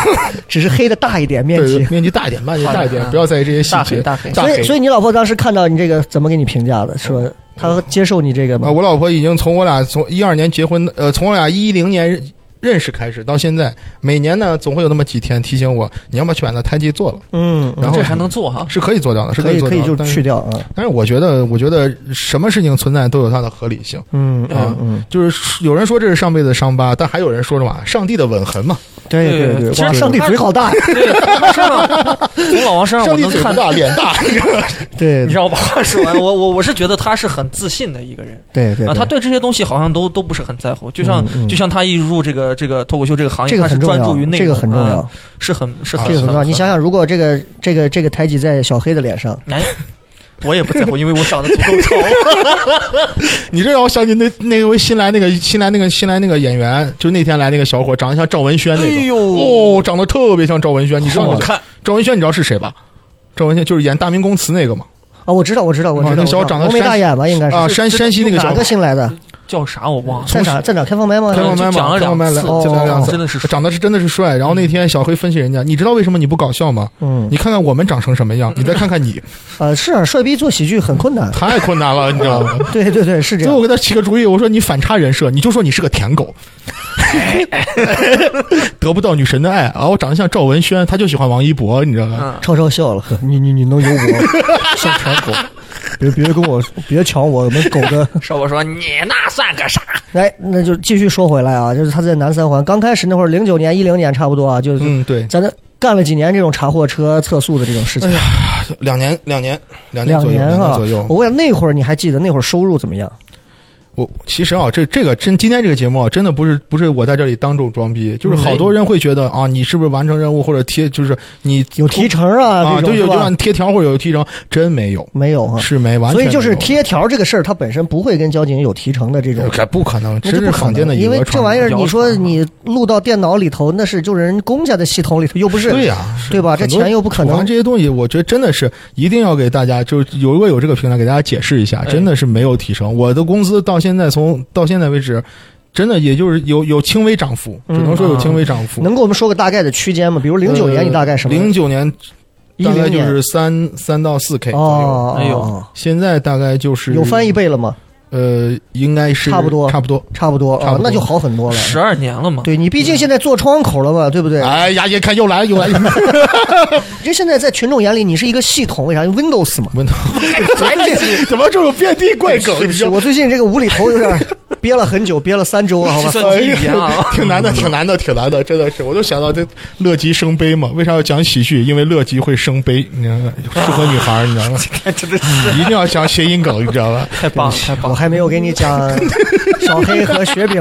[SPEAKER 2] 只是黑的大一点面
[SPEAKER 4] 对，
[SPEAKER 2] 积。
[SPEAKER 4] 面积大一点，面积大一点
[SPEAKER 3] 好，的
[SPEAKER 4] 不要在意这些细
[SPEAKER 3] 大
[SPEAKER 4] 节。
[SPEAKER 3] 黑大黑
[SPEAKER 2] 所以，所
[SPEAKER 4] 以
[SPEAKER 2] 以你老婆当时看到你这个，怎么给你评价的？说她接受你这个吗
[SPEAKER 4] 啊，？我老婆已经从我俩从一二年结婚，呃，从我俩一零年认认识开始到现在，每年呢总会有那么几天提醒我，你要么去把那胎记做了，
[SPEAKER 2] 嗯，
[SPEAKER 4] 然后
[SPEAKER 3] 这还能做 哈？
[SPEAKER 4] 是可以做掉的，是
[SPEAKER 2] 可以
[SPEAKER 4] 做
[SPEAKER 2] 可
[SPEAKER 4] 掉
[SPEAKER 2] 以
[SPEAKER 4] 的。
[SPEAKER 2] 就
[SPEAKER 4] 但是
[SPEAKER 2] 去掉啊。
[SPEAKER 4] 但是我觉得，我觉得什么事情存在都有它的合理性。
[SPEAKER 2] 嗯
[SPEAKER 4] 啊
[SPEAKER 2] 嗯嗯，
[SPEAKER 4] 就是有人说这是上辈子的伤疤，但还有人说什么上帝的吻痕嘛，
[SPEAKER 2] 对
[SPEAKER 3] 对
[SPEAKER 2] 对
[SPEAKER 3] 其实
[SPEAKER 2] 哇，
[SPEAKER 3] 他
[SPEAKER 2] 上帝嘴好大呀！
[SPEAKER 3] 对，他身上从老王身上
[SPEAKER 4] 上
[SPEAKER 3] 我
[SPEAKER 4] 帝
[SPEAKER 3] 能
[SPEAKER 4] 嘴
[SPEAKER 3] 看
[SPEAKER 4] 大 脸大，
[SPEAKER 2] 对
[SPEAKER 3] 你让我把话说完，我我我 是觉得他是很自信的一个人
[SPEAKER 2] 对对
[SPEAKER 3] 啊，
[SPEAKER 2] 对，
[SPEAKER 3] 他对这些东西好像都都不是很在乎，就像
[SPEAKER 2] 嗯嗯
[SPEAKER 3] 就像他一入这个这个脱口秀这个行
[SPEAKER 2] 这
[SPEAKER 3] 业，
[SPEAKER 2] 个
[SPEAKER 3] 他是
[SPEAKER 2] 很重
[SPEAKER 3] 专
[SPEAKER 2] 要
[SPEAKER 3] 注于，内
[SPEAKER 2] 这个
[SPEAKER 3] 容，
[SPEAKER 2] 很重要
[SPEAKER 3] 嗯，，是很是
[SPEAKER 2] 这
[SPEAKER 3] 很
[SPEAKER 2] 个很重要。你想
[SPEAKER 3] 想，
[SPEAKER 2] 想，如果这个这个这个胎记在小黑的脸上，
[SPEAKER 3] 哎，我也不在乎，因为我长得足 够丑。哎
[SPEAKER 4] 你这让我想起那那位新来那个新来那个新来那个演员，就那天来那个小伙，长得像赵文轩那个，
[SPEAKER 3] 哎呦
[SPEAKER 4] 哦，长得特别像赵文轩，你知道
[SPEAKER 3] 好
[SPEAKER 2] 哦
[SPEAKER 4] 吗？
[SPEAKER 3] 看
[SPEAKER 4] 赵文轩，你知道是谁吧？赵文轩就是演《大明宫词》那个嘛，
[SPEAKER 2] 啊，我知道我知道我知
[SPEAKER 4] 啊
[SPEAKER 2] 道，
[SPEAKER 4] 那
[SPEAKER 2] 我
[SPEAKER 4] 小
[SPEAKER 2] 知道
[SPEAKER 4] 长得
[SPEAKER 2] 浓眉
[SPEAKER 4] 山
[SPEAKER 2] 大眼吧，应该
[SPEAKER 4] 啊，
[SPEAKER 2] 是
[SPEAKER 4] 山山西那个小
[SPEAKER 2] 哪
[SPEAKER 4] 伙
[SPEAKER 2] 个，新来的？
[SPEAKER 3] 叫啥我忘了，嗯
[SPEAKER 2] 站长站长开放麦吗
[SPEAKER 4] 开？放麦
[SPEAKER 3] 就讲
[SPEAKER 4] 嘛，
[SPEAKER 3] 了
[SPEAKER 4] 开放麦
[SPEAKER 3] 两
[SPEAKER 4] 来，
[SPEAKER 3] 次
[SPEAKER 4] 这
[SPEAKER 2] 哦
[SPEAKER 4] 来两次，
[SPEAKER 3] 真的是
[SPEAKER 4] 长得是真的是帅。然后那天小黑分析人家，你知道为什么你不搞笑吗？
[SPEAKER 2] 嗯
[SPEAKER 4] 你看看我们长成什么样，你再看看你，。
[SPEAKER 2] 呃，是啊，帅逼做喜剧很困难
[SPEAKER 4] 太困难了，你知道吗？
[SPEAKER 2] 对对对，是这
[SPEAKER 4] 所以我
[SPEAKER 2] 样。
[SPEAKER 4] 给他起个主意，我说你反差人设，你就说你是个 舔狗，得不到女神的爱啊！我长得像赵文轩，他就喜欢王一博，你知道吗？
[SPEAKER 3] 嗯
[SPEAKER 2] 超超笑了，呵你你你能有 我小舔狗，别别跟我别抢我们狗 的
[SPEAKER 3] 少我说你那算个啥？
[SPEAKER 2] 来，哎那就继续说回来啊，就是他在南三环刚开始那会儿，零九年、一零年差不多啊，就是、
[SPEAKER 4] 嗯，对，
[SPEAKER 2] 咱这干了几年这种查货车、测速的这种事情，
[SPEAKER 4] 哎两年，两年，两年
[SPEAKER 2] 两
[SPEAKER 4] 左右，
[SPEAKER 2] 年
[SPEAKER 4] 两
[SPEAKER 2] 啊
[SPEAKER 4] 年左右。
[SPEAKER 2] 我问那会儿你还记得那会儿收入怎么样？
[SPEAKER 4] 我其实啊，这这个真今天这个节目啊，真的不是不是我在这里当众装逼，就是好
[SPEAKER 2] 嗯
[SPEAKER 4] 多人会觉得啊，你是不是完成任务或者贴，就是你
[SPEAKER 2] 有提成啊，
[SPEAKER 4] 啊，
[SPEAKER 2] 这种
[SPEAKER 4] 对，有
[SPEAKER 2] 是
[SPEAKER 4] 就
[SPEAKER 2] 吧
[SPEAKER 4] 让你贴条或者有提成，真没有，
[SPEAKER 2] 没有啊？
[SPEAKER 4] 是没完全
[SPEAKER 2] 所以
[SPEAKER 4] 没有，
[SPEAKER 2] 就是贴条这个事儿，它本身不会跟交警有提成的这种
[SPEAKER 4] 这。这不可能，
[SPEAKER 2] 那就
[SPEAKER 4] 这
[SPEAKER 2] 不
[SPEAKER 4] 是
[SPEAKER 2] 可
[SPEAKER 4] 坊间的
[SPEAKER 2] 能，
[SPEAKER 4] 以
[SPEAKER 2] 因为
[SPEAKER 4] 讹
[SPEAKER 2] 这
[SPEAKER 4] 传讹
[SPEAKER 2] 玩意儿，你说
[SPEAKER 4] 谣传
[SPEAKER 2] 你录到电脑里头，那是就是人公家的系统里头，又不是
[SPEAKER 4] 对呀、
[SPEAKER 2] 对吧？这
[SPEAKER 4] 很多
[SPEAKER 2] 钱又不可
[SPEAKER 4] 我看
[SPEAKER 2] 能。
[SPEAKER 4] 这些东西，我觉得真的是一定要给大家，就是有如果有这个平台给大家解释一
[SPEAKER 2] 哎
[SPEAKER 4] 下，真的是没有提成。我的工资到现在从到现在为止，真的也就是有有轻微涨幅，只能说有轻微涨幅。
[SPEAKER 2] 能给我们说个大概的区间吗？比如嗯零九年你大概什么？
[SPEAKER 4] 呃零九年
[SPEAKER 2] 一
[SPEAKER 4] 大概
[SPEAKER 2] 零
[SPEAKER 4] 就
[SPEAKER 2] 年
[SPEAKER 4] 是三三到四 K 左右，
[SPEAKER 2] 哦，
[SPEAKER 3] 哎呦
[SPEAKER 2] 哦
[SPEAKER 4] 现在大概就是
[SPEAKER 2] 有翻一倍了吗？
[SPEAKER 4] 呃，应该是
[SPEAKER 2] 差不多
[SPEAKER 4] 差不多。
[SPEAKER 2] 差不多
[SPEAKER 4] 差
[SPEAKER 2] 啊
[SPEAKER 4] 不，多
[SPEAKER 2] 那就好很多了。
[SPEAKER 3] 十二年了嘛，
[SPEAKER 2] 对你毕竟现在做窗口了嘛，对不对？
[SPEAKER 4] 哎呀，一看又来又 来，又来
[SPEAKER 2] 这现在在群众眼里，你是一个系统，为啥因为？Windows 嘛。
[SPEAKER 4] 文涛， 怎么这种遍地怪梗？，
[SPEAKER 2] 是不是？我最近这个无厘头有点憋了很久，憋了三周了，好吧
[SPEAKER 3] 计？算机语言啊
[SPEAKER 4] 挺难的，挺难的，挺难的，真的是，我就想到这乐极生悲嘛，为啥要讲喜剧？因为乐极会生悲，你知道吗？适合女孩儿，你知道 吗？
[SPEAKER 2] 哎
[SPEAKER 3] 真的是
[SPEAKER 4] 一定要讲谐音梗，你知道吧？
[SPEAKER 3] 太棒了，太棒
[SPEAKER 2] 我
[SPEAKER 3] 了。
[SPEAKER 2] 还没有给你讲小黑和雪饼。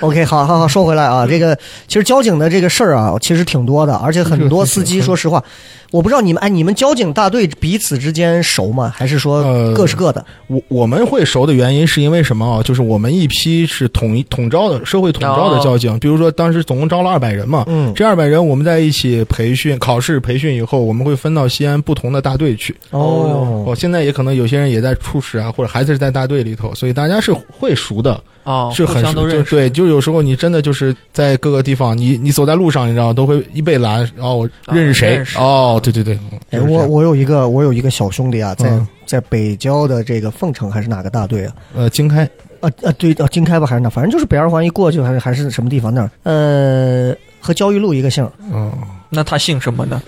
[SPEAKER 2] OK，好好好，说回来啊，这个其实交警的这个事儿啊，其实挺多的，而且很多司机，说实话，我不知道你们哎，你们交警大队彼此之间熟吗？还是说
[SPEAKER 4] 呃
[SPEAKER 2] 各是各的？
[SPEAKER 4] 我我们会熟的原因是因为什么啊？就是我们一批是统一统招的社会统招的交警，比如说当时总共招了二百人嘛，
[SPEAKER 2] 嗯
[SPEAKER 4] 这二百人我们在一起培训、考试培训以后，我们会分到西安不同的大队去。
[SPEAKER 2] 哦，
[SPEAKER 4] 哦，现在也可能有些人也在处室啊，或者还是在大队里头，所以大家是会熟的。
[SPEAKER 3] 啊，
[SPEAKER 4] 是
[SPEAKER 3] 互
[SPEAKER 4] 很
[SPEAKER 3] 相都
[SPEAKER 4] 熟
[SPEAKER 3] 认
[SPEAKER 4] 就
[SPEAKER 3] 识。
[SPEAKER 4] 对，就有时候你真的就是在各个地方，你你走在路上，你知道都会一被拦，然后我
[SPEAKER 3] 啊
[SPEAKER 4] 认识谁
[SPEAKER 3] 认识
[SPEAKER 4] 哦，对对对，
[SPEAKER 2] 哎，
[SPEAKER 4] 就是这
[SPEAKER 2] 我
[SPEAKER 4] 样
[SPEAKER 2] 我有一个我有一个小兄弟啊，在
[SPEAKER 4] 嗯
[SPEAKER 2] 在北郊的这个凤城还是哪个大队啊？
[SPEAKER 4] 呃经开
[SPEAKER 2] 啊啊，对，啊，经开吧还是哪，反正就是北二环一过去还是还是什么地方那儿，呃，和焦裕路一个姓儿，
[SPEAKER 4] 嗯，
[SPEAKER 3] 那他姓什么呢？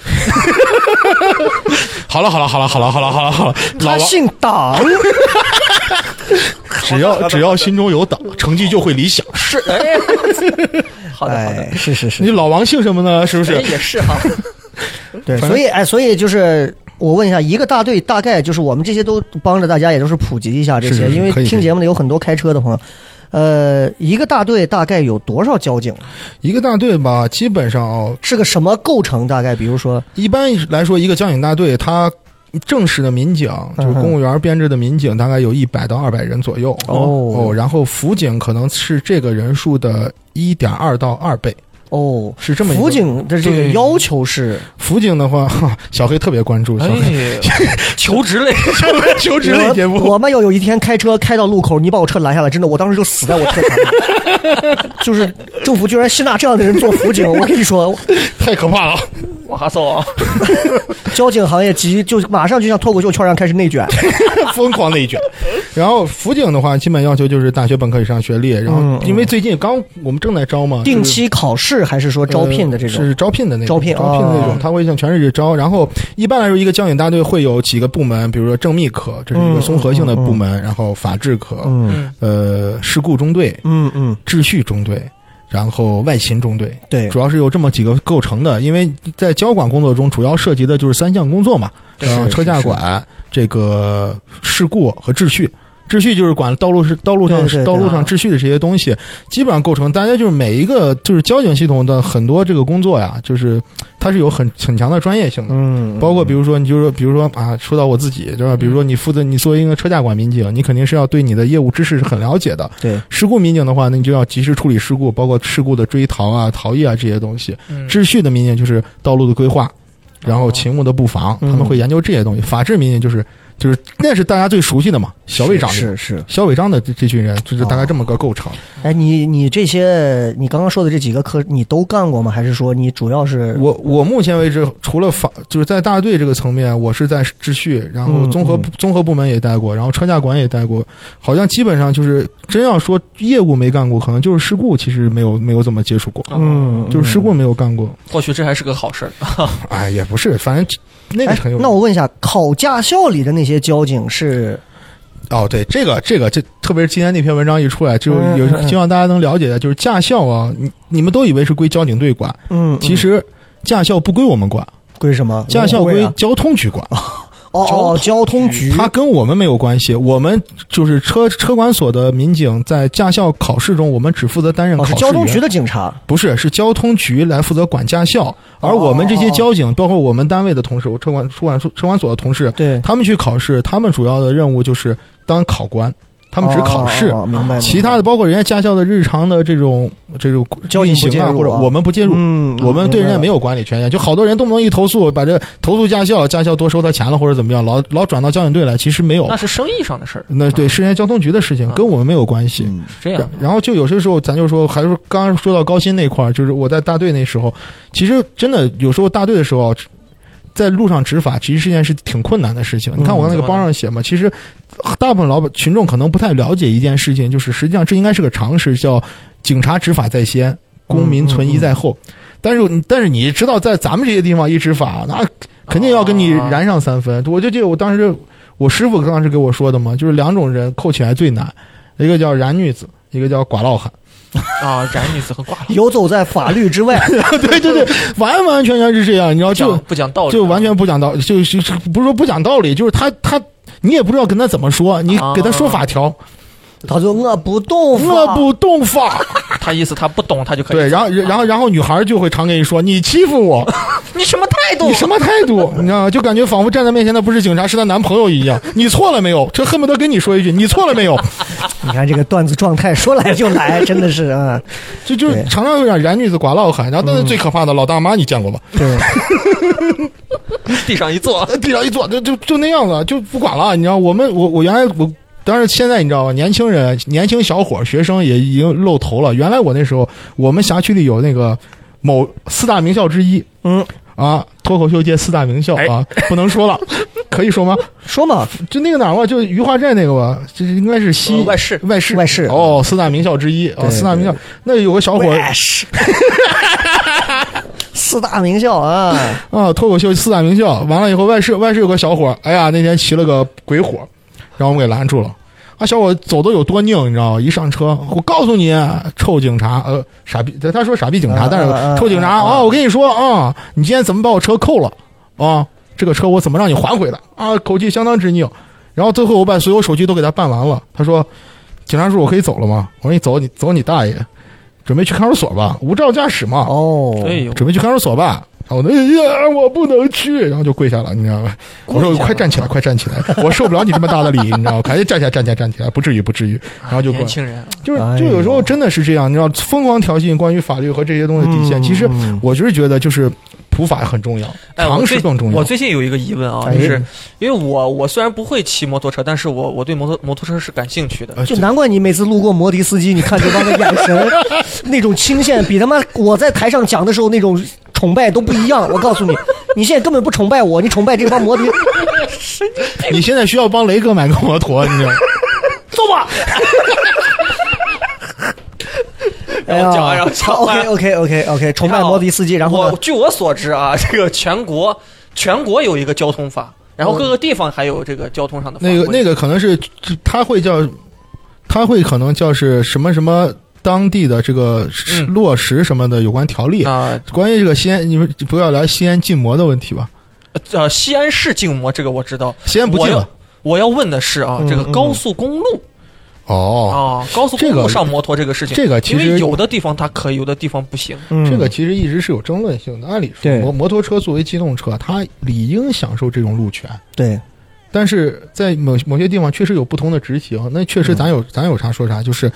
[SPEAKER 4] 好了好了好了好了好了好了好了，老
[SPEAKER 2] 他
[SPEAKER 4] 王
[SPEAKER 2] 姓党，
[SPEAKER 4] 只要只要心中有党，成绩就会理想。
[SPEAKER 3] 是， 哎，好的好
[SPEAKER 2] 哎
[SPEAKER 3] 的，，
[SPEAKER 2] 是是是
[SPEAKER 4] 你，老王姓什么呢？是不
[SPEAKER 3] 哎
[SPEAKER 4] 是？
[SPEAKER 3] 也是哈，
[SPEAKER 2] 对，
[SPEAKER 4] 反正
[SPEAKER 2] 所以哎，所以就是我问一下，一个大队大概就是我们这些都帮着大家，也就是普及一下这
[SPEAKER 4] 是
[SPEAKER 2] 些，
[SPEAKER 4] 是是
[SPEAKER 2] 因为
[SPEAKER 4] 可以
[SPEAKER 2] 听节目的有很多开车的朋友，呃，一个大队大概有多少交警？
[SPEAKER 4] 一个大队吧，基本上哦，
[SPEAKER 2] 是个什么构成？大概比如说，
[SPEAKER 4] 一般来说，一个交警大队它。正式的民警
[SPEAKER 2] 嗯
[SPEAKER 4] 就是公务员编制的民警，大概有一百到二百人左右
[SPEAKER 2] 哦
[SPEAKER 4] 然后辅警可能是这个人数的一点二到二倍，
[SPEAKER 2] 哦，
[SPEAKER 4] 是这么一个
[SPEAKER 2] 辅警的这个
[SPEAKER 4] 对
[SPEAKER 2] 要求是
[SPEAKER 4] 辅警的话， 哈小黑特别关注。小 黑、
[SPEAKER 3] 哎，求职类，
[SPEAKER 4] 求职类节
[SPEAKER 2] 我
[SPEAKER 4] 目，
[SPEAKER 2] 我们要有一天开车开到路口，你把我车拦下来，真的，我当时就死在我车上了。 就是政府居然吸纳这样的人做辅警，我跟你说，
[SPEAKER 4] 太可怕了。
[SPEAKER 3] 哇操！
[SPEAKER 2] 交警行业急就马上就像脱口秀圈上开始内卷。
[SPEAKER 4] 疯狂内卷。然后辅警的话，基本要求就是大学本科以上学历。然后
[SPEAKER 2] 嗯
[SPEAKER 4] 因为最近刚我们正在招嘛，
[SPEAKER 2] 定期考试还是说
[SPEAKER 4] 就是
[SPEAKER 2] 招聘的这
[SPEAKER 4] 呃
[SPEAKER 2] 种？
[SPEAKER 4] 是招聘的那种，
[SPEAKER 2] 招聘
[SPEAKER 4] 招聘的那
[SPEAKER 2] 哦
[SPEAKER 4] 种，他会向全市去招。然后一般来说，一个交警大队会有几个部门，比如说政秘科，这是一
[SPEAKER 2] 嗯
[SPEAKER 4] 个综合性的
[SPEAKER 2] 嗯嗯
[SPEAKER 4] 部门，然后法制科，
[SPEAKER 2] 嗯
[SPEAKER 4] 呃，事故中队、
[SPEAKER 2] 嗯嗯，
[SPEAKER 4] 秩序中队，然后外勤中队。
[SPEAKER 2] 对
[SPEAKER 4] 主要是由这么几个构成的，因为在交管工作中，主要涉及的就是三项工作嘛，
[SPEAKER 2] 对
[SPEAKER 4] 呃，
[SPEAKER 2] 是
[SPEAKER 4] 车架管、这个事故和秩序。秩序就是管道路是道路上
[SPEAKER 2] 对对对啊
[SPEAKER 4] 道路上秩序的这些东西，基本上构成大家就是每一个就是交警系统的很多这个工作呀，就是它是有很很强的专业性的。
[SPEAKER 2] 嗯，
[SPEAKER 4] 包括比如说，你就说，比如说啊，说到我自己，对吧？比如说，你负责你作为一个车架管民警，你肯定是要对你的业务知识是很了解的。
[SPEAKER 2] 对，
[SPEAKER 4] 事故民警的话，那你就要及时处理事故，包括事故的追逃啊、逃逸啊这些东西。
[SPEAKER 3] 嗯
[SPEAKER 4] 秩序的民警就是道路的规划，然后
[SPEAKER 3] 哦
[SPEAKER 4] 勤务的布防，他
[SPEAKER 2] 嗯
[SPEAKER 4] 们会研究这些东西。法制民警就是就是那是大家最熟悉的嘛，小违章的
[SPEAKER 2] 是是。
[SPEAKER 4] 小违章的这这群人，就是大概这么个构成。
[SPEAKER 2] 哎，你你这些你刚刚说的这几个科，你都干过吗？还是说你主要是
[SPEAKER 4] 我我目前为止，除了法就是在大队这个层面，我是在秩序，然后
[SPEAKER 2] 嗯
[SPEAKER 4] 综合、
[SPEAKER 2] 嗯
[SPEAKER 4] 综合部门也待过，然后车架管也待过，好像基本上就是真要说业务没干过，可能就是事故，其实没有没有怎么接触过，
[SPEAKER 2] 嗯，
[SPEAKER 4] 就是事
[SPEAKER 2] 嗯
[SPEAKER 4] 故没有干过。
[SPEAKER 3] 哦或许这还是个好事儿。
[SPEAKER 4] 哎，也不是，反正那个
[SPEAKER 2] 哎
[SPEAKER 4] 很有。，
[SPEAKER 2] 那我问一下，考驾校里的那些交警是
[SPEAKER 4] 哦，对，这个这个，这特别是今天那篇文章一出来，就
[SPEAKER 2] 嗯
[SPEAKER 4] 有
[SPEAKER 2] 嗯嗯
[SPEAKER 4] 希望大家能了解的，就是驾校啊，你你们都以为是归交警队管，
[SPEAKER 2] 嗯，
[SPEAKER 4] 其实驾校不归我们管，
[SPEAKER 2] 归什么？
[SPEAKER 4] 驾校
[SPEAKER 2] 文
[SPEAKER 4] 归
[SPEAKER 2] 化会啊
[SPEAKER 4] 交通局管。
[SPEAKER 2] 哦哦，交通局
[SPEAKER 4] 它跟我们没有关系，我们就是车车管所的民警在驾校考试中，我们只负责担任考
[SPEAKER 2] 哦是
[SPEAKER 4] 试员。
[SPEAKER 2] 交通局的警察
[SPEAKER 4] 不是，是交通局来负责管驾校，而我们这些交警，包括我们单位的同事，我车管车管车管所的同事，
[SPEAKER 2] 对
[SPEAKER 4] 他们去考试，他们主要的任务就是当考官，他们只考试。
[SPEAKER 2] 哦哦哦明白。明白
[SPEAKER 4] 其他的包括人家驾校的日常的这种这种
[SPEAKER 2] 交警
[SPEAKER 4] 运
[SPEAKER 2] 不介入
[SPEAKER 4] 行啊，
[SPEAKER 2] 啊
[SPEAKER 4] 或者我们不介入，
[SPEAKER 2] 嗯
[SPEAKER 4] 我们对人家没有管理权限。就好多人动不动一投诉，把这投诉驾校，驾校多收他钱了或者怎么样，老老转到交警队来，其实没有
[SPEAKER 3] 那。是生意上的事儿，啊
[SPEAKER 4] 那对是人家交通局的事情，跟我们没有关系。
[SPEAKER 2] 嗯
[SPEAKER 3] 这样
[SPEAKER 4] 然后就有些时候，咱就说，还是刚刚说到高薪那块儿，就是我在大队那时候，其实真的有时候大队的时候，在路上执法，其实是件是挺困难的事情。你
[SPEAKER 3] 嗯
[SPEAKER 4] 看我那个包上写嘛，其实大部分老百群众可能不太了解一件事情，就是实际上这应该是个常识，叫警察执法在先，公民存疑在后。但是你但是你知道，在咱们这些地方一执法，那肯定要跟你燃上三分。我就记得我当时我师傅当时给我说的嘛，就是两种人扣起来最难，一个叫燃女子，一个叫寡老汉。
[SPEAKER 3] 啊，染女子和挂了，
[SPEAKER 2] 游走在法律之 外，
[SPEAKER 4] 对对对，完完全全是这样，你知道就
[SPEAKER 3] 讲不讲道理，啊
[SPEAKER 4] 就完全不讲道，就是就是不是说不讲道理，就是他他你也不知道跟他怎么说，你给他说法条，
[SPEAKER 2] 他就我不啊动法，
[SPEAKER 4] 我不动法。
[SPEAKER 3] 他意思他不懂，他就可以啊
[SPEAKER 4] 对，然后然后然后女孩就会常跟你说你欺负我，
[SPEAKER 3] 你什么态度？
[SPEAKER 4] 你什么态度？你知道吗？就感觉仿佛站在面前的不是警察，是她男朋友一样。你错了没有？这恨不得跟你说一句你错了没有？
[SPEAKER 2] 你看这个段子状态，说来就来，真的是啊，
[SPEAKER 4] 就就是
[SPEAKER 2] 对
[SPEAKER 4] 常常有点燃女子寡老汉。然后
[SPEAKER 3] 嗯
[SPEAKER 4] 但是最可怕的老大妈你见过吧？
[SPEAKER 2] 对，
[SPEAKER 3] 地上一坐，
[SPEAKER 4] 呃地上一坐，就就就那样子，啊就不管了。你知道，我们我我原来我，当然现在你知道吧，啊年轻人、年轻小伙、学生也已经露头了。原来我那时候，我们辖区里有那个某四大名校之一，
[SPEAKER 2] 嗯哎
[SPEAKER 4] 啊，脱口秀界四大名校啊，不能说了， 可以说吗？
[SPEAKER 2] 说嘛，
[SPEAKER 4] 就那个哪儿吧，就余化寨那个吧，这应该是西、
[SPEAKER 3] 呃外事
[SPEAKER 4] 外事
[SPEAKER 2] 哦外事
[SPEAKER 4] 哦，四大名校之一啊，
[SPEAKER 2] 对
[SPEAKER 4] 四大名校
[SPEAKER 2] 对
[SPEAKER 4] 那有个小伙
[SPEAKER 2] 喂是 四大名校啊，
[SPEAKER 4] 啊，脱口秀四大名校，完了以后外事外事有个小伙儿，哎呀，那天骑了个鬼火，让我们给拦住了。啊，小伙走的有多拧，你知道吗？一上车，我告诉你，啊臭警察，呃，傻逼，他说傻逼警察，
[SPEAKER 2] 啊
[SPEAKER 4] 但
[SPEAKER 2] 啊啊
[SPEAKER 4] 是臭警察
[SPEAKER 2] 啊啊
[SPEAKER 4] 啊，我跟你说啊，你今天怎么把我车扣了啊？这个车我怎么让你还回来啊？口气相当执拗。然后最后我把所有手续都给他办完了，他说，警察叔，我可以走了吗？我说你走，你走你大爷，准备去看守所吧，无照驾驶嘛。
[SPEAKER 2] 哦，
[SPEAKER 3] 哎呦，
[SPEAKER 4] 准备去看守所吧。然后我那哎呀，我不能去，然后就跪下了，你知道吗？我说快站起来，快 站起来，我受不了你这么大的礼，你知道吗？赶紧站起来，站起来，站起来，不至于，不至于。然后就跪
[SPEAKER 3] 年，轻人，啊
[SPEAKER 4] 就是
[SPEAKER 2] 哎呦
[SPEAKER 4] 就有时候真的是这样，你知道，疯狂挑衅关于法律和这些东西的底线。
[SPEAKER 2] 嗯
[SPEAKER 4] 其实
[SPEAKER 2] 嗯
[SPEAKER 4] 我就是觉得，就是普法很重要，
[SPEAKER 3] 哎，我
[SPEAKER 4] 常识
[SPEAKER 3] 最
[SPEAKER 4] 更重要
[SPEAKER 3] 我。最近有一个疑问啊，
[SPEAKER 2] 哎
[SPEAKER 3] 就是因为我我虽然不会骑摩托车，但是我我对摩托摩托车是感兴趣的。
[SPEAKER 4] 呃
[SPEAKER 2] 就难怪你每次路过摩的司机，你看这帮的眼神，那种倾羡，比他妈我在台上讲的时候那种崇拜都不一样。我告诉你，你现在根本不崇拜我，你崇拜这帮摩的。
[SPEAKER 4] 你现在需要帮雷哥买个摩托，你知 道吗？
[SPEAKER 2] 哎
[SPEAKER 3] 然后讲完
[SPEAKER 2] 呀
[SPEAKER 3] 然后讲完
[SPEAKER 2] OK OK OK OK，崇拜
[SPEAKER 3] 然后
[SPEAKER 2] 摩的司机，然后
[SPEAKER 3] 我
[SPEAKER 2] 呢？
[SPEAKER 3] 据我所知啊，这个全国全国有一个交通法，然后各个地方还有这个交通上的法
[SPEAKER 4] 那个那
[SPEAKER 3] 个
[SPEAKER 4] 个可能是他会叫，他会可能叫是什么什么当地的这个
[SPEAKER 3] 嗯
[SPEAKER 4] 落实什么的有关条例
[SPEAKER 3] 啊
[SPEAKER 4] 关于这个西安，你们不要聊西安禁摩的问题吧？
[SPEAKER 3] 呃，西安市禁摩这个我知道，
[SPEAKER 4] 西安不
[SPEAKER 3] 我
[SPEAKER 4] 禁
[SPEAKER 3] 要
[SPEAKER 4] 了。
[SPEAKER 3] 我要问的是啊，这个高速公路
[SPEAKER 4] 哦，
[SPEAKER 3] 啊，高速公
[SPEAKER 4] 这
[SPEAKER 3] 路
[SPEAKER 4] 个
[SPEAKER 3] 上摩托这个事情，
[SPEAKER 4] 这个其实
[SPEAKER 3] 因为有的地方它可以，有的地方不行。
[SPEAKER 2] 嗯
[SPEAKER 4] 这个其实一直是有争论性的。按理说
[SPEAKER 2] 对，
[SPEAKER 4] 摩摩托车作为机动车，它理应享受这种路权，
[SPEAKER 2] 对，
[SPEAKER 4] 但是在某某些地方确实有不同的执行。那确实，咱有、咱有啥说啥，就是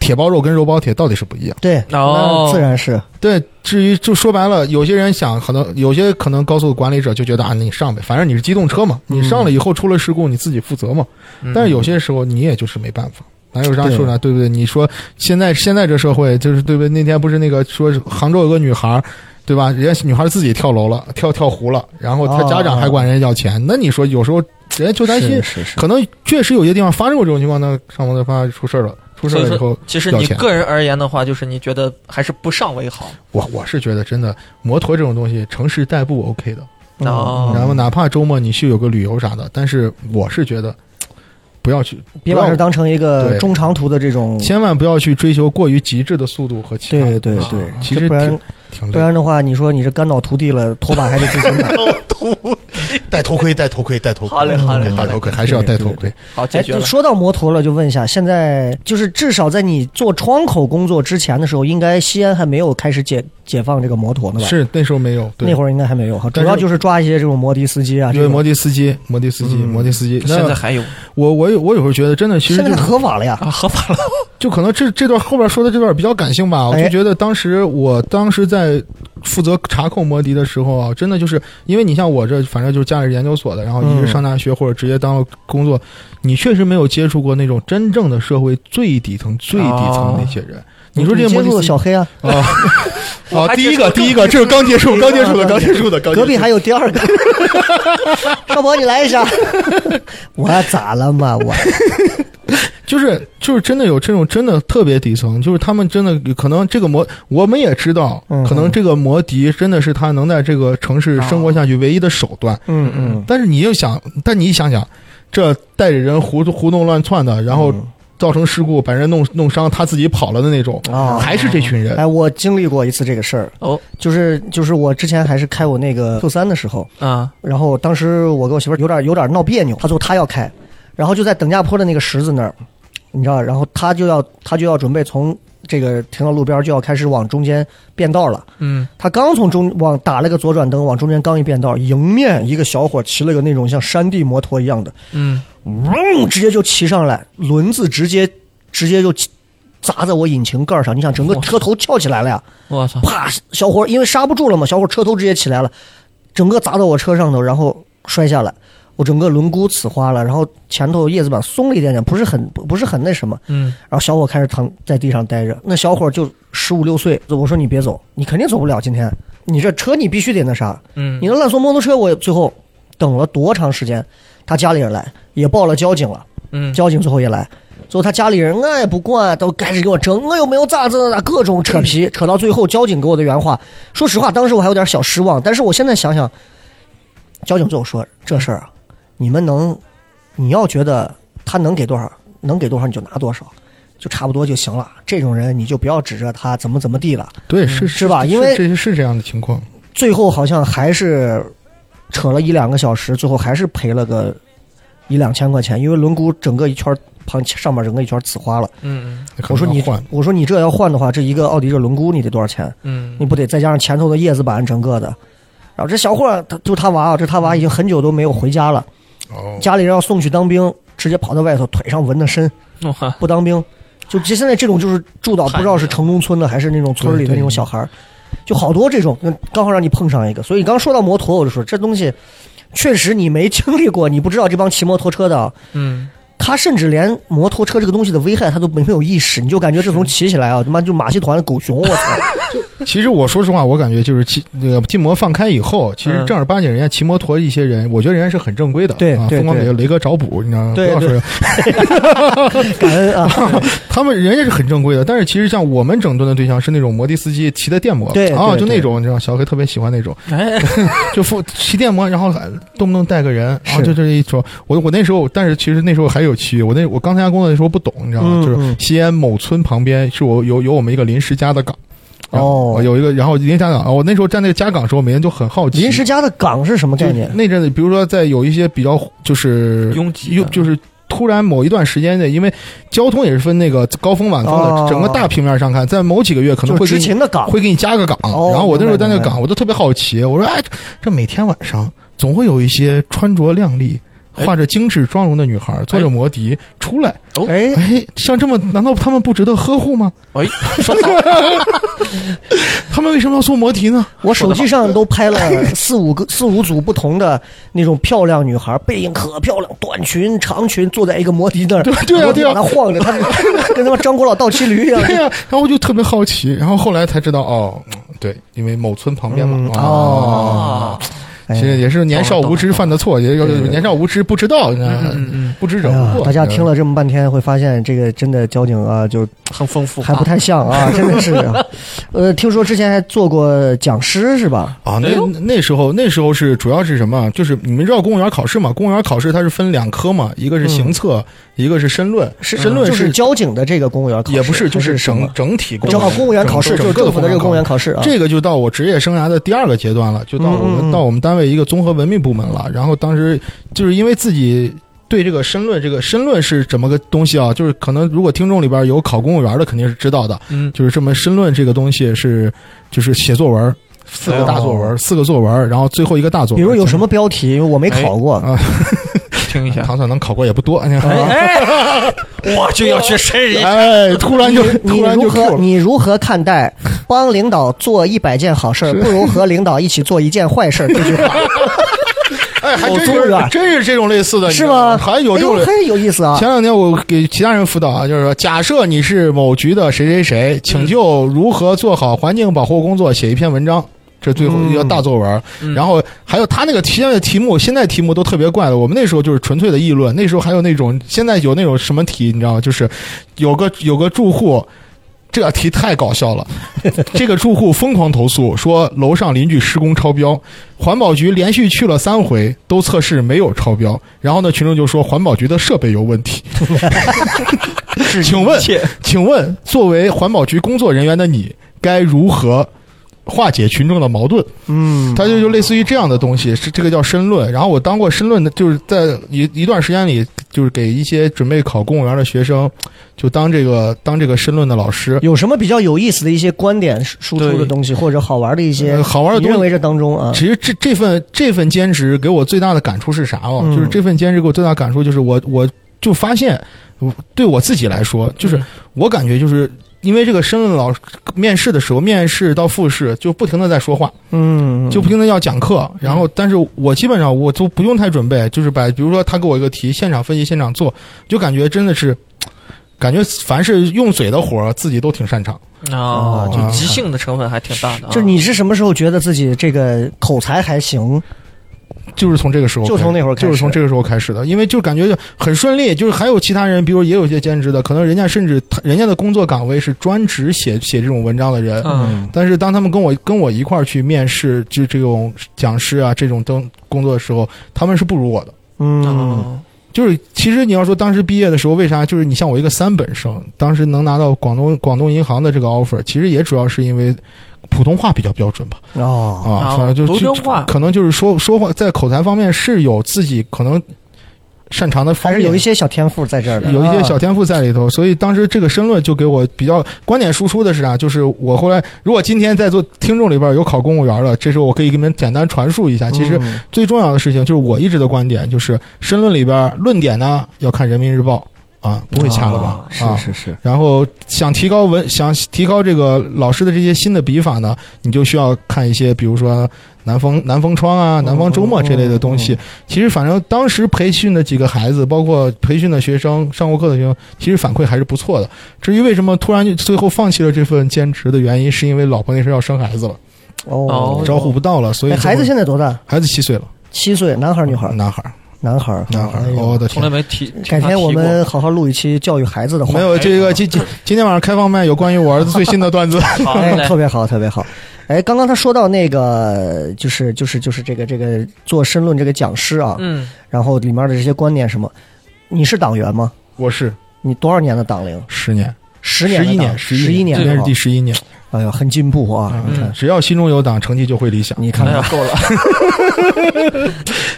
[SPEAKER 4] 铁包肉跟肉包铁到底是不一样。
[SPEAKER 2] 对，
[SPEAKER 3] 哦
[SPEAKER 2] 那自然是
[SPEAKER 4] 对，至于就说白了，有些人想，可能有些可能高速管理者就觉得啊，你上呗，反正你是机动车嘛，你上了以后出了事故你自己负责嘛。嗯
[SPEAKER 3] 嗯
[SPEAKER 4] 但是有些时候你也就是没办法，哪有啥说啥，对不对？你说现在现在这社会就是对不对？那天不是那个说杭州有个女孩儿。对吧？人家女孩自己跳楼了，跳跳湖了，然后她家长还管人家要钱，那你说有时候人家就担心
[SPEAKER 2] 是，是是，
[SPEAKER 4] 可能确实有些地方发生过这种情况，那上摩托发出事儿了，出事
[SPEAKER 3] 所
[SPEAKER 4] 儿
[SPEAKER 3] 以
[SPEAKER 4] 了以
[SPEAKER 3] 说
[SPEAKER 4] 后，
[SPEAKER 3] 其实
[SPEAKER 4] 要
[SPEAKER 3] 你
[SPEAKER 4] 钱
[SPEAKER 3] 个人而言的话，就是你觉得还是不上为好。
[SPEAKER 4] 我我是觉得真的摩托这种东西，城市代步 OK 的，
[SPEAKER 2] 嗯
[SPEAKER 3] 哦
[SPEAKER 4] 然后哪怕周末你去有个旅游啥的，但是我是觉得不要去，
[SPEAKER 2] 别
[SPEAKER 4] 不
[SPEAKER 2] 把
[SPEAKER 4] 要
[SPEAKER 2] 它当成一个
[SPEAKER 4] 对
[SPEAKER 2] 中长途的这种。
[SPEAKER 4] 千万不要去追求过于极致的速度和气。
[SPEAKER 2] 对对对，
[SPEAKER 4] 其
[SPEAKER 2] 这
[SPEAKER 4] 实
[SPEAKER 2] 不然
[SPEAKER 4] 挺挺
[SPEAKER 2] 不
[SPEAKER 4] 累。
[SPEAKER 2] 然的话，你说你这肝脑涂地了，拖把还得自己买。哎
[SPEAKER 3] 无
[SPEAKER 4] 戴头盔，戴头盔，戴头盔。
[SPEAKER 3] 好嘞好嘞好
[SPEAKER 4] 嗯戴
[SPEAKER 3] 嘞
[SPEAKER 4] 头盔还是要戴头盔。
[SPEAKER 3] 好解
[SPEAKER 2] 哎，
[SPEAKER 3] 决了。
[SPEAKER 2] 说到摩托了，就问一下，现在就是至少在你做窗口工作之前的时候，应该西安还没有开始解解放这个摩托呢吧？，
[SPEAKER 4] 是那时候没有，对
[SPEAKER 2] 那会儿应该还没有哈，主
[SPEAKER 4] 但是
[SPEAKER 2] 要就是抓一些这种摩的司机啊，
[SPEAKER 4] 因为
[SPEAKER 2] 这
[SPEAKER 4] 摩
[SPEAKER 2] 种。
[SPEAKER 4] 的司机，摩的司机，摩的司机。
[SPEAKER 3] 现在
[SPEAKER 4] 那
[SPEAKER 3] 还有
[SPEAKER 4] 我我有我有时候觉得真的，其实
[SPEAKER 2] 现在
[SPEAKER 4] 就
[SPEAKER 2] 合法了呀，
[SPEAKER 3] 啊，合法了。
[SPEAKER 4] 就可能这这段后边说的这段比较感性吧，我
[SPEAKER 2] 哎
[SPEAKER 4] 就觉得当时我当时在负责查扣摩的的时候啊，真的就是因为你像我这反正就是家里是研究所的，然后一直上大学或者直接当了工作，你确实没有接触过那种真正的社会最底层最底层的那些人。你说这些摩
[SPEAKER 2] 哦接
[SPEAKER 4] 的
[SPEAKER 2] 触
[SPEAKER 4] 司
[SPEAKER 2] 的
[SPEAKER 4] 机
[SPEAKER 2] 小黑啊，
[SPEAKER 4] 啊
[SPEAKER 3] 我
[SPEAKER 4] 啊，
[SPEAKER 3] 还
[SPEAKER 4] 第一
[SPEAKER 3] 接触
[SPEAKER 4] 个
[SPEAKER 3] 更
[SPEAKER 4] 第一个，这是刚接触刚接触的
[SPEAKER 2] 啊
[SPEAKER 4] 刚接触的，刚 接触的
[SPEAKER 2] 隔壁还有第二个，少博你来一 下，我咋了嘛我？
[SPEAKER 4] 就是就是真的有这种真的特别底层，就是他们真的可能这个摩，我们也知道
[SPEAKER 2] 嗯，
[SPEAKER 4] 可能这个摩的真的是他能在这个城市生活下去唯一的手段。
[SPEAKER 2] 嗯嗯，
[SPEAKER 4] 但是你又想，但你想想，这带着人胡胡弄乱窜的，然后
[SPEAKER 2] 嗯
[SPEAKER 4] 造成事故，把人弄弄伤，他自己跑了的那种，
[SPEAKER 2] 啊
[SPEAKER 4] 还是这群人
[SPEAKER 2] 哎，我经历过一次这个事儿，
[SPEAKER 3] 哦
[SPEAKER 2] 就是就是我之前还是开我那个 Q 三的时候，
[SPEAKER 3] 啊，
[SPEAKER 2] 然后当时我跟我媳妇儿有点有点闹别扭，她说她要开，然后就在等价坡的那个十字那儿，你知道，然后她就要她就要准备从这个停到路边儿就要开始往中间变道了。
[SPEAKER 3] 嗯，
[SPEAKER 2] 她刚从中往打了个左转灯，往中间刚一变道，迎面一个小伙骑了个那种像山地摩托一样的，
[SPEAKER 3] 嗯，
[SPEAKER 2] 嗡，直接就骑上来，轮子直接直接就骑砸在我引擎盖上，你想整个车头翘起来了呀！
[SPEAKER 3] 我操，
[SPEAKER 2] 啪，小伙儿因为刹不住了嘛，小伙儿车头直接起来了，整个砸到我车上头，然后摔下来，我整个轮毂呲花了，然后前头叶子板松了一点点，不是很不是很那什么，
[SPEAKER 3] 嗯，
[SPEAKER 2] 然后小伙开始躺在地上待着，那小伙就十五六岁，我说你别走，你肯定走不了今天，你这车你必须得那啥，
[SPEAKER 3] 嗯
[SPEAKER 2] 你那烂怂摩托车我也最后等了多长时间，他家里人来也报了交警了。
[SPEAKER 3] 嗯，
[SPEAKER 2] 交警最后也来，最后他家里人我也不管，都开始给我争，我又没有咋子，各种扯皮，
[SPEAKER 3] 嗯
[SPEAKER 2] 扯到最后交警给我的原话，说实话，当时我还有点小失望，但是我现在想想，交警最后说这事儿啊，你们能，你要觉得他能给多少，能给多少你就拿多少。就差不多就行了，这种人你就不要指着他怎么怎么地了。
[SPEAKER 4] 对，是
[SPEAKER 2] 嗯是吧因为
[SPEAKER 4] 这是是这样的情况，
[SPEAKER 2] 最后好像还是扯了一两个小时，最后还是赔了个一两千块钱，因为轮毂整个一圈儿旁上面整个一圈儿呲花了。
[SPEAKER 3] 嗯
[SPEAKER 4] 可
[SPEAKER 2] 我说
[SPEAKER 4] 能要
[SPEAKER 2] 你
[SPEAKER 4] 换，
[SPEAKER 2] 我说你这要换的话，这一个奥迪这轮毂你得多少钱？
[SPEAKER 3] 嗯
[SPEAKER 2] 你不得再加上前头的叶子板整个的？然后这小伙儿他就他娃啊，这他娃已经很久都没有回家了，
[SPEAKER 4] 哦，
[SPEAKER 2] 家里人要送去当兵，直接跑到外头，腿上纹的身，
[SPEAKER 3] 嗯，哇，
[SPEAKER 2] 不当兵。就这现在这种就是住到不知道是城中村的还是那种村里的
[SPEAKER 4] 对对
[SPEAKER 2] 那种小孩儿，就好多这种，刚好让你碰上一个。所以刚说到摩托，我就说这东西确实你没 经历过，你不知道这帮骑摩托车的啊
[SPEAKER 3] 嗯，
[SPEAKER 2] 他甚至连摩托车这个东西的危害他都没有意识，你就感觉这从骑起来啊，他妈就马戏团的狗熊，我 操！
[SPEAKER 4] 其实我说实话，我感觉就是骑那个禁摩放开以后，其实
[SPEAKER 3] 嗯
[SPEAKER 4] 正儿八经人家骑摩托一些人，我觉得人家是很正规的。
[SPEAKER 2] 对
[SPEAKER 4] 啊，
[SPEAKER 2] 对
[SPEAKER 4] 疯狂
[SPEAKER 2] 对
[SPEAKER 4] 给雷哥找补，你知道吗？
[SPEAKER 2] 对
[SPEAKER 4] 不要说
[SPEAKER 2] 感恩 啊，
[SPEAKER 4] 他们人家是很正规的，但是其实像我们整顿的对象是那种摩的司机骑的电摩，
[SPEAKER 2] 对
[SPEAKER 4] 啊，
[SPEAKER 2] 对
[SPEAKER 4] 就那
[SPEAKER 2] 对
[SPEAKER 4] 种你知道，小黑特别喜欢那种，
[SPEAKER 3] 哎，
[SPEAKER 4] 就疯骑电摩，然后还动不动带个人，然后
[SPEAKER 2] 是
[SPEAKER 4] 就这一说，我我那时候，但是其实那时候还有区域，我那我刚参加工作的时候不懂，你知道吗？
[SPEAKER 2] 嗯
[SPEAKER 4] 就是
[SPEAKER 2] 嗯
[SPEAKER 4] 西安某村旁边是我有有我们一个临时加的岗。然后
[SPEAKER 2] 哦
[SPEAKER 4] 有一个，然后临时加岗，我那时候站那个加岗的时候，每天就很好奇。
[SPEAKER 2] 临时加的岗是什么概
[SPEAKER 4] 就
[SPEAKER 2] 念？
[SPEAKER 4] 那阵子，比如说在有一些比较就是
[SPEAKER 3] 拥挤的啊
[SPEAKER 4] 又就是突然某一段时间内，因为交通也是分那个高峰晚高
[SPEAKER 2] 哦
[SPEAKER 4] 的，整个大平面上看，在某几个月可能
[SPEAKER 2] 就
[SPEAKER 4] 会
[SPEAKER 2] 是
[SPEAKER 4] 给
[SPEAKER 2] 执
[SPEAKER 4] 你
[SPEAKER 2] 勤的岗。
[SPEAKER 4] 会给你加个岗。
[SPEAKER 2] 哦
[SPEAKER 4] 然后我那时候在那
[SPEAKER 2] 明白明
[SPEAKER 4] 个
[SPEAKER 2] 白
[SPEAKER 4] 岗，我都特别好奇，我说哎，这这每天晚上总会有一些穿着靓丽。
[SPEAKER 3] 哎
[SPEAKER 4] 画着精致妆容的女孩，坐着摩的出来，
[SPEAKER 2] 哎，
[SPEAKER 4] 哎，像这么，难道他们不值得呵护吗？
[SPEAKER 3] 哎，说
[SPEAKER 4] 他们为什么要坐摩 的呢？
[SPEAKER 2] 我手机上都拍了 四五个、四五组不同的那种漂亮女孩，背影可漂亮，短裙、长裙，坐在一个摩的那儿，
[SPEAKER 4] 对对啊
[SPEAKER 2] 摩的
[SPEAKER 4] 对啊
[SPEAKER 2] 往那晃着，他 们跟他妈张果老倒骑驴一样。哎
[SPEAKER 4] 对呀、然后我就特别好奇，然后后来才知道，哦，嗯对，因为某村旁边嘛，
[SPEAKER 2] 嗯
[SPEAKER 3] 啊，
[SPEAKER 4] 哦
[SPEAKER 2] 哎
[SPEAKER 4] 其
[SPEAKER 2] 呀
[SPEAKER 4] 实也是年少无知犯的错，也有
[SPEAKER 2] 对对对
[SPEAKER 4] 年少无知不知道，
[SPEAKER 3] 嗯嗯
[SPEAKER 4] 不知者
[SPEAKER 2] 哎呀
[SPEAKER 4] 不过。
[SPEAKER 2] 大家听了这么半天，会发现这个真的交警啊，就
[SPEAKER 3] 很丰富，
[SPEAKER 2] 还不太像 啊，真的是啊。呃，听说之前还做过讲师是吧？
[SPEAKER 4] 啊，那
[SPEAKER 3] 哎呦
[SPEAKER 4] 那时候那时候是主要是什么？就是你们知道公务员考试嘛？公务员考试它是分两科嘛，一个是行测，一个是申论。
[SPEAKER 2] 是
[SPEAKER 4] 申论
[SPEAKER 2] 就是交警的这个公务员考试，
[SPEAKER 4] 也不是，就
[SPEAKER 2] 还是什
[SPEAKER 4] 整
[SPEAKER 2] 么
[SPEAKER 4] 整体公
[SPEAKER 2] 正好公务员考试，
[SPEAKER 4] 整
[SPEAKER 2] 就是
[SPEAKER 4] 整个
[SPEAKER 2] 政府的这个公务员
[SPEAKER 4] 考
[SPEAKER 2] 考试啊。
[SPEAKER 4] 这个就到我职业生涯的第二个阶段了，就到我
[SPEAKER 2] 嗯嗯
[SPEAKER 4] 们
[SPEAKER 2] 嗯
[SPEAKER 4] 到我们单为一个综合文秘部门了。然后当时就是因为自己对这个申论，这个申论是怎么个东西啊？就是可能如果听众里边有考公务员的，肯定是知道的。
[SPEAKER 3] 嗯，
[SPEAKER 4] 就是这么申论这个东西是就是写作文，四个大作文，四个作文，然后最后一个大作
[SPEAKER 2] 比
[SPEAKER 4] 文。
[SPEAKER 2] 如有什么标题，因为我没考
[SPEAKER 4] 哎
[SPEAKER 2] 过，
[SPEAKER 3] 听一下。
[SPEAKER 4] 唐算能考过也不多。哎
[SPEAKER 3] 哎哎，我就要去申遗。
[SPEAKER 4] 哎，突然就
[SPEAKER 2] 你
[SPEAKER 4] 突然就
[SPEAKER 2] 如
[SPEAKER 4] Q
[SPEAKER 2] 何
[SPEAKER 4] 了。
[SPEAKER 2] 你如何看 待帮领导做一百件好事儿，不如和领导一起做一件坏事儿这句话，
[SPEAKER 4] 哎，还真
[SPEAKER 2] 某宗
[SPEAKER 4] 是
[SPEAKER 2] 元
[SPEAKER 4] 真是这种类似的，你知
[SPEAKER 2] 是
[SPEAKER 4] 道
[SPEAKER 2] 吗？
[SPEAKER 4] 还 有这种
[SPEAKER 2] 哎
[SPEAKER 4] 类
[SPEAKER 2] 呦。嘿有意思啊！
[SPEAKER 4] 前两天我给其他人辅导啊，就是说，假设你是某局的谁谁谁，请就如何做好环境保护工作写一篇文章。这最后一个大作文，
[SPEAKER 3] 嗯
[SPEAKER 4] 然后还有他那个题现在题目，现在题目都特别怪的。我们那时候就是纯粹的议论，那时候还有那种现在有那种什么题，你知道吗？就是有个有个住户，这个题太搞笑了。 这个住户疯狂投诉说楼上邻居施工超标，环保局连续去了三回都测试没有超标。然后呢，群众就说环保局的设备有问题。请问，
[SPEAKER 3] 嗯切
[SPEAKER 4] 请问，作为环保局工作人员的你，该如何化解群众的矛盾？
[SPEAKER 2] 嗯，
[SPEAKER 4] 它就就类似于这样的东西，是这个叫申论。然后我当过申论的，就是在一一段时间里，就是给一些准备考公务员的学生，就当这个当这个申论的老师。
[SPEAKER 2] 有什么比较有意思的一些观点输出的
[SPEAKER 3] 对
[SPEAKER 2] 东西，或者好玩的一些
[SPEAKER 4] 呃好玩的
[SPEAKER 2] 你
[SPEAKER 4] 东西
[SPEAKER 2] 认为这当中啊，
[SPEAKER 4] 其实这这份这份兼职给我最大的感触是啥哦？
[SPEAKER 2] 嗯
[SPEAKER 4] 就是这份兼职给我最大的感触就是我我就发现，我对我自己来说，就是
[SPEAKER 3] 嗯
[SPEAKER 4] 我感觉就是因为这个申论老师面试的时候，面试到复试就不停的在说话，
[SPEAKER 2] 嗯，
[SPEAKER 4] 就不停的要讲课，然后但是我基本上我都不用太准备，就是把比如说他给我一个题，现场分析现场做，就感觉真的是。感觉凡是用嘴的活儿，自己都挺擅长。
[SPEAKER 3] 啊，
[SPEAKER 2] 哦
[SPEAKER 3] 就即兴的成分还挺大的啊。
[SPEAKER 2] 就你是什么时候觉得自己这个口才还行？
[SPEAKER 4] 就是从这个时候开始，
[SPEAKER 2] 就从那会儿开始
[SPEAKER 4] 就是从这个时候开始的，因为就感觉就很顺利。就是还有其他人，比如也有一些兼职的，可能人家甚至他人家的工作岗位是专职写写这种文章的人，
[SPEAKER 3] 嗯，
[SPEAKER 4] 但是当他们跟我跟我一块儿去面试，就这种讲师啊这种登工作的时候，他们是不如我的。
[SPEAKER 2] 嗯，
[SPEAKER 3] 哦
[SPEAKER 4] 就是其实你要说当时毕业的时候，为啥就是你像我一个三本生，当时能拿到广东广东银行的这个 offer，其实也主要是因为普通话比较标准吧。
[SPEAKER 2] 哦，
[SPEAKER 4] 啊，
[SPEAKER 3] 啊
[SPEAKER 4] 反正就
[SPEAKER 3] 楼
[SPEAKER 4] 就
[SPEAKER 3] 间化
[SPEAKER 4] 可能就是说说话在口才方面是有自己可能擅长的方
[SPEAKER 2] 还
[SPEAKER 4] 面，
[SPEAKER 2] 是有一些小天赋在这儿的，
[SPEAKER 4] 有一些小
[SPEAKER 2] 啊
[SPEAKER 4] 天赋在里头，所以当时这个申论就给我比较观点输出的是啥、啊就是我后来如果今天在座听众里边有考公务员的，这时候我可以给你们简单传述一下，其实
[SPEAKER 2] 嗯
[SPEAKER 4] 最重要的事情就是我一直的观点就是申论里边论点呢要看人民日报啊，不会掐了吧？啊，
[SPEAKER 2] 哦是是，
[SPEAKER 4] 然后想提高文，想提高这个老师的这些新的笔法呢，你就需要看一些，比如说南风南风窗啊、南方周末这类的东
[SPEAKER 2] 哦
[SPEAKER 4] 西。其实，反正当时培训的几个孩子，包括培训的学生、上过课的学生，其实反馈还是不错的。至于为什么突然就最后放弃了这份兼职的原因，是因为老婆那时候要生孩子了，
[SPEAKER 2] 哦
[SPEAKER 3] 哦，
[SPEAKER 4] 招呼不到了，所以
[SPEAKER 2] 哎
[SPEAKER 4] 最后
[SPEAKER 2] 孩子现在多大？
[SPEAKER 4] 孩子七岁了，
[SPEAKER 2] 七岁，男孩儿女孩儿？
[SPEAKER 4] 男孩儿，
[SPEAKER 2] 男孩儿，
[SPEAKER 4] 嗯男孩
[SPEAKER 2] 哎
[SPEAKER 4] 儿，
[SPEAKER 2] 呦
[SPEAKER 4] 啊哦我的
[SPEAKER 3] 从
[SPEAKER 4] 天
[SPEAKER 3] 来！没提。听他
[SPEAKER 2] 改
[SPEAKER 3] 提
[SPEAKER 2] 天
[SPEAKER 3] 过
[SPEAKER 2] 我们好好录一期教育孩子的话，
[SPEAKER 4] 没有这个今今今天晚上开放麦有关于我儿子最新的 段子，
[SPEAKER 3] 好
[SPEAKER 2] 哎，
[SPEAKER 3] 嘞
[SPEAKER 2] 特别好，特别好。哎，刚刚他说到那个，就是就是就是这个这个做申论这个讲师啊，
[SPEAKER 3] 嗯，
[SPEAKER 2] 然后里面的这些观念什么，你是党员吗？
[SPEAKER 4] 我是
[SPEAKER 2] 你多少年的党龄？
[SPEAKER 4] 十年。
[SPEAKER 2] 十年的党，
[SPEAKER 4] 十一年，
[SPEAKER 2] 十一
[SPEAKER 4] 年，
[SPEAKER 2] 年
[SPEAKER 4] 应该是
[SPEAKER 2] 了
[SPEAKER 4] 第。十一年。
[SPEAKER 2] 哎呦，很进步
[SPEAKER 3] 嗯
[SPEAKER 2] 啊！你看，
[SPEAKER 4] 只要心中有党，成绩就会理想。
[SPEAKER 2] 你看
[SPEAKER 3] 哎
[SPEAKER 2] 看
[SPEAKER 3] 呀，，够 了。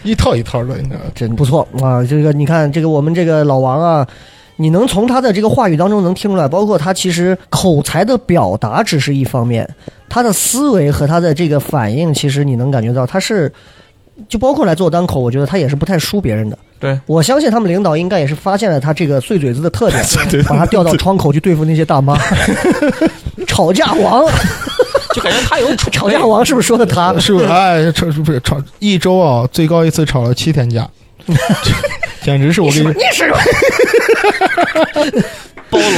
[SPEAKER 4] 一套一套的，你 知道吗
[SPEAKER 2] 真不错啊！这个你看，这个我们这个老王啊，你能从他的这个话语当中能听出来，包括他其实口才的表达只是一方面，他的思维和他的这个反应，其实你能感觉到他是，就包括来做单口，我觉得他也是不太输别人的。
[SPEAKER 3] 对，
[SPEAKER 2] 我相信他们领导应该也是发现了他这个碎嘴子的特点
[SPEAKER 4] 对，
[SPEAKER 2] 把他调到窗口去对付那些大妈，吵架王，
[SPEAKER 3] 就感觉他有储备
[SPEAKER 2] 吵架王是不是说的他？
[SPEAKER 4] 是不是？哎，吵是不是吵一周啊？最高一次吵了七 天架，简直是我给你
[SPEAKER 2] 你是
[SPEAKER 3] 包 容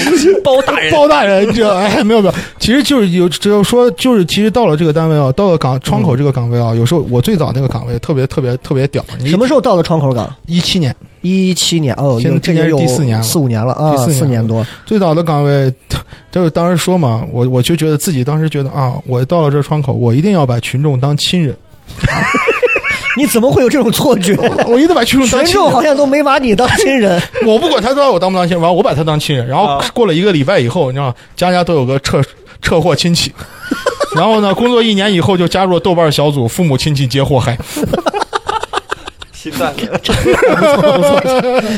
[SPEAKER 3] 包大人。
[SPEAKER 4] 包大人这哎没有没有，其实就是有只有说就是其实到了这个单位啊，到了岗窗
[SPEAKER 2] 嗯
[SPEAKER 4] 口这个岗位啊，有时候我最早那个岗位特别特别特别屌，
[SPEAKER 2] 什么时候到的窗口岗？
[SPEAKER 4] 一七年
[SPEAKER 2] 一七年哦，
[SPEAKER 4] 现在
[SPEAKER 2] 有这也有
[SPEAKER 4] 今年是第四年了
[SPEAKER 2] 四五年了啊，
[SPEAKER 4] 第四年了
[SPEAKER 2] 四年多。
[SPEAKER 4] 最早的岗位， 就是当时说嘛，我我就觉得自己当时觉得啊，我到了这窗口，我一定要把群众当亲人，
[SPEAKER 2] 你怎么会有这种错觉？
[SPEAKER 4] 我一定把群众当
[SPEAKER 2] 群
[SPEAKER 4] 亲
[SPEAKER 2] 众
[SPEAKER 4] 人
[SPEAKER 2] 好。像都没把你当亲人。
[SPEAKER 4] 我不管他把我当不当亲人，完我把他 当亲人。然后
[SPEAKER 3] 啊
[SPEAKER 4] 过了一个礼拜以后，你知道，家家都有个撤撤货亲戚， 然后呢，工作一年以后就加入了豆瓣小组，父母亲戚皆祸害。
[SPEAKER 3] 鸡蛋，
[SPEAKER 4] 啊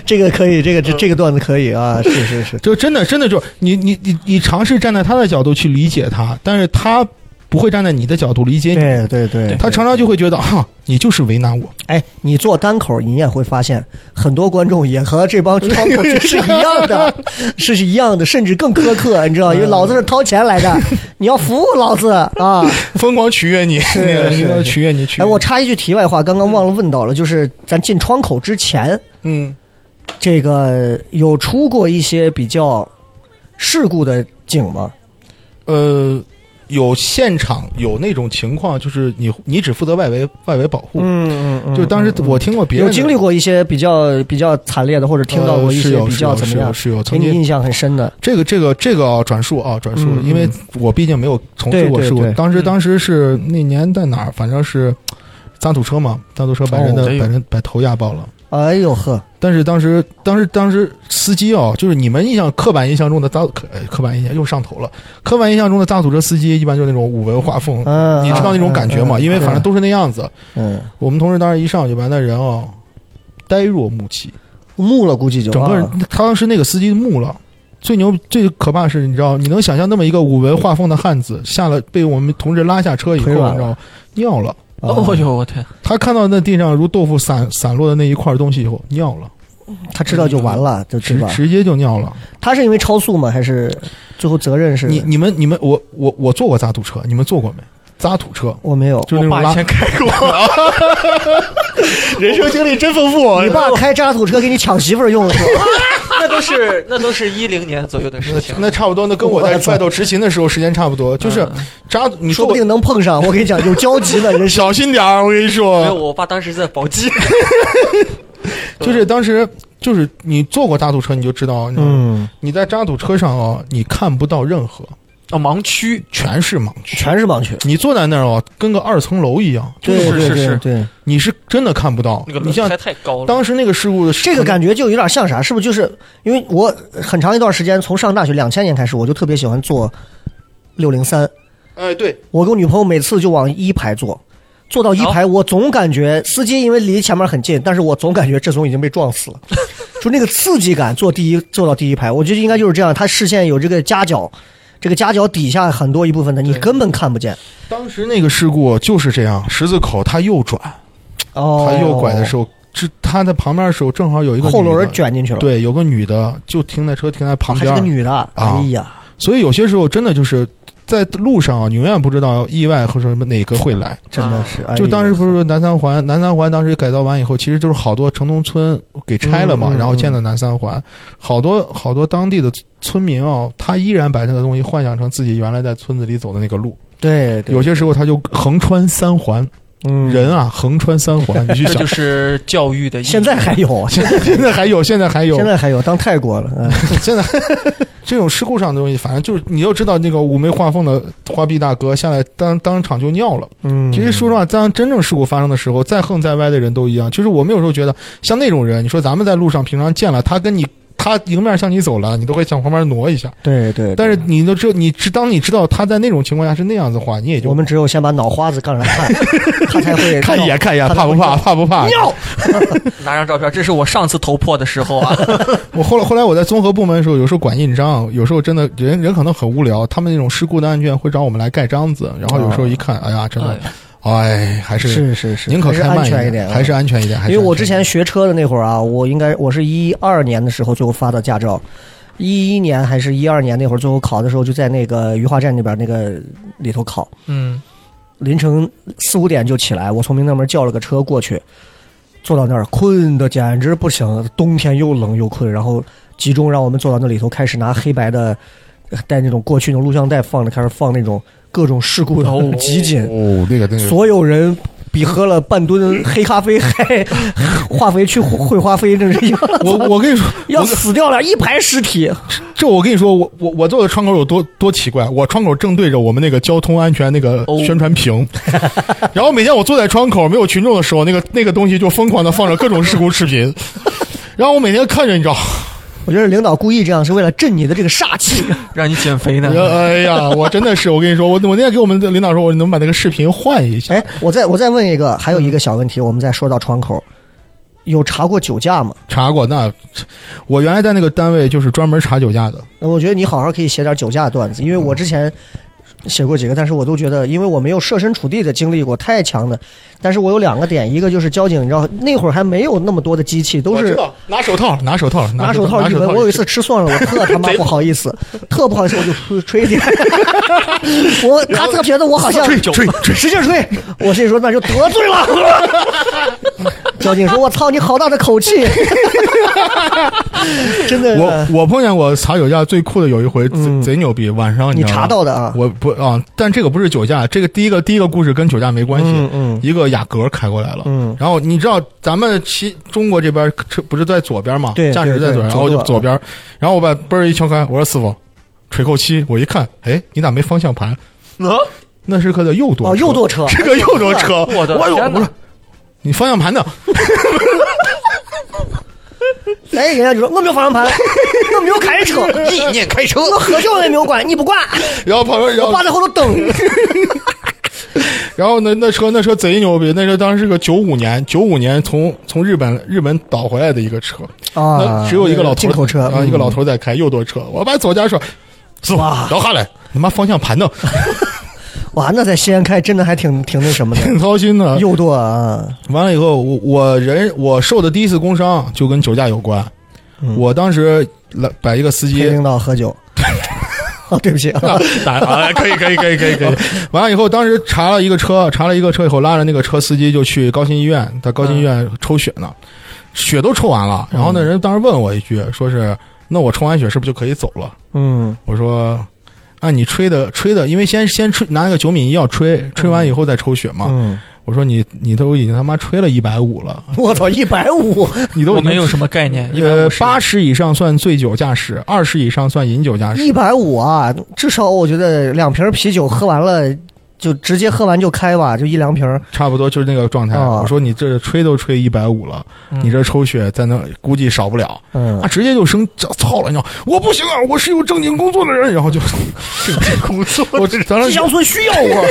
[SPEAKER 2] 这个可以，这个这这个段子可以 啊，是是是，
[SPEAKER 4] 就真的真的就你你你你尝试站在他的角度去理解他，但是他不会站在你的角度理解你，
[SPEAKER 2] 对对对，
[SPEAKER 4] 他常常就会觉得哈、你就是为难我。
[SPEAKER 2] 哎，你做单口，你也会发现很多观众也和这帮窗口是一样的， 是是一样的，甚至更苛刻，你知道，
[SPEAKER 4] 嗯
[SPEAKER 2] 因为老子是掏钱来 的，你要服务老子啊！
[SPEAKER 4] 疯狂取悦你，是
[SPEAKER 2] 是
[SPEAKER 4] 取悦你，取悦
[SPEAKER 2] 哎，
[SPEAKER 4] 你。
[SPEAKER 2] 我插一句题外话，刚刚忘了问到了，就是咱进窗口之前，
[SPEAKER 4] 嗯，
[SPEAKER 2] 这个有出过一些比较事故的景吗？
[SPEAKER 4] 呃，有现场有那种情况，就是你你只负责外围外围保护，
[SPEAKER 2] 嗯嗯嗯
[SPEAKER 4] 就当时我听过别人
[SPEAKER 2] 有
[SPEAKER 4] 的
[SPEAKER 2] 经历过一些比较比较惨烈的，或者听到过一
[SPEAKER 4] 呃是
[SPEAKER 2] 些
[SPEAKER 4] 有
[SPEAKER 2] 比较怎么样，
[SPEAKER 4] 是有是有
[SPEAKER 2] 给
[SPEAKER 4] 是有曾
[SPEAKER 2] 你
[SPEAKER 4] 经
[SPEAKER 2] 印象很深的。
[SPEAKER 4] 这个这个这个啊，转述啊，转述，
[SPEAKER 2] 嗯
[SPEAKER 4] 因为我毕竟没有从事过
[SPEAKER 2] 对对
[SPEAKER 4] 事故。
[SPEAKER 2] 对
[SPEAKER 4] 当时
[SPEAKER 3] 嗯
[SPEAKER 4] 当时是那年在哪儿，反正是三土车嘛，三土车把人的
[SPEAKER 3] 哦哎呦
[SPEAKER 4] 把人把头压爆了。
[SPEAKER 2] 哎呦呵，
[SPEAKER 4] 但是当时，当时，当时司机啊，就是你们印象刻板印象中的大刻呃刻板印象又上头了。刻板印象中的大土车司机一般就是那种五文画风，
[SPEAKER 2] 嗯，
[SPEAKER 4] 你知道那种感觉吗？
[SPEAKER 2] 嗯
[SPEAKER 4] 因为反正都是那样子。
[SPEAKER 2] 嗯
[SPEAKER 4] 我们同事当时一上去吧，那人啊，呆若木鸡，
[SPEAKER 2] 木了，估计就
[SPEAKER 4] 整个 人
[SPEAKER 2] 啊
[SPEAKER 4] 他当时那个司机木了。最牛最可怕的是，你知道，你能想象那么一个五文画风的汉子下了被我们同志拉下车以后，
[SPEAKER 2] 腿
[SPEAKER 4] 你知
[SPEAKER 2] 软了
[SPEAKER 4] 道吗尿了。
[SPEAKER 2] 啊
[SPEAKER 3] 哦呦我天，
[SPEAKER 4] 他看到那地上如豆腐散散落的那一块东西以后，尿了，
[SPEAKER 2] 他知道就完了，就知
[SPEAKER 4] 直
[SPEAKER 2] 道。
[SPEAKER 4] 直接就尿了。
[SPEAKER 2] 他是因为超速吗？还是最后责任是？
[SPEAKER 4] 你你们你们我我我坐过渣土车，你们坐过没？渣土车
[SPEAKER 2] 我没有。
[SPEAKER 4] 就
[SPEAKER 3] 我
[SPEAKER 4] 是那种
[SPEAKER 3] 爸以
[SPEAKER 4] 拉
[SPEAKER 3] 前开过，
[SPEAKER 4] 人生经历真丰富啊
[SPEAKER 2] 你爸开渣土车给你抢媳妇儿用了 是吧？
[SPEAKER 3] 那都是那都是一零年左右的事情。
[SPEAKER 4] 那差不多，那跟我在外头执勤的时候时间差不多，就是渣。你
[SPEAKER 2] 说
[SPEAKER 4] 坐
[SPEAKER 2] 不
[SPEAKER 4] 过
[SPEAKER 2] 定能碰上。我跟你讲，有交集的人是。
[SPEAKER 4] 小心点儿，我跟你
[SPEAKER 3] 没有，
[SPEAKER 4] 说，
[SPEAKER 3] 我爸当时在宝 鸡，
[SPEAKER 4] 就是当时就是你坐过渣土车你就知道，你知道吗
[SPEAKER 2] 嗯，
[SPEAKER 4] 你在渣土车上哦，你看不到任何，
[SPEAKER 3] 啊，盲区，
[SPEAKER 4] 全是盲区。
[SPEAKER 2] 全是盲区。
[SPEAKER 4] 你坐在那儿哦，跟个二层楼一样，就
[SPEAKER 2] 对
[SPEAKER 4] 是
[SPEAKER 2] 对
[SPEAKER 3] 是
[SPEAKER 2] 对
[SPEAKER 3] 是
[SPEAKER 2] 对，
[SPEAKER 4] 你是真的看不到。
[SPEAKER 3] 那个
[SPEAKER 4] 你
[SPEAKER 3] 轮
[SPEAKER 4] 像
[SPEAKER 3] 胎太高了。
[SPEAKER 4] 当时那个事故的
[SPEAKER 2] 这个感觉就有点像啥？是不是就是因为我很长一段时间，从上大学两千年开始，我就特别喜欢坐六零三。
[SPEAKER 4] 哎，对，
[SPEAKER 2] 我跟我女朋友每次就往一排坐，坐到一排，我总感觉司机因为离前面很近，但是我总感觉这总已经被撞死了，就那个刺激感，坐第一坐到第一排，我觉得应该就是这样，他视线有这个夹角。这个夹角底下很多一部分的你根本看不见，
[SPEAKER 4] 当时那个事故就是这样，十字口他右转，
[SPEAKER 2] 哦，
[SPEAKER 4] 他右拐的时候，这他在旁边的时候正好有一个
[SPEAKER 2] 后
[SPEAKER 4] 女的
[SPEAKER 2] 轮，卷进去了，
[SPEAKER 4] 对，有个女的就停在车停在旁
[SPEAKER 2] 还是
[SPEAKER 4] 边
[SPEAKER 2] 个
[SPEAKER 4] 儿，
[SPEAKER 2] 女的，哎呀，
[SPEAKER 4] 所以有些时候真的就是在路上啊，你永远不知道意外和什么哪个会来。
[SPEAKER 2] 真的是，哎呀
[SPEAKER 4] 就当时不是说南三环，南三环当时改造完以后，其实就是好多城中村给拆了嘛，
[SPEAKER 2] 嗯嗯嗯
[SPEAKER 4] 然后建的南三环，好多好多当地的村民哦，他依然把这个东西幻想成自己原来在村子里走的那个路，
[SPEAKER 2] 对，对
[SPEAKER 4] 有些时候他就横穿三环，
[SPEAKER 2] 嗯
[SPEAKER 4] 人啊横穿三环，你去
[SPEAKER 3] 这
[SPEAKER 4] 想
[SPEAKER 3] 就，是教育的意义。
[SPEAKER 2] 现在还有，
[SPEAKER 4] 现在现在还有，现在还 有
[SPEAKER 2] 现，在还有，当泰国了，嗯
[SPEAKER 4] 现在这种事故上的东西，反正就是你要知道那个五眉画凤的花臂大哥下来当当场就尿了。
[SPEAKER 2] 嗯，
[SPEAKER 4] 其实说实话，当真正事故发生的时候，再横再歪的人都一样。就是我们有时候觉得，像那种人，你说咱们在路上平常见了他跟你。他迎面向你走了，你都会向旁边挪一下。
[SPEAKER 2] 对对，
[SPEAKER 4] 但是你都知，你知当你知道他在那种情况下是那样子的话，你也
[SPEAKER 2] 我
[SPEAKER 4] 就
[SPEAKER 2] 们只有先把脑花子杠上 看，他才会
[SPEAKER 4] 看一眼看一眼，
[SPEAKER 2] 他才
[SPEAKER 4] 怕
[SPEAKER 2] 会
[SPEAKER 4] 不怕？怕不怕？
[SPEAKER 2] 尿。
[SPEAKER 3] 拿张照片，这是我上次头破的时 候啊，
[SPEAKER 4] 我后来后来我在综合部门的时候，有时候管印章，有时候真的人人可能很无聊，他们那种事故的案卷会找我们来盖章子，然后有时候一看，哎呀，真的，哎，还是
[SPEAKER 2] 是是是，
[SPEAKER 4] 宁可
[SPEAKER 2] 还是
[SPEAKER 4] 开
[SPEAKER 2] 安
[SPEAKER 4] 慢
[SPEAKER 2] 全一点，
[SPEAKER 4] 点，
[SPEAKER 2] 啊
[SPEAKER 4] 还是。安全一点。嗯还
[SPEAKER 2] 因
[SPEAKER 4] 是
[SPEAKER 2] 为我
[SPEAKER 4] 安全
[SPEAKER 2] 之前学车的那会儿啊，我应该我是一二年的时候最后发的驾照，一一年还是一二年那会儿最后考的时候，就在那个鱼化站那边那个里头考，
[SPEAKER 3] 嗯，
[SPEAKER 2] 凌晨四五点就起来，我从明德门叫了个车过去，坐到那儿困的简直不行，冬天又冷又困，然后集中让我们坐到那里头，开始拿黑白的，带那种过去那种录像带放着，开始放那种各种事故
[SPEAKER 3] 哦
[SPEAKER 2] 的集锦，
[SPEAKER 4] 哦，那个 那个，
[SPEAKER 2] 所有人比喝了半吨黑咖啡还化肥去会化肥，真 是要
[SPEAKER 4] 我我跟你说，
[SPEAKER 2] 要
[SPEAKER 4] 我
[SPEAKER 2] 死掉了，一排尸体。
[SPEAKER 4] 这我跟你说，我我我坐的窗口有多多奇怪，我窗口正对着我们那个交通安全那个
[SPEAKER 3] 哦
[SPEAKER 4] 宣传 屏，然后每天我坐在窗口没有群众的时候，那个那个东西就疯狂的放着各种事故视频，然后我每天看着，你知道，
[SPEAKER 2] 我觉得领导故意这样是为了镇你的这个煞气。
[SPEAKER 3] 让你减肥 呢
[SPEAKER 4] 我。说哎呀，我真的是，我跟你说，我我那天给我们的领导说，我能把那个视频换一下。
[SPEAKER 2] 哎，我再我再问一个，还有一
[SPEAKER 4] 嗯
[SPEAKER 2] 个小问题，我们再说到窗口，有查过酒驾吗？
[SPEAKER 4] 查过，那我原来在那个单位就是专门查酒驾的。
[SPEAKER 2] 我觉得你好好可以写点酒驾的段子，因为
[SPEAKER 4] 嗯
[SPEAKER 2] 我之前写过几个，但是我都觉得，因为我没有设身处地的经历过太强的，但是我有两个点，一个就是交警，你知道那会儿还没有那么多的机器，都
[SPEAKER 4] 我知
[SPEAKER 2] 是
[SPEAKER 4] 道拿手套，拿手套，
[SPEAKER 2] 拿手
[SPEAKER 4] 手
[SPEAKER 2] 套
[SPEAKER 4] 拿
[SPEAKER 2] 一
[SPEAKER 4] 手
[SPEAKER 2] 闻。
[SPEAKER 4] 套。
[SPEAKER 2] 我有一次吃蒜了，我特他 妈不好意思，特不好意思，我就吹吹一点， 我他特觉得我好像
[SPEAKER 4] 吹吹吹
[SPEAKER 2] 使劲吹，我心里说那就得罪 了。交警说：“我操，你好大的口气！”真的，
[SPEAKER 4] 我我碰见过查酒驾最酷的有一回，贼贼牛逼。晚上
[SPEAKER 2] 嗯你
[SPEAKER 4] 知道吗
[SPEAKER 2] 查到的啊
[SPEAKER 4] 我不啊，但这个不是酒驾，这个第一个第一个故事跟酒驾没关系。
[SPEAKER 2] 嗯嗯
[SPEAKER 4] 一个雅阁开过来了，
[SPEAKER 2] 嗯
[SPEAKER 4] 然后你知道咱们骑中国这边车不是在左边嘛，
[SPEAKER 2] 对
[SPEAKER 4] 驾驶在
[SPEAKER 2] 对对
[SPEAKER 4] 左边，然后
[SPEAKER 2] 左
[SPEAKER 4] 我
[SPEAKER 2] 嗯
[SPEAKER 4] 就
[SPEAKER 2] 舵
[SPEAKER 4] 左边，然后我把嘣儿一敲开，我说师傅，吹扣漆，我一看，哎，你咋没方向盘？呃
[SPEAKER 3] 啊
[SPEAKER 4] 那是个的右舵
[SPEAKER 2] 哦，
[SPEAKER 4] 车
[SPEAKER 2] 右舵车，
[SPEAKER 4] 是个右舵车，
[SPEAKER 3] 我的
[SPEAKER 4] 我
[SPEAKER 3] 天哪
[SPEAKER 4] 哎我说你方向盘呢？
[SPEAKER 2] 哎，人家就说我没有方向盘，我没有开车，
[SPEAKER 3] 意念开车，
[SPEAKER 2] 我喝酒我也没有管，你不管，
[SPEAKER 4] 然后旁边，然
[SPEAKER 2] 我
[SPEAKER 4] 后
[SPEAKER 2] 爸在后头等。
[SPEAKER 4] 然后呢，那车那车贼牛逼，那车当时是个九五年，九五年从从日本日本倒回来的一个车，啊那只有一个老头
[SPEAKER 2] 啊进口车嗯
[SPEAKER 4] 啊，一个老头在开右舵车，我把左家 说，师傅
[SPEAKER 2] 哇
[SPEAKER 4] 摇下来，你妈方向 盘呢？嗯
[SPEAKER 2] 哇，那在西安开真的还挺挺那什么的，
[SPEAKER 4] 挺操心的。
[SPEAKER 2] 右舵啊，
[SPEAKER 4] 完了以后，我我人我受的第一次工伤就跟酒驾有关，我当时来把一个司
[SPEAKER 2] 嗯陪
[SPEAKER 4] 机
[SPEAKER 2] 领导喝 酒。哦，对不起啊，
[SPEAKER 4] 打啊，可以可以可以可以可以。完了以后，当时查了一个车，查了一个车以后，拉着那个车司机就去高新医院，在高新医院抽血呢，血都抽完了。然后呢，人当时问我一句，说是那我抽完血是不是就可以走了？
[SPEAKER 2] 嗯，
[SPEAKER 4] 我说。按你吹的吹的，因为先先吹拿那个九敏仪药吹，吹完以后再抽血嘛。
[SPEAKER 2] 嗯
[SPEAKER 4] 我说你你都已经他妈吹了一百五了，
[SPEAKER 2] 我操，一百五，
[SPEAKER 4] 你都
[SPEAKER 3] 我
[SPEAKER 4] 已经
[SPEAKER 3] 没有什么概念。
[SPEAKER 4] 呃
[SPEAKER 3] 150
[SPEAKER 4] 八十以上算醉酒驾驶，二十以上算饮酒驾驶。
[SPEAKER 2] 一百五啊，至少我觉得两瓶啤酒喝完了就直接喝完就开吧，就一两瓶儿。
[SPEAKER 4] 差不多就是那个状态。
[SPEAKER 2] 啊
[SPEAKER 4] 我说你这吹都吹一百五了，你这抽血在那估计少不了，
[SPEAKER 2] 嗯
[SPEAKER 4] 啊，，直接就生这操了，你知道我不行啊，我是有正经工作的人，然后就 正经工作，我这当
[SPEAKER 2] 吉
[SPEAKER 4] 时
[SPEAKER 2] 祥村需要我，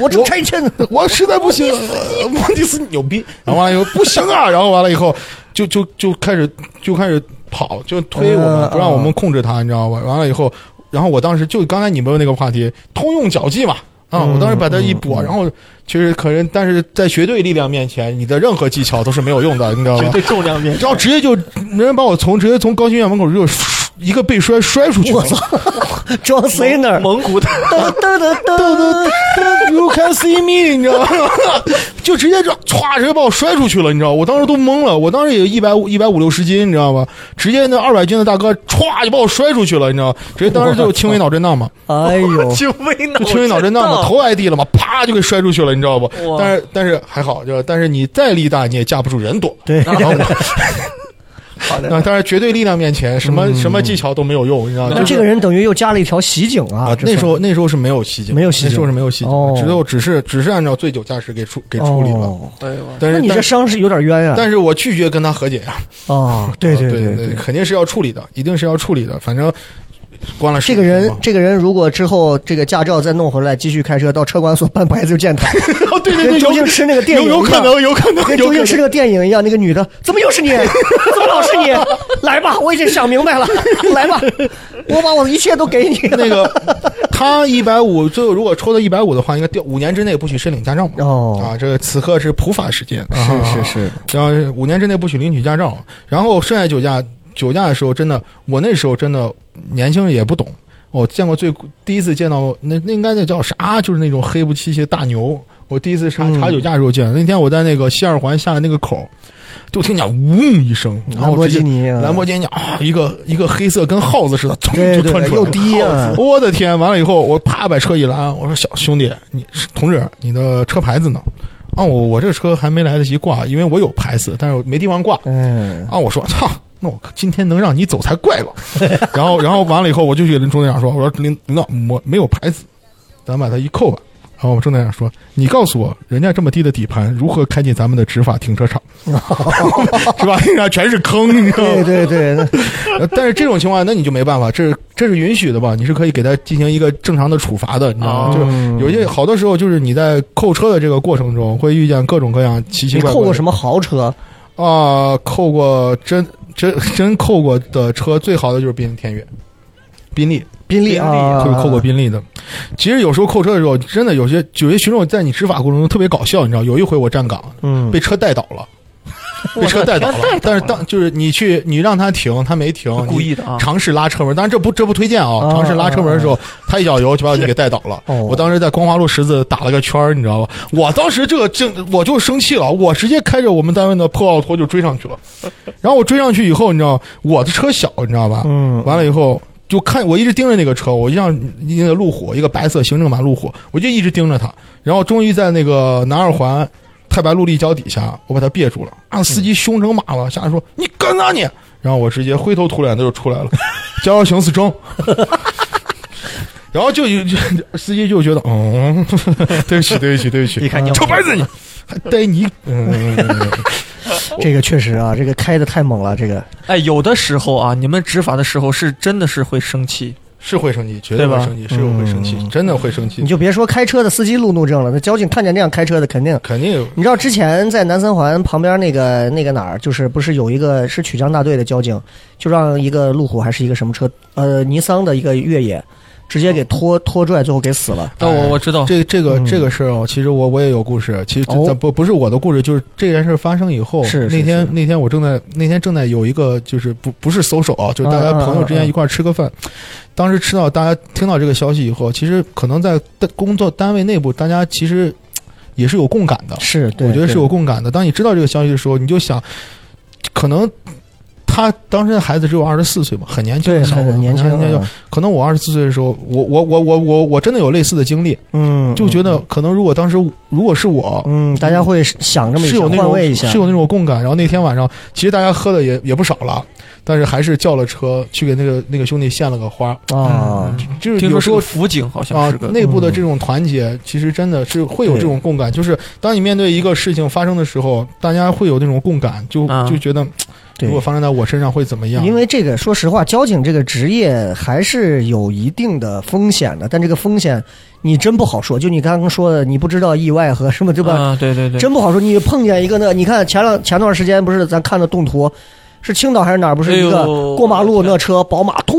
[SPEAKER 2] 我正拆迁呢。
[SPEAKER 4] 我实在不行，呃莫迪斯牛逼，然后完了以后不行 啊，然后完了以后就就就开始就开始跑，就推我
[SPEAKER 2] 嗯
[SPEAKER 4] 们，
[SPEAKER 2] 嗯
[SPEAKER 4] 不让我们控制他，你知道吧？完了以后，然后我当时就刚才你们问那个话题，通用脚技嘛。啊！
[SPEAKER 3] 嗯
[SPEAKER 4] 我当时把它一拨，然后其实可能，但是在绝对力量面前，你的任何技巧都是没有用的，你知道吧？
[SPEAKER 3] 重量面
[SPEAKER 4] 然后直接就人把我从直接从高新医院门口就 一个背摔摔出去了。
[SPEAKER 2] 装 C 那儿，
[SPEAKER 3] 蒙古的，
[SPEAKER 2] 噔噔 噔噔
[SPEAKER 4] You can see me，你知道吗？ 就直接就歘，直接把我摔出去了，你知道？我当时都懵了，我当时也一百五一百五六十斤，你知道吧？直接那二百斤的大哥歘就把我摔出去了，你知道？直接当时就轻微脑震荡嘛，
[SPEAKER 2] 噔，哎呦，
[SPEAKER 3] 轻微脑
[SPEAKER 4] 轻微脑震荡嘛，头挨地了嘛，啪就给摔出去了，你知道不
[SPEAKER 3] 哇？
[SPEAKER 4] 但是但是还好，就是但是你再力大你也架不住人多。
[SPEAKER 2] 对，
[SPEAKER 4] 然后那当然，绝对力量面前，什么什么技巧都没有用，你知道吗？
[SPEAKER 2] 嗯那
[SPEAKER 4] 就是
[SPEAKER 2] 这个人等于又加了一条袭警啊！这
[SPEAKER 4] 那
[SPEAKER 2] 算
[SPEAKER 4] 时候那时候是没有袭警，
[SPEAKER 2] 没有袭警
[SPEAKER 4] 那时候是没有袭警的，
[SPEAKER 2] 哦
[SPEAKER 4] 只有只是只是按照醉酒驾驶给处给处理了。
[SPEAKER 2] 哦
[SPEAKER 3] 哎呦我
[SPEAKER 4] 但
[SPEAKER 2] 那
[SPEAKER 4] 是
[SPEAKER 2] 你这
[SPEAKER 4] 但是
[SPEAKER 2] 伤是有点冤啊！
[SPEAKER 4] 但是我拒绝跟他和解呀、啊
[SPEAKER 2] 哦， 对
[SPEAKER 4] 对
[SPEAKER 2] 对
[SPEAKER 4] 对，肯定是要处理的，一定是要处理的。反正关了
[SPEAKER 2] 这个人，这个人如果之后这个驾照再弄回来，继续开车到车管所办牌子就见他，
[SPEAKER 4] 哦，对对
[SPEAKER 2] 跟
[SPEAKER 4] 对，
[SPEAKER 2] 周星
[SPEAKER 4] 有
[SPEAKER 2] 驰那个电影
[SPEAKER 4] 有有可能， 有可能，
[SPEAKER 2] 跟
[SPEAKER 4] 有
[SPEAKER 2] 周
[SPEAKER 4] 可
[SPEAKER 2] 星
[SPEAKER 4] 能
[SPEAKER 2] 驰那个电影一样，那个女的怎么又 是你？怎么老是你？来吧，我已经想明白了，来吧，我把我的一切都给你。
[SPEAKER 4] 那个他一百五，最后如果抽到一百五的话，应该掉五年之内不许申领驾照嘛。
[SPEAKER 2] 哦啊
[SPEAKER 4] 啊，这个此刻是普法时间，
[SPEAKER 2] 是是是，
[SPEAKER 4] 然后是五年之内不许领取驾照。然后剩下酒驾，酒驾的时候真的，我那时候真的年轻人也不懂。我见过最第一次见到那那应该那叫啥，就是那种黑不漆漆的大牛。我第一次查查酒驾的时候见的，那天我在那个西二环下的那个口，就听见嗡一声，然后
[SPEAKER 2] 兰博
[SPEAKER 4] 直接
[SPEAKER 2] 基尼啊
[SPEAKER 4] 兰博基尼啊， 一个一个黑色跟耗子似的，噌
[SPEAKER 2] 对
[SPEAKER 4] 就
[SPEAKER 2] 对
[SPEAKER 4] 窜
[SPEAKER 2] 对，
[SPEAKER 4] 出来
[SPEAKER 2] 又
[SPEAKER 4] 了。
[SPEAKER 2] 低啊！
[SPEAKER 4] 我的天！完了以后，我啪把车一拦，我说：“小兄弟，你同志，你的车牌子呢？”啊，我我这车还没来得及挂，因为我有牌子，但是我没地方挂。
[SPEAKER 2] 嗯，
[SPEAKER 4] 啊，我说：“操，那我今天能让你走才怪了。” 然后，然后完了以后，我就去跟中队长说：“我说领领导，我没有牌子，咱把它一扣吧。”然后我们正在那说，你告诉我，人家这么低的底盘如何开进咱们的执法停车场？ 执法停车场全是坑，你知道
[SPEAKER 2] 对
[SPEAKER 4] 吗？
[SPEAKER 2] 对对，那
[SPEAKER 4] 呃但 是这种情况，那你就没办法，这是这是允许的吧？你是可以给他进行一个正常的处罚的，你知道吗？
[SPEAKER 2] 哦嗯
[SPEAKER 4] 就是有些好多时候，就是你在扣车的这个过程中，会遇见各种各样奇奇
[SPEAKER 2] 你
[SPEAKER 4] 怪怪的。
[SPEAKER 2] 扣过什么豪车？
[SPEAKER 4] 啊、扣过真真真扣过的车，最好的就是宾天越、宾利，
[SPEAKER 2] 宾利啊，
[SPEAKER 4] 就是扣过宾利的。其实有时候扣车的时候，真的有些有些群众在你执法过程中特别搞笑，你知道？有一回我站岗，
[SPEAKER 2] 嗯，
[SPEAKER 4] 被车带倒了。被车带倒了，但是当就是你去你让他停，他没停，
[SPEAKER 3] 故意的啊
[SPEAKER 4] 你尝试拉车门，当然这不这不推荐啊。
[SPEAKER 2] 啊
[SPEAKER 4] 尝试拉车门的时候，他一脚油就把你给带倒了。
[SPEAKER 2] 哦
[SPEAKER 4] 我当时在光华路十字打了个圈儿，你知道吧？我当时这个正我就生气了，我直接开着我们单位的破奥拓就追上去了。然后我追上去以后，你知道我的车小，你知道吧？
[SPEAKER 2] 嗯
[SPEAKER 4] 完了以后就看我一直盯着那个车，我就像那个路虎，一个白色行政版路虎，我就一直盯着它。然后终于在那个南二环太白路立交底下，我把它别住了。啊，司机凶成马了，下来说：“你干啥你？”然后我直接灰头土脸的就出来了，交通行驶证。 然后就有就司机就觉得，嗯， 对不起，对不起，对不起，
[SPEAKER 3] 一看你
[SPEAKER 2] 嗯
[SPEAKER 4] 臭白子你，还带你，嗯，
[SPEAKER 2] 这个确实啊，这个开的太猛了，这个
[SPEAKER 3] 哎，有的时候啊，你们执法的时候是真的是会生气，
[SPEAKER 4] 是会生气，绝对
[SPEAKER 3] 对
[SPEAKER 4] 会
[SPEAKER 3] 吧嗯
[SPEAKER 4] 生气，是会生气，真的会生气
[SPEAKER 2] 你，就别说开车的司机路怒症了，那交警看见那样开车的肯定。
[SPEAKER 4] 肯定有。
[SPEAKER 2] 你知道之前在南三环旁边那个那个哪儿，就是不是有一个是曲江大队的交警，就让一个路虎还是一个什么车，呃，尼桑的一个越野，直接给拖拖拽，最后给死了。
[SPEAKER 3] 但我我知道，
[SPEAKER 4] 这这个这个事儿哦，其实我我也有故事。其实
[SPEAKER 2] 嗯哦
[SPEAKER 4] 咱不不是我的故事，就是这件事发生以后，
[SPEAKER 2] 是是
[SPEAKER 4] 那天
[SPEAKER 2] 是
[SPEAKER 4] 那天我正在那天正在有一个就是不不是搜手啊，就是大家
[SPEAKER 2] 嗯嗯
[SPEAKER 4] 朋友之
[SPEAKER 2] 嗯
[SPEAKER 4] 间
[SPEAKER 2] 嗯
[SPEAKER 4] 一块儿吃个饭。当时吃到大家听到这个消息以后，其实可能在单工作单位内部，大家其实也是有共感的。
[SPEAKER 2] 是，对
[SPEAKER 4] 我觉得是有
[SPEAKER 2] 对
[SPEAKER 4] 共感的。当你知道这个消息的时候，你就想，可能他当时的孩子只有二十四岁嘛，很年轻
[SPEAKER 2] 对
[SPEAKER 4] 的小伙子，
[SPEAKER 2] 很年轻
[SPEAKER 4] 很就
[SPEAKER 2] 啊，
[SPEAKER 4] 可能我二十四岁的时候，我我我我我我真的有类似的经历。
[SPEAKER 2] 嗯，
[SPEAKER 4] 就觉得可能如果当时如果是我，
[SPEAKER 2] 嗯，大家会想这么一
[SPEAKER 4] 是
[SPEAKER 2] 下
[SPEAKER 4] 有那
[SPEAKER 2] 换
[SPEAKER 4] 种
[SPEAKER 2] 位一下，
[SPEAKER 4] 是有那种共感。然后那天晚上，其实大家喝的也也不少了，但是还是叫了车去给那个那个兄弟献了个花。
[SPEAKER 2] 啊，
[SPEAKER 4] 就是
[SPEAKER 3] 嗯听说
[SPEAKER 4] 有时
[SPEAKER 3] 是
[SPEAKER 4] 候
[SPEAKER 3] 个辅警，好像
[SPEAKER 4] 啊
[SPEAKER 3] 是个，
[SPEAKER 4] 内部的这种团结，其实真的是会有这种共感。就是当你面对一个事情发生的时候，大家会有那种共感，就
[SPEAKER 3] 啊
[SPEAKER 4] 就觉得
[SPEAKER 2] 对
[SPEAKER 4] 如果。发生在我身上会怎么样？
[SPEAKER 2] 因为这个，说实话，交警这个职业还是有一定的风险的，但这个风险你真不好说。就你刚刚说的，你不知道意外和什么，对吧？
[SPEAKER 3] 啊，对对对，
[SPEAKER 2] 真不好说。你碰见一个那，你看前两前段时间不是咱看的动图，是青岛还是哪儿？不是一个
[SPEAKER 3] 哎呦
[SPEAKER 2] 过马路那车宝马通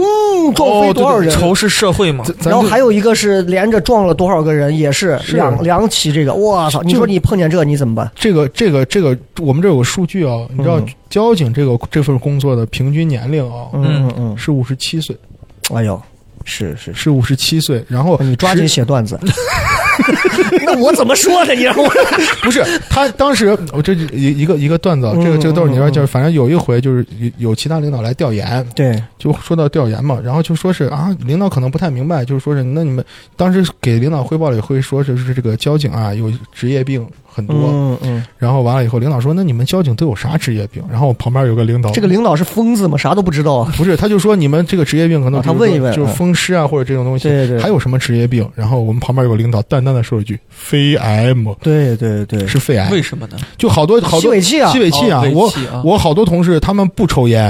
[SPEAKER 2] 撞飞
[SPEAKER 4] 哦对
[SPEAKER 2] 多少人？
[SPEAKER 3] 仇视社会嘛，
[SPEAKER 4] 咱咱
[SPEAKER 2] 然后
[SPEAKER 4] 就
[SPEAKER 2] 还有一个是连着撞了多少个人，也是
[SPEAKER 4] 是
[SPEAKER 2] 两两起这个，我操！你
[SPEAKER 4] 就
[SPEAKER 2] 说你碰见这你怎么办？
[SPEAKER 4] 这个这个这个，我们这有个数据啊，你知道
[SPEAKER 2] 嗯
[SPEAKER 4] 交警这个这份工作的平均年龄啊
[SPEAKER 2] 嗯嗯
[SPEAKER 4] 是五十七岁，
[SPEAKER 2] 嗯，哎呦，是是是，
[SPEAKER 4] 是五十七岁。然后
[SPEAKER 2] 哦你抓紧
[SPEAKER 4] 哦是
[SPEAKER 2] 写段 子。那我怎么说呢？你让我
[SPEAKER 4] 不是他当时我这一一个一个段子啊，这个这个都是你
[SPEAKER 2] 嗯
[SPEAKER 4] 要
[SPEAKER 2] 嗯
[SPEAKER 4] 叫，反正有一回就是有有其他领导来调研，
[SPEAKER 2] 对，
[SPEAKER 4] 就说到调研嘛，然后就说是啊，领导可能不太明白，就是说是那你们当时给领导汇报了也会说就是这个交警啊有职业病很多，
[SPEAKER 2] 嗯嗯，
[SPEAKER 4] 然后完了以后领导说那你们交警都有啥职业病？然后我旁边有个领导，
[SPEAKER 2] 这个领导是疯子吗？啥都不知道啊？
[SPEAKER 4] 不是他就说你们这个职业病可能
[SPEAKER 2] 啊他
[SPEAKER 4] 比如
[SPEAKER 2] 问
[SPEAKER 4] 说
[SPEAKER 2] 一问
[SPEAKER 4] 就是
[SPEAKER 2] 嗯
[SPEAKER 4] 风湿啊或者这种东西，
[SPEAKER 2] 对对
[SPEAKER 4] 还有什么职业病？然后我们旁边有个领导淡淡的说一句肺癌嘛，
[SPEAKER 2] 对对对，
[SPEAKER 4] 是肺癌
[SPEAKER 3] 为，什么呢？
[SPEAKER 4] 就好多好多
[SPEAKER 2] 吸尾气啊
[SPEAKER 4] 吸尾气
[SPEAKER 3] 哦
[SPEAKER 4] 啊，
[SPEAKER 3] 尾
[SPEAKER 4] 我
[SPEAKER 3] 气啊
[SPEAKER 4] 我好多同事他们不抽烟，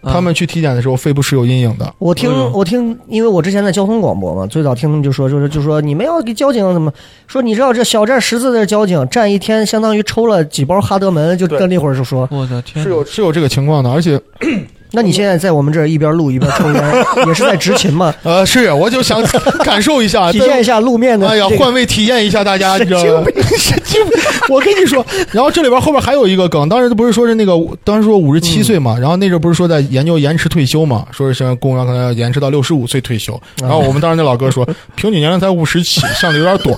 [SPEAKER 3] 啊
[SPEAKER 4] 他们去体检的时候肺部是有阴影的。
[SPEAKER 2] 我听
[SPEAKER 3] 哎呦
[SPEAKER 2] 我听，因为我之前在交通广播嘛，最早听他们就说，就是就说你们要给交警怎么说？你知道这小站十字的交警站一天，相当于抽了几包哈德门，就
[SPEAKER 4] 对
[SPEAKER 2] 那会儿就说，
[SPEAKER 3] 我的天
[SPEAKER 4] 是
[SPEAKER 3] 哪，
[SPEAKER 4] 有是有这个情况的，而且
[SPEAKER 2] 那你现在在我们这儿一边录一边抽 烟，也是在执勤嘛，
[SPEAKER 4] 呃，是我就想 感受一下，
[SPEAKER 2] 体现一
[SPEAKER 4] 下。
[SPEAKER 2] 下路面的
[SPEAKER 4] 啊哎呀，
[SPEAKER 2] 这个
[SPEAKER 4] 换位体验一下大家，你知道吗？神经病！我跟你说， 然后这里边后边还有一个梗，当时不是说是那个，当时说五十七岁嘛，然后那阵不是说在研究延迟退休嘛，说是现在公务员可能要延嗯 迟到六十五岁退休，然后我们当时那老哥说，平均年龄才五十起，像的有点多。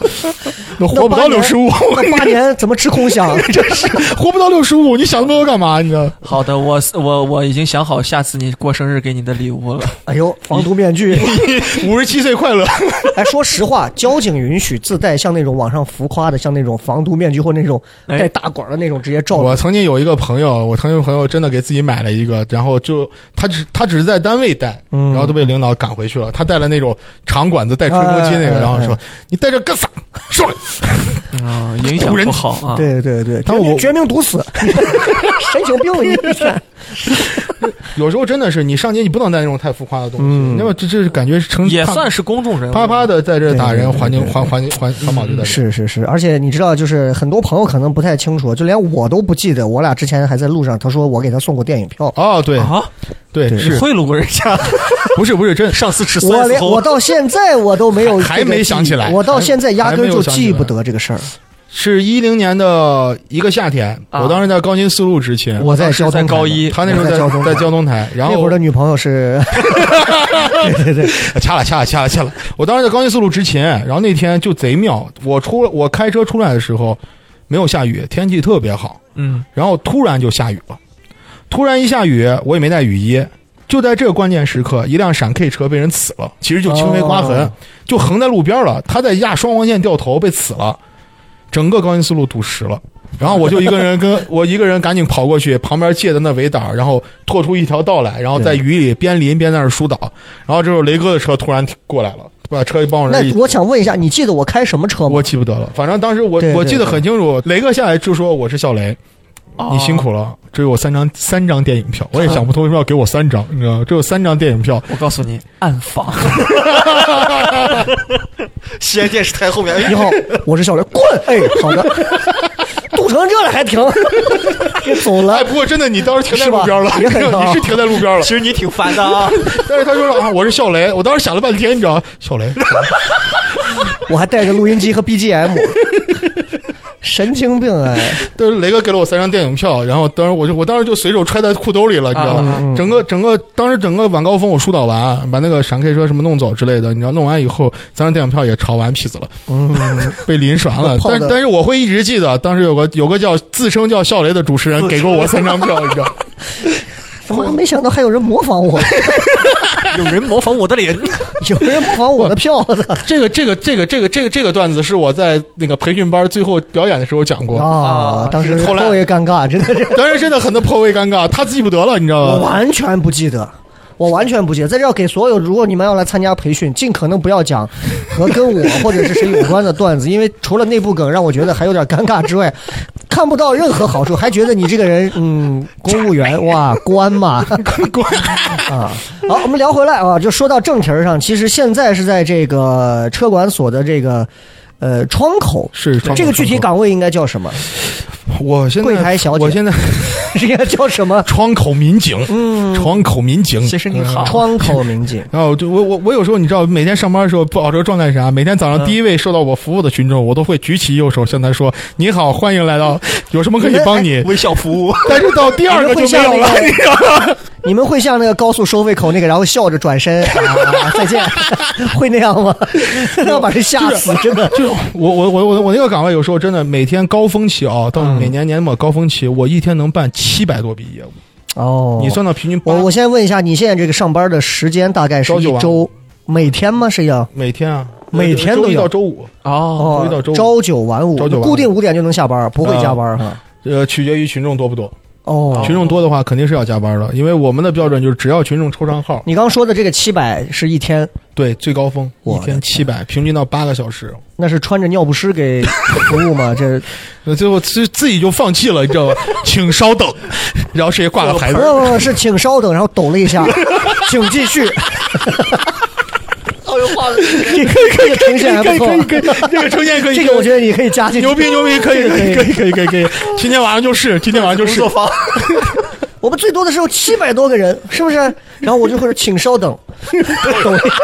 [SPEAKER 4] 活不到六十 五，
[SPEAKER 2] 那八年怎么吃空饷？
[SPEAKER 4] 真是活不到六十五，你想那么多干嘛？你知道？
[SPEAKER 5] 好的，我我我已经想好下次你过生日给你的礼物了。
[SPEAKER 2] 哎呦，防毒面具！
[SPEAKER 4] 五十七岁快乐，
[SPEAKER 2] 哎，说实话，交警允许自带像那种网上浮夸的，像那种防毒面具或那种带大管的那种，直接照。
[SPEAKER 4] 哎我曾经有一个朋友，我曾经有朋友真的给自己买了一个，然后就他只他只是在单位戴，
[SPEAKER 2] 嗯
[SPEAKER 4] 然后都被领导赶回去了。他戴了那种长管子带吹风机那
[SPEAKER 2] 哎哎
[SPEAKER 4] 个，
[SPEAKER 2] 哎
[SPEAKER 4] 然后说：“你戴这干啥？”说
[SPEAKER 5] 啊、影响不好啊。
[SPEAKER 2] 对对对，
[SPEAKER 4] 但
[SPEAKER 2] 绝命
[SPEAKER 4] 我
[SPEAKER 2] 绝命毒 死，神经病一天。
[SPEAKER 4] 有时候真的是你上街你不能戴那种太浮夸的东西
[SPEAKER 2] 嗯，
[SPEAKER 4] 那么这这是感觉是成
[SPEAKER 5] 也算是公众人物，
[SPEAKER 4] 啪
[SPEAKER 3] 啊
[SPEAKER 4] 啪的在这打人，
[SPEAKER 2] 对对对
[SPEAKER 4] 环境
[SPEAKER 2] 对
[SPEAKER 4] 环环环环保就在这。
[SPEAKER 2] 是是是，而且你知道，就是很多朋友可能不太清楚，就连我都不记得，我俩之前还在路上，他说我给他送过电影 票，
[SPEAKER 4] 哦，对
[SPEAKER 5] 啊，
[SPEAKER 4] 对
[SPEAKER 2] 对
[SPEAKER 4] 是，
[SPEAKER 5] 贿赂过人 家，
[SPEAKER 4] 不是不是真
[SPEAKER 5] 上次吃
[SPEAKER 2] 我
[SPEAKER 5] 酸
[SPEAKER 2] 连
[SPEAKER 5] 死
[SPEAKER 2] 我
[SPEAKER 5] 后，
[SPEAKER 2] 到现在我都没有
[SPEAKER 4] 还
[SPEAKER 2] 这个
[SPEAKER 4] 没想
[SPEAKER 2] 记忆
[SPEAKER 4] 起来
[SPEAKER 2] 我到
[SPEAKER 4] 还
[SPEAKER 2] 现在压
[SPEAKER 4] 还
[SPEAKER 2] 根儿
[SPEAKER 4] 没
[SPEAKER 2] 就
[SPEAKER 4] 有想
[SPEAKER 2] 记
[SPEAKER 4] 起
[SPEAKER 2] 不
[SPEAKER 4] 来
[SPEAKER 2] 得这个事 儿。
[SPEAKER 4] 是一零年的一个夏天，
[SPEAKER 5] 啊
[SPEAKER 4] 我当时在高新四路执勤，
[SPEAKER 2] 我在交
[SPEAKER 5] 在
[SPEAKER 2] 通
[SPEAKER 5] 高
[SPEAKER 2] 台
[SPEAKER 5] 一
[SPEAKER 4] 他那时 候
[SPEAKER 2] 我在交通
[SPEAKER 4] 在交通台，然后
[SPEAKER 2] 那会儿的女朋友是，对对对，
[SPEAKER 4] 掐了掐了掐了掐了。我当时在高新四路执勤，然后那天就贼妙，我出我开车出来的时候没有下雨，天气特别好，
[SPEAKER 5] 嗯，
[SPEAKER 4] 然后突然就下雨了，突然一下雨我也没带雨衣。就在这个关键时刻，一辆闪 K 车被人刺了，其实就轻微刮痕，
[SPEAKER 2] 哦
[SPEAKER 4] 就横在路边了。他在压双黄线掉头被刺了，整个高新四路堵实了。然后我就一个人 跟我一个人赶紧跑过去，旁边借的那围挡，然后拓出一条道来，然后在雨里边淋边在那儿疏导。然后这时候雷哥的车突然过来了，把车帮我这一
[SPEAKER 2] 那我想问一下，你记得我开什么车吗
[SPEAKER 4] 我？记不得了，反正当时我
[SPEAKER 2] 哦对对
[SPEAKER 4] 我记得很清楚，雷哥下来就说我是小雷，你辛苦了，只有三张三张电影票，我也想不通为什么要给我三张，你知道吗，只有三张电影票，
[SPEAKER 5] 我告诉你，暗 访，
[SPEAKER 3] 西安电视台后面，哎
[SPEAKER 2] 你 好，我是小雷，滚！哎，好的，堵成这了还 停，别走了
[SPEAKER 4] 哎，。不过真的你当时停在路边
[SPEAKER 2] 是
[SPEAKER 4] 了，
[SPEAKER 2] 吧
[SPEAKER 4] 你
[SPEAKER 2] 也很高
[SPEAKER 4] 是停在路边了
[SPEAKER 3] 其，实你挺烦的啊。
[SPEAKER 4] 但是他说啊我是小雷，我当时想了半天，你知道吗，小雷，
[SPEAKER 2] 我还带着录音机和 BGM，神经病哎！。
[SPEAKER 4] 但是雷哥给了我三张电影票，然后当时我就我当时就随手揣在裤兜里了，你知道吗？整个整个当时整个晚高峰我疏导完，把那个闪 K 车什么弄走之类的，你知道弄完以后，三张电影票也潮完痞子了，被淋爽 了
[SPEAKER 2] 泡
[SPEAKER 4] 但
[SPEAKER 2] 的
[SPEAKER 4] 是但是我会一直记得，当时有个有个叫自称叫笑雷的主持人给过我三张票，你 知道吗。
[SPEAKER 2] 怎么没想到还有人模仿我，
[SPEAKER 5] 有人模仿我的脸，
[SPEAKER 2] 有人模仿我的票的
[SPEAKER 4] 这个这个这个这个这个这个段子是我在那个培训班最后表演的时候讲过，
[SPEAKER 2] 啊！当时
[SPEAKER 4] 后来
[SPEAKER 2] 颇为尴尬，真的是，
[SPEAKER 4] 当时真的很多颇为尴尬，他记不得了，你知道
[SPEAKER 2] 我
[SPEAKER 4] 吗？
[SPEAKER 2] 完全不记得。我完全不记得，在这儿给所有，如果你们要来参加培训，尽可能不要讲和跟我或者是谁有关的段子，因 为除了内部梗让我觉得还有点尴尬之外，看不到任何好处，还觉得你这个人，嗯，公务员哇，官嘛，啊，好，我们聊回来啊，就说到正题儿上。其实现在是在这个呃车管所的这个呃窗口，
[SPEAKER 4] 是
[SPEAKER 2] 这个具体，岗位应该叫什么？
[SPEAKER 4] 我现在
[SPEAKER 2] 柜台小姐
[SPEAKER 4] 我现在
[SPEAKER 2] 应该叫什么？
[SPEAKER 4] 窗口 民警，嗯，窗口民警。
[SPEAKER 5] 先生您好，
[SPEAKER 2] 窗口民警。
[SPEAKER 4] 然后就我我我有时候你知道，每天上班的时候不好这个状态是啥？每天
[SPEAKER 2] 嗯
[SPEAKER 4] 早上第一位受到我服务的群众，我都会举起右手向他说：“你好，欢迎来到，有什么可以帮
[SPEAKER 2] 哎
[SPEAKER 4] 你
[SPEAKER 3] 微笑服务，？”
[SPEAKER 4] 但是到第二个就没有了，你知道吗？
[SPEAKER 2] 你们会像那个高速收费口那个，然后笑着转身啊，再见， 会那样吗？ 那要把人吓死，真的。
[SPEAKER 4] 就是我我我我我那个岗位有时候真的每天高峰期啊，到每年年末高峰期，我一天能办七百多笔业务，
[SPEAKER 2] 哦，
[SPEAKER 4] 你算到平均八
[SPEAKER 2] 我我先问一下，你现在这个上班的时间大概是
[SPEAKER 4] 朝九
[SPEAKER 2] 一
[SPEAKER 4] 晚
[SPEAKER 2] 周每天吗？是要
[SPEAKER 4] 每天啊，
[SPEAKER 2] 每天都有
[SPEAKER 4] 周一到周五，
[SPEAKER 5] 哦，
[SPEAKER 2] 哦
[SPEAKER 4] 周一到周五
[SPEAKER 2] 朝九晚五，
[SPEAKER 4] 朝九晚五啊
[SPEAKER 2] 固定五点就能下班，不会加班哈。
[SPEAKER 4] 呃，取决于群众多不多，
[SPEAKER 2] 哦，
[SPEAKER 4] 群众多的话肯定是要加班的，因为我们的标准就是只要群众抽上号，
[SPEAKER 2] 你刚说的这个七百是一天，
[SPEAKER 4] 对，最高峰一
[SPEAKER 2] 我的
[SPEAKER 4] 天七百，平均到八个小时，
[SPEAKER 2] 那是穿着尿不湿给服务吗？这
[SPEAKER 4] 那最后自自己就放弃了，你知 道吧？请稍等，然后直接挂个牌
[SPEAKER 2] 哎不
[SPEAKER 4] 子。
[SPEAKER 2] 不 不是，请稍等，然后抖了一下，请继续。
[SPEAKER 3] 好有画面。
[SPEAKER 2] 这个这个呈现还
[SPEAKER 4] 可
[SPEAKER 2] 不
[SPEAKER 4] 以
[SPEAKER 2] 错
[SPEAKER 4] 可，以可以，这个中间可以。
[SPEAKER 2] 这个我觉得你可以加进去。
[SPEAKER 4] 牛逼牛逼，可以
[SPEAKER 2] 这个可
[SPEAKER 4] 可
[SPEAKER 2] 以
[SPEAKER 4] 以可以可以可 以可以。今天晚上就是，今天晚上就是。
[SPEAKER 3] 作坊，
[SPEAKER 2] 我们最多的时候七百多个人，是不是？然后我就会说，请稍等， 抖了一下。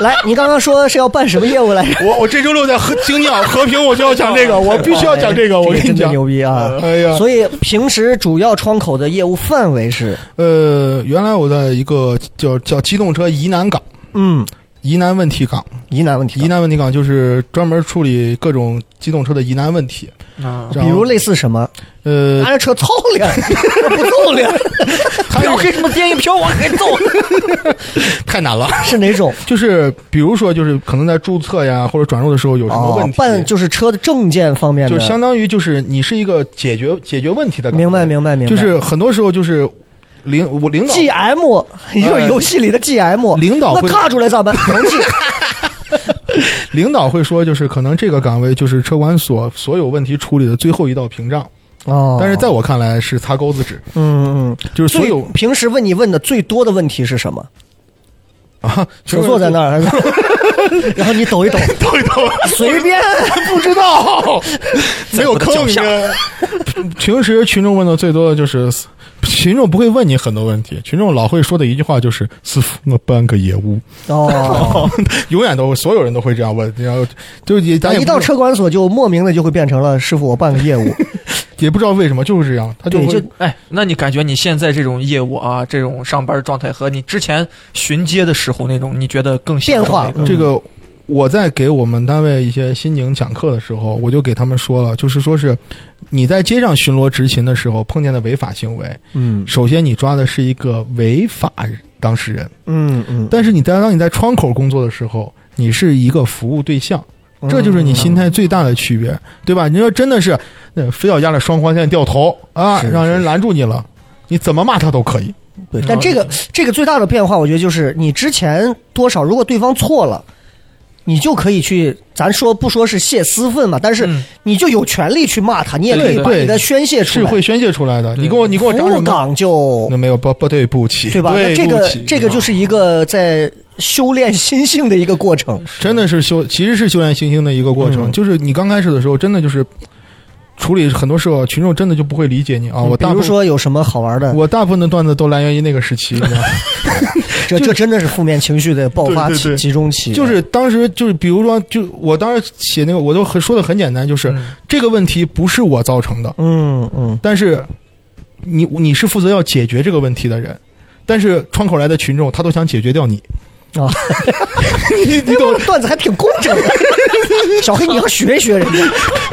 [SPEAKER 2] 来，你刚刚说是要办什么业务来着？
[SPEAKER 4] 我我这周六在和精酿和平，我就要讲
[SPEAKER 2] 哦
[SPEAKER 4] 这个，我必须要讲这个。我跟你
[SPEAKER 2] 哎真的
[SPEAKER 4] 讲，
[SPEAKER 2] 牛逼啊！
[SPEAKER 4] 哎呀
[SPEAKER 2] 所以平时主要窗口的业务范围是，
[SPEAKER 4] 呃，原来我在一个叫叫机动车疑难岗、
[SPEAKER 2] 嗯，
[SPEAKER 4] 疑难问题岗，
[SPEAKER 2] 疑难问题
[SPEAKER 4] 疑
[SPEAKER 2] 了，
[SPEAKER 4] 难问题岗就是专门处理各种机动车的疑难问题，
[SPEAKER 5] 啊，
[SPEAKER 2] 哦
[SPEAKER 4] 然
[SPEAKER 2] 比
[SPEAKER 4] 后
[SPEAKER 2] 如类似什么，
[SPEAKER 4] 呃
[SPEAKER 2] 拿，着车操脸，不揍 脸，
[SPEAKER 4] 它
[SPEAKER 3] 表给什么电一飘，我给揍。
[SPEAKER 4] 太难了，
[SPEAKER 2] 是哪种？
[SPEAKER 4] 就是比如说就是可能在注册呀或者转入的时候有什么
[SPEAKER 2] 哦
[SPEAKER 4] 问，题，
[SPEAKER 2] 办就是车的证件方面
[SPEAKER 4] 就相
[SPEAKER 2] 的，
[SPEAKER 4] 当于就是你是一个解决解决问题的岗位，
[SPEAKER 2] 明白明白明白，
[SPEAKER 4] 就是很多时候就是领我领导
[SPEAKER 2] GM，一个
[SPEAKER 4] 呃
[SPEAKER 2] 游戏里的 GM，
[SPEAKER 4] 领导
[SPEAKER 2] 那
[SPEAKER 4] 会
[SPEAKER 2] 卡住来咋 办？能进，
[SPEAKER 4] 领导会说，就是可能这个岗位就是车管所所有问题处理的最后一道屏障，
[SPEAKER 2] 哦，
[SPEAKER 4] 但是在我看来是擦钩子纸，
[SPEAKER 2] 嗯嗯，嗯
[SPEAKER 4] 就是所
[SPEAKER 2] 最
[SPEAKER 4] 有
[SPEAKER 2] 平时问你问的最多的问题是什么？
[SPEAKER 4] 啊，
[SPEAKER 2] 就坐在那儿，然后你抖一抖，
[SPEAKER 4] 抖一抖，
[SPEAKER 2] 随 便，
[SPEAKER 4] 不知 道，没有
[SPEAKER 3] 在我
[SPEAKER 4] 坑
[SPEAKER 3] 的
[SPEAKER 4] 你
[SPEAKER 3] 脚
[SPEAKER 4] 们。平时群众问的最多的就是，群众不会问你很多问题，群众老会说的一句话就是“师傅，我搬个业务
[SPEAKER 2] 哦，”，
[SPEAKER 4] 永远都所有人都会这样问，然后就也咱也
[SPEAKER 2] 一
[SPEAKER 4] 不
[SPEAKER 2] 到车管所就莫名的就会变成了师傅，我办个业务，
[SPEAKER 4] 也不知道为什么就是这样，他就
[SPEAKER 2] 对，
[SPEAKER 4] 会
[SPEAKER 2] 就
[SPEAKER 5] 哎，那你感觉你现在这种业务啊，这种上班状态和你之前巡街的时候那种，你觉得更像
[SPEAKER 2] 变化
[SPEAKER 5] 哪个
[SPEAKER 2] 嗯
[SPEAKER 4] 这个我在给我们单位一些新警讲课的时候，我就给他们说了，就是说是你在街上巡逻执勤的时候碰见的违法行为，
[SPEAKER 2] 嗯
[SPEAKER 4] 首先你抓的是一个违法当事人，
[SPEAKER 2] 嗯嗯，
[SPEAKER 4] 但是你在当你在窗口工作的时候，你是一个服务对象。
[SPEAKER 2] 嗯
[SPEAKER 4] 这就是你心态最大的区别，对吧？你说真的是，呃非要压着双黄线掉头啊，
[SPEAKER 2] 是
[SPEAKER 4] 让
[SPEAKER 2] 是
[SPEAKER 4] 人拦住你了，你怎么骂他都可以。
[SPEAKER 2] 对，但
[SPEAKER 5] 嗯
[SPEAKER 2] 这个这个最大的变化，我觉得就是你之前多少，如果对方错了，你就可以去，咱说不说是泄私愤嘛，但是
[SPEAKER 5] 嗯
[SPEAKER 2] 你就有权利去骂他，你也可以
[SPEAKER 4] 对
[SPEAKER 2] 把
[SPEAKER 4] 对
[SPEAKER 2] 你的宣泄出
[SPEAKER 4] 是
[SPEAKER 2] 来。
[SPEAKER 4] 会宣泄出来的。你跟我，你跟我
[SPEAKER 2] 服
[SPEAKER 4] 长什
[SPEAKER 2] 务
[SPEAKER 4] 么？
[SPEAKER 2] 岗就
[SPEAKER 4] 那没有，不不对不起，
[SPEAKER 2] 对吧？那这
[SPEAKER 4] 不
[SPEAKER 2] 个
[SPEAKER 4] 起
[SPEAKER 2] 这个就是一个在修炼心性的一个过程。
[SPEAKER 4] 真的是修，其实是修炼心性的一个过程。
[SPEAKER 2] 嗯
[SPEAKER 4] 就是你刚开始的时候，真的就是处理很多事候，群众真的就不会理解你 啊。我
[SPEAKER 2] 比
[SPEAKER 4] 大部
[SPEAKER 2] 如
[SPEAKER 4] 分
[SPEAKER 2] 说有什么好玩的，
[SPEAKER 4] 我大部分的段子都来源于那个时 期，你知道吗
[SPEAKER 2] 这这真的是负面情绪的爆发
[SPEAKER 4] 对对
[SPEAKER 2] 期
[SPEAKER 4] 对
[SPEAKER 2] 集中期。
[SPEAKER 4] 就是当时就是比如说，就我当时写那个，我都很说的很简单，就是、这个问题不是我造成的，
[SPEAKER 2] 嗯嗯，
[SPEAKER 4] 但是你你是负责要解决这个问题的人。但是窗口来的群众，他都想解决掉你
[SPEAKER 2] 啊，
[SPEAKER 4] 你你懂？
[SPEAKER 2] 段子还挺工 整的。小黑，你要学一学人家，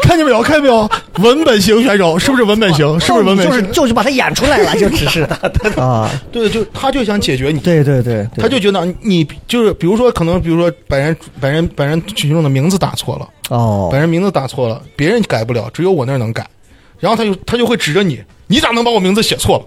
[SPEAKER 4] 看见没有？看见没有？文本型选手是不是文本型？是不是文本
[SPEAKER 2] 就
[SPEAKER 4] 型？
[SPEAKER 2] 是就是把他演出来 了，就只是啊，
[SPEAKER 4] 对，就他就想解决你，
[SPEAKER 2] 对对对，对
[SPEAKER 4] 他就觉得你就是，比如说，可能比如说把人把人把人群众的名字打错了，
[SPEAKER 2] 哦
[SPEAKER 4] 把，人名字打错了，别人改不了，只有我那儿能改。然后他就他就会指着你，你咋能把我名字写错了？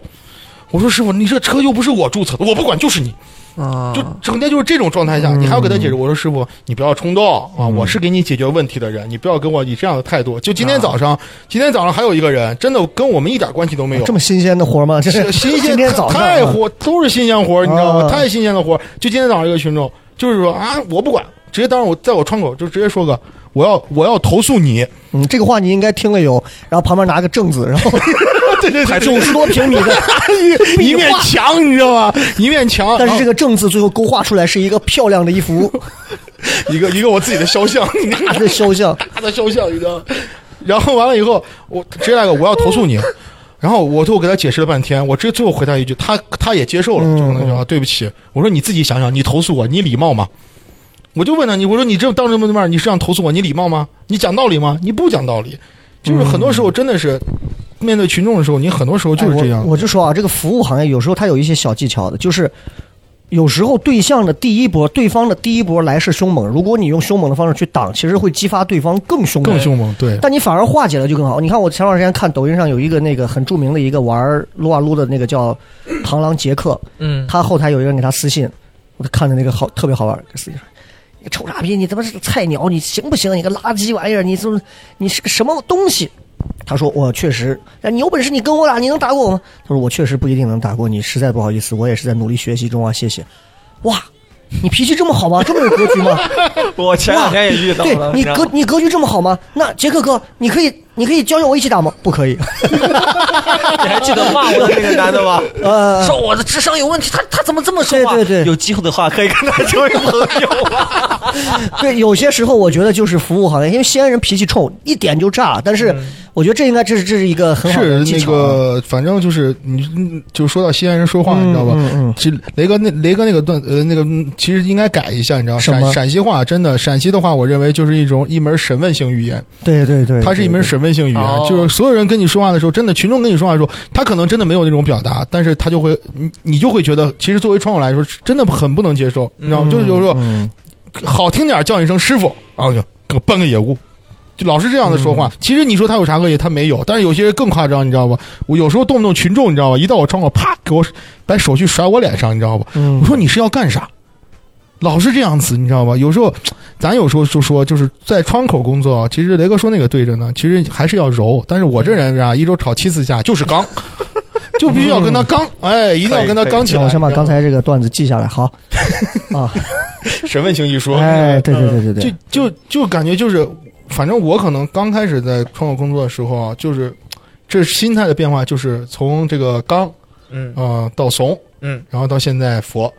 [SPEAKER 4] 我说师傅，你这车又不是我注册的，我不管，就是你，
[SPEAKER 5] 啊，
[SPEAKER 4] 就整天就是这种状态
[SPEAKER 2] 嗯
[SPEAKER 4] 下，你还要给他解释。我说师傅，你不要冲动啊，我是给你解决问题的人，你不要跟我以这样的态度。就今
[SPEAKER 2] 啊
[SPEAKER 4] 天早上，今天早上还有一个人，真的跟我们一点关系都没有
[SPEAKER 2] 这，么新鲜的活吗？这
[SPEAKER 4] 是
[SPEAKER 2] 是
[SPEAKER 4] 新鲜
[SPEAKER 2] 今天早上
[SPEAKER 4] 太活都是新鲜活，你知道
[SPEAKER 2] 啊
[SPEAKER 4] 吗？太新鲜的活，就今天早上一个群众就是说啊，我不管，直接当时我在我窗口就直接说个我要我要投诉你，
[SPEAKER 2] 嗯，这个话你应该听了有，然后旁边拿个证子，然后
[SPEAKER 4] 对对对，
[SPEAKER 2] 九十多平米的
[SPEAKER 4] 一
[SPEAKER 2] 壁
[SPEAKER 4] 面
[SPEAKER 2] 画，
[SPEAKER 4] 墙，啊你知道吗？一面墙，
[SPEAKER 2] 但是这
[SPEAKER 4] 个
[SPEAKER 2] 个“正”字最后勾画出来是一个漂亮的一幅
[SPEAKER 4] 一个一个我自己的肖像，你知道
[SPEAKER 2] 大
[SPEAKER 4] 吗
[SPEAKER 2] 的肖像。
[SPEAKER 4] 大的肖像，你知道吗？然后完了以后，我直接来个我要投诉 你。然后我就给他解释了半天，我直接最后回他一句，他他也接受了，
[SPEAKER 2] 嗯
[SPEAKER 4] 就那句啊，对不起。我说你自己想想，你投诉我，你礼貌吗？我就问他，你我说你这当着这么面，你是想投诉我，你礼貌吗？你讲道理吗？你不讲道理，就是很多时候真的是面对群众的时候，你很多时候就是
[SPEAKER 2] 嗯
[SPEAKER 4] 这
[SPEAKER 2] 哎
[SPEAKER 4] 样
[SPEAKER 2] 我。。我就说啊，这个服务行业有时候它有一些小技巧的，就是有时候对象的第一波，对方的第一波来势凶猛，如果你用凶猛的方式去挡，其实会激发对方更凶猛。
[SPEAKER 4] 更凶猛，对，
[SPEAKER 2] 但你反而化解了就更好。你看，我前段时间看抖音上有一个那个很著名的一个玩撸啊撸的那个叫螳螂杰克，
[SPEAKER 5] 嗯，
[SPEAKER 2] 他后台有一个人给他私信，我就看着那个好特别好玩，给私信说：“你个臭傻逼，你他妈是个菜鸟，你行不行？你个垃圾玩意儿，你是不是你是个什么东西？”他说：“我确实，哎你有本事你跟我打，你能打过我吗？”他说：“我确实不一定能打过你，实在不好意思，我也是在努力学习中啊，谢谢。”哇，你脾气这么好吗？这么有格局吗？
[SPEAKER 3] 我前两天也遇到
[SPEAKER 2] 对
[SPEAKER 3] 了，
[SPEAKER 2] 你
[SPEAKER 3] 知道
[SPEAKER 2] 格
[SPEAKER 3] 吗
[SPEAKER 2] 你格局这么好吗？那杰克哥，你可以你可以教教我一起打吗？不可以，
[SPEAKER 3] 你还记得骂我的那个男的吗？
[SPEAKER 2] 呃，
[SPEAKER 3] 说我的智商有问题，他他怎么这么说话？
[SPEAKER 2] 对对对
[SPEAKER 3] 有机会的话可以跟他成为朋友啊。
[SPEAKER 2] 对，有些时候我觉得就是服务行业，因为西安人脾气冲，一点就炸。但是
[SPEAKER 3] 嗯
[SPEAKER 2] 我觉得这应该这是这是一个很好的
[SPEAKER 4] 是
[SPEAKER 2] 技
[SPEAKER 4] 那
[SPEAKER 2] 巧。啊
[SPEAKER 4] 个，反正就是你，嗯就说到西安人说话，
[SPEAKER 2] 嗯
[SPEAKER 4] 你知道吧？
[SPEAKER 2] 嗯嗯
[SPEAKER 4] 其实雷哥那雷哥那个段呃那个嗯其实应该改一下，你知道
[SPEAKER 2] 什么
[SPEAKER 4] 陕陕西话真的陕西的话，我认为就是一种一门审问性语言，
[SPEAKER 2] 对对对，
[SPEAKER 4] 它是一门
[SPEAKER 2] 对
[SPEAKER 4] 审问性语言
[SPEAKER 5] 哦，
[SPEAKER 4] 就是所有人跟你说话的时候，真的群众跟你说话的时候，他可能真的没有那种表达，但是他就会你你就会觉得，其实作为窗口来说，真的很不能接受，你知道吗？就是有时候
[SPEAKER 2] 嗯
[SPEAKER 4] 好听点儿叫一声师傅，然后就给我搬个野物，就老是这样的说
[SPEAKER 2] 嗯
[SPEAKER 4] 话。其实你说他有啥恶意，他没有。但是有些人更夸张，你知道吧？我有时候动不动群众，你知道吧？一到我窗口，啪给我把手去甩我脸上，你知道吧？
[SPEAKER 2] 嗯
[SPEAKER 4] 我说你是要干啥？老是这样子，你知道吧？有时候，咱有时候就说，就是在窗口工作啊。其实雷哥说那个对着呢，其实还是要柔。但是我这人啊，一周吵七次架，就是刚， 就必须要跟他刚，哎，一定要跟他刚起
[SPEAKER 2] 行
[SPEAKER 4] 来。
[SPEAKER 2] 我先把刚才这个段子记下来。好啊，
[SPEAKER 4] 审问性一说，嗯
[SPEAKER 2] 哎，对对对对
[SPEAKER 4] 就
[SPEAKER 2] 对，
[SPEAKER 4] 就就感觉就是，反正我可能刚开始在创作工作的时候啊，就是这心态的变化，就是从这个刚
[SPEAKER 5] 嗯
[SPEAKER 4] 啊、呃到怂，
[SPEAKER 5] 嗯，
[SPEAKER 4] 然后到现在佛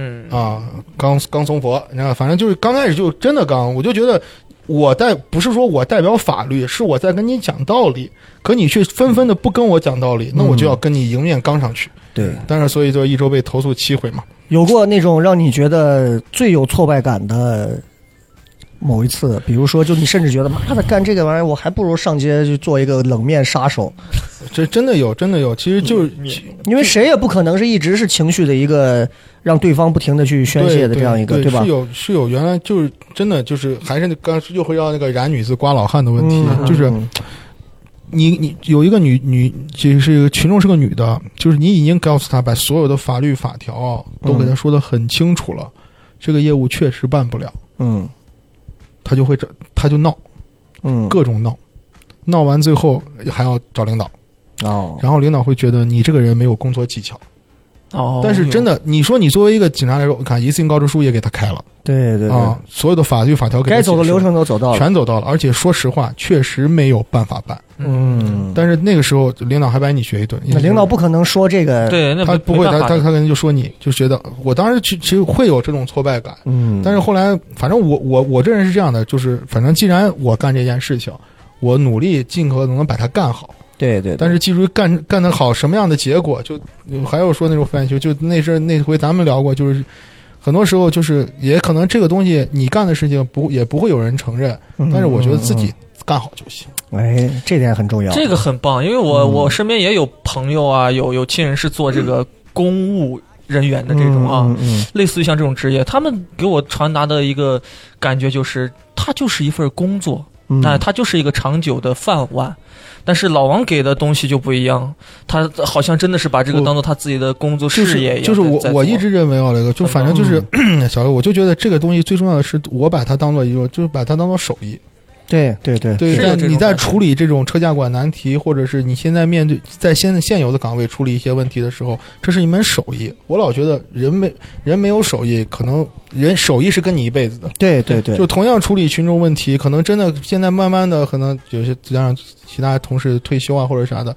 [SPEAKER 5] 嗯
[SPEAKER 4] 啊、刚刚怂佛，你知道，反正就是刚开始就真的刚，我就觉得。我代不是说我代表法律，是我在跟你讲道理，可你却纷纷的不跟我讲道理，那我就要
[SPEAKER 2] 嗯
[SPEAKER 4] 跟你迎面刚上去。
[SPEAKER 2] 对，
[SPEAKER 4] 但是所以就一周被投诉七回嘛，
[SPEAKER 2] 有过那种让你觉得最有挫败感的某一次，比如说，就你甚至觉得妈的干这个玩意儿，我还不如上街去做一个冷面杀手，
[SPEAKER 4] 这真的有，真的有，其实就是
[SPEAKER 2] 嗯因为谁也不可能是一直是情绪的一个让对方不停的去宣泄的这样一个，
[SPEAKER 4] 对
[SPEAKER 2] 吧
[SPEAKER 4] 是？有是有，原来就是真的就是还是那刚又回到那个染女子刮老汉的问题，
[SPEAKER 2] 嗯
[SPEAKER 4] 就是
[SPEAKER 2] 嗯
[SPEAKER 4] 你你有一个女女，就是群众是个女的，就是你已经告诉她把所有的法律法条
[SPEAKER 2] 嗯
[SPEAKER 4] 都给她说的很清楚了，这个业务确实办不了，
[SPEAKER 2] 嗯
[SPEAKER 4] 她就会找她就闹，
[SPEAKER 2] 嗯
[SPEAKER 4] 各种闹，闹完最后还要找领导，
[SPEAKER 2] 哦，
[SPEAKER 4] 然后领导会觉得你这个人没有工作技巧，
[SPEAKER 5] 哦，
[SPEAKER 4] 但是真的，你说你作为一个警察来说，我看一次性告知书也给他开了
[SPEAKER 2] 对对对，
[SPEAKER 4] 啊，所有的法律法条给她
[SPEAKER 2] 该走的
[SPEAKER 4] 解释
[SPEAKER 2] 流程都走到了，
[SPEAKER 4] 全走到了，而且说实话，确实没有办法办。
[SPEAKER 2] 嗯，
[SPEAKER 4] 但是那个时候，领导还把你学一顿。因
[SPEAKER 2] 那
[SPEAKER 4] 为
[SPEAKER 2] 领导不可能说这个，
[SPEAKER 5] 对，那
[SPEAKER 4] 嗯他不会，
[SPEAKER 5] 没
[SPEAKER 4] 他
[SPEAKER 5] 办
[SPEAKER 4] 他
[SPEAKER 5] 法
[SPEAKER 4] 他可能就说你，就觉得我当时其其实会有这种挫败感。
[SPEAKER 2] 嗯，
[SPEAKER 4] 但是后来，反正我我我这人是这样的，就是反正既然我干这件事情，我努力尽可能能把它干好。
[SPEAKER 2] 对对，
[SPEAKER 4] 但是记住干干得好什么样的结果，就还有说那种反修，就那阵那回咱们聊过，就是很多时候就是也可能这个东西你干的事情不也不会有人承认，
[SPEAKER 2] 嗯
[SPEAKER 4] 但是我觉得自
[SPEAKER 2] 嗯
[SPEAKER 4] 己干好就行。
[SPEAKER 2] 嗯哎，这点很重要，
[SPEAKER 5] 这个很棒，因为我、
[SPEAKER 2] 嗯
[SPEAKER 5] 我身边也有朋友啊，有有亲人是做这
[SPEAKER 4] 嗯
[SPEAKER 5] 个公务人员的这种啊，
[SPEAKER 2] 嗯嗯
[SPEAKER 5] 类似于像这种职业，他们给我传达的一个感觉就是，它就是一份工作，
[SPEAKER 2] 嗯，
[SPEAKER 5] 那它就是一个长久的饭碗。但是老王给的东西就不一样，他好像真的是把这个
[SPEAKER 4] 我
[SPEAKER 5] 当做他自己的工作
[SPEAKER 4] 就
[SPEAKER 5] 事业一
[SPEAKER 4] 是
[SPEAKER 5] 样
[SPEAKER 4] 就是我
[SPEAKER 5] 在在做
[SPEAKER 4] 我一直认为啊，雷哥，就反正就是、 小刘，我就觉得这个东西最重要的是，我把它当做一个，就是把它当做手艺。
[SPEAKER 2] 对对对，
[SPEAKER 4] 对，
[SPEAKER 5] 是有
[SPEAKER 4] 但
[SPEAKER 5] 这种
[SPEAKER 4] 你在
[SPEAKER 5] 感觉
[SPEAKER 4] 处理这种车架管难题，或者是你现在面对在现现有的岗位处理一些问题的时候，这是一门手艺。我老觉得人没人没有手艺，可能人手艺是跟你一辈子的。
[SPEAKER 2] 对对对，
[SPEAKER 4] 就同样处理群众问题，可能真的现在慢慢的，可能有些加上其他同事退休啊或者啥的，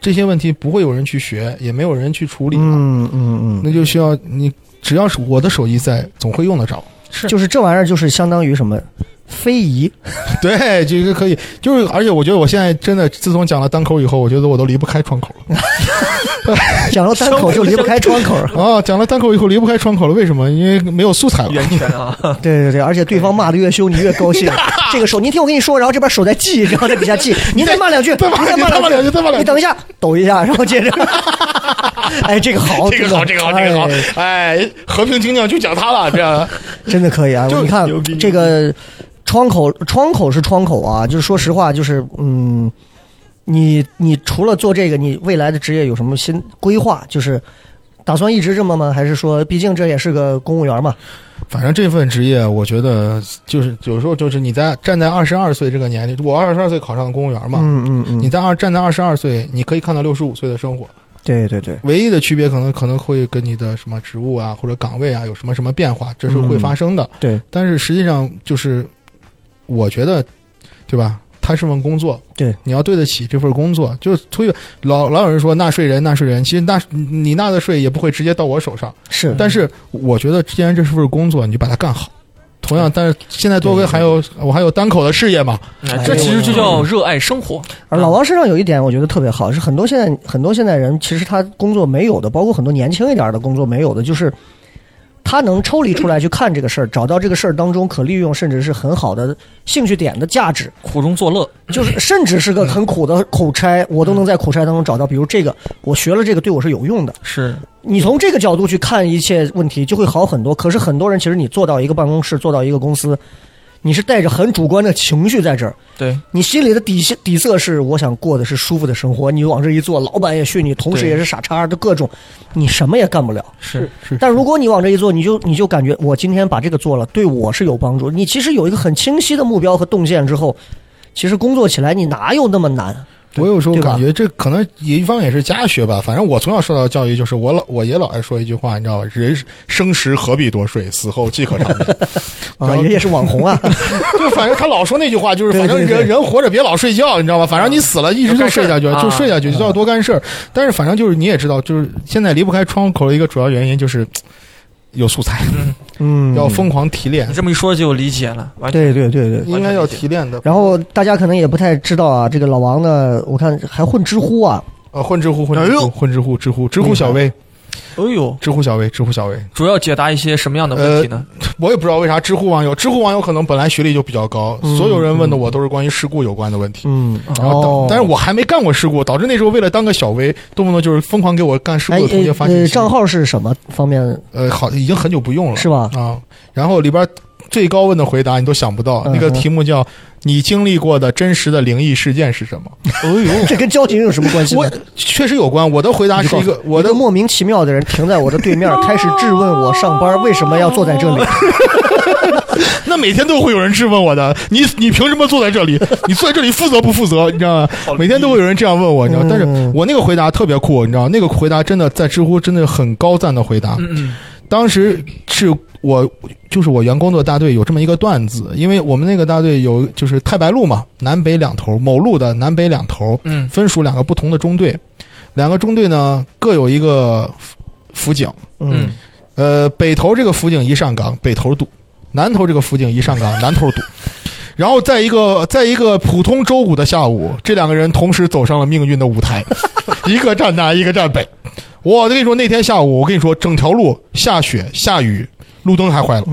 [SPEAKER 4] 这些问题不会有人去学，也没有人去处理。啊
[SPEAKER 2] 嗯嗯
[SPEAKER 4] 那就需要你，只要是我的手艺在，总会用得着。
[SPEAKER 2] 嗯，就是这玩意儿就是相当于什么非遗，
[SPEAKER 4] 对，这个可以，就是而且我觉得我现在真的，自从讲了单口以后，我觉得我都离不开窗口了。
[SPEAKER 2] 讲到单口就离不开窗口，
[SPEAKER 4] 啊，讲了单口以后离不开窗口了，为什么？因为没有素材了。
[SPEAKER 5] 源泉 啊，
[SPEAKER 2] 对对对，而且对方骂的越凶，你越高兴。这个手，您听我跟你说，然后这边手在记，然后在底下记，您再骂两句，
[SPEAKER 4] 再骂
[SPEAKER 2] 您
[SPEAKER 4] 两句
[SPEAKER 2] 再
[SPEAKER 4] 再
[SPEAKER 2] 骂
[SPEAKER 4] 骂
[SPEAKER 2] 两
[SPEAKER 4] 两句再骂两句
[SPEAKER 2] 你等一下，抖一下，然后 接着。哎，这个好，
[SPEAKER 4] 这个好，这个好，这个好
[SPEAKER 2] 哎，
[SPEAKER 4] 哎，和平精酿就讲它了，这样
[SPEAKER 2] 真的可以啊！
[SPEAKER 4] 就
[SPEAKER 2] 你看
[SPEAKER 4] 牛逼
[SPEAKER 2] 这个窗口，窗口是窗口啊，就是说实话，就是嗯，你你除了做这个，你未来的职业有什么新规划？就是打算一直这么吗？还是说，毕竟这也是个公务员嘛？
[SPEAKER 4] 反正这份职业，我觉得就是有时候就是你在站在二十二岁这个年龄，我二十二岁考上的公务员嘛，
[SPEAKER 2] 嗯嗯嗯
[SPEAKER 4] 你，在二站在二十二岁，你可以看到六十五岁的生活。
[SPEAKER 2] 对对对，
[SPEAKER 4] 唯一的区别可能可能会跟你的什么职务啊或者岗位啊有什么什么变化，这是会发生的。
[SPEAKER 2] 嗯对，
[SPEAKER 4] 但是实际上就是，我觉得，对吧？它是份工作，
[SPEAKER 2] 对，
[SPEAKER 4] 你要对得起这份工作。就是推老老有人说纳税人纳税人，其实纳你纳的税也不会直接到我手上，
[SPEAKER 2] 是，
[SPEAKER 4] 但是我觉得既然这是份工作，你就把它干好。同样，但是现在多亏还有我还有单口的事业嘛，
[SPEAKER 5] 哎这其实就叫热爱生活。
[SPEAKER 2] 而老王身上有一点我觉得特别好，是很多现在很多现在人其实他工作没有的，包括很多年轻一点的工作没有的，就是他能抽离出来去看这个事儿，找到这个事儿当中可利用甚至是很好的兴趣点的价值，
[SPEAKER 5] 苦中作乐，
[SPEAKER 2] 就是甚至是个很苦的苦差，我都能在苦差当中找到，比如这个我学了这个对我是有用的。
[SPEAKER 5] 是
[SPEAKER 2] 你从这个角度去看一切问题，就会好很多。可是很多人其实你坐到一个办公室，坐到一个公司，你是带着很主观的情绪在这儿，
[SPEAKER 5] 对，
[SPEAKER 2] 你心里的底线底色是我想过的是舒服的生活，你往这一坐，老板也训你，同事
[SPEAKER 5] 对
[SPEAKER 2] 也是傻叉的各种，你什么也干不了。
[SPEAKER 5] 是
[SPEAKER 2] 但如果你往这一坐，你就你就感觉我今天把这个做了，对我是有帮助。你其实有一个很清晰的目标和动线之后，其实工作起来你哪有那么难？
[SPEAKER 4] 我有时候
[SPEAKER 2] 对吧
[SPEAKER 4] 感觉这可能一方面也是家学吧，反正我从小受到的教育就是我老我爷老爱说一句话，你知道吧？人生时何必多睡，死后即可长眠。
[SPEAKER 2] 啊，
[SPEAKER 4] 然后
[SPEAKER 2] 人也是网红 啊，
[SPEAKER 4] 就反正他老说那句话，就是
[SPEAKER 2] 对
[SPEAKER 4] 反正
[SPEAKER 2] 对啊
[SPEAKER 4] 人
[SPEAKER 2] 对
[SPEAKER 4] 人活着别老睡觉，你知道吧？反正你死了一直就睡下去，
[SPEAKER 5] 干事儿
[SPEAKER 4] 就
[SPEAKER 5] 啊
[SPEAKER 4] 睡下去，就要多干事儿。但是反正就是你也知道，就是现在离不开窗口的一个主要原因就是嘖有素材，
[SPEAKER 2] 嗯，
[SPEAKER 4] 要疯狂提炼
[SPEAKER 5] 你，这么一说就理解了，完全
[SPEAKER 2] 对对对对。
[SPEAKER 4] 应该要提炼的。
[SPEAKER 2] 然后大家可能也不太知道啊，这个老王呢，我看还混知乎啊，
[SPEAKER 4] 呃，混知乎，混知
[SPEAKER 5] 哎
[SPEAKER 4] 乎，
[SPEAKER 5] 呦
[SPEAKER 4] 混知乎，知乎，知乎小薇，
[SPEAKER 5] 哎呦，
[SPEAKER 4] 知乎小薇，知乎小薇。
[SPEAKER 5] 主要解答一些什么样的
[SPEAKER 2] 呃
[SPEAKER 5] 问题呢？
[SPEAKER 4] 我也不知道为啥知乎网友，知乎网友可能本来学历就比较高，
[SPEAKER 2] 嗯
[SPEAKER 4] 所有人问的我都是关于事故有关的问题。
[SPEAKER 2] 嗯，
[SPEAKER 4] 然后导，
[SPEAKER 2] 哦，
[SPEAKER 4] 啊但是我还没干过事故，导致那时候为了当个小薇，动不动就是疯狂给我干事
[SPEAKER 2] 哎
[SPEAKER 4] 故的同学
[SPEAKER 2] 呃
[SPEAKER 4] 发信
[SPEAKER 2] 呃，
[SPEAKER 4] 息。
[SPEAKER 2] 账号是什么方面
[SPEAKER 4] 呃，好，已经很久不用了，
[SPEAKER 2] 是吧？
[SPEAKER 4] 啊。然后里边最高问的回答你都想不到，
[SPEAKER 2] 嗯哼
[SPEAKER 4] 那个题目叫“你经历过的真实的灵异事件是什么
[SPEAKER 2] 哎呦， 这跟交情有什么关”？系呢？
[SPEAKER 4] 我确实有关，我的回答是一个我
[SPEAKER 2] 一
[SPEAKER 4] 的
[SPEAKER 2] 个莫名其妙的人停在我的对面，开始质问我上班为什么要坐在 这里。
[SPEAKER 4] 那每天都会有人质问我的，你你凭什么坐在这里？你坐在这里负责不负责？你知道吗？每天都会有人这样问我，你知道
[SPEAKER 2] 嗯？
[SPEAKER 4] 但是我那个回答特别酷，你知道？那个回答真的在知乎真的很高赞的回答。
[SPEAKER 5] 嗯
[SPEAKER 4] 当时是我就是我原工作大队有这么一个段子，因为我们那个大队有就是太白路嘛，南北两头，某路的南北两头
[SPEAKER 5] 嗯
[SPEAKER 4] 分属两个不同的中队，两个中队呢各有一个辅警。
[SPEAKER 5] 嗯
[SPEAKER 2] 嗯，
[SPEAKER 4] 呃，北头这个辅警一上岗，北头堵；南头这个辅警一上岗，南头堵。 然后在一个在一个普通周五的下午，这两个人同时走上了命运的舞台， 一个站南，一个站北。我跟你说，那天下午，我跟你说，整条路下雪下雨，路灯还 坏了，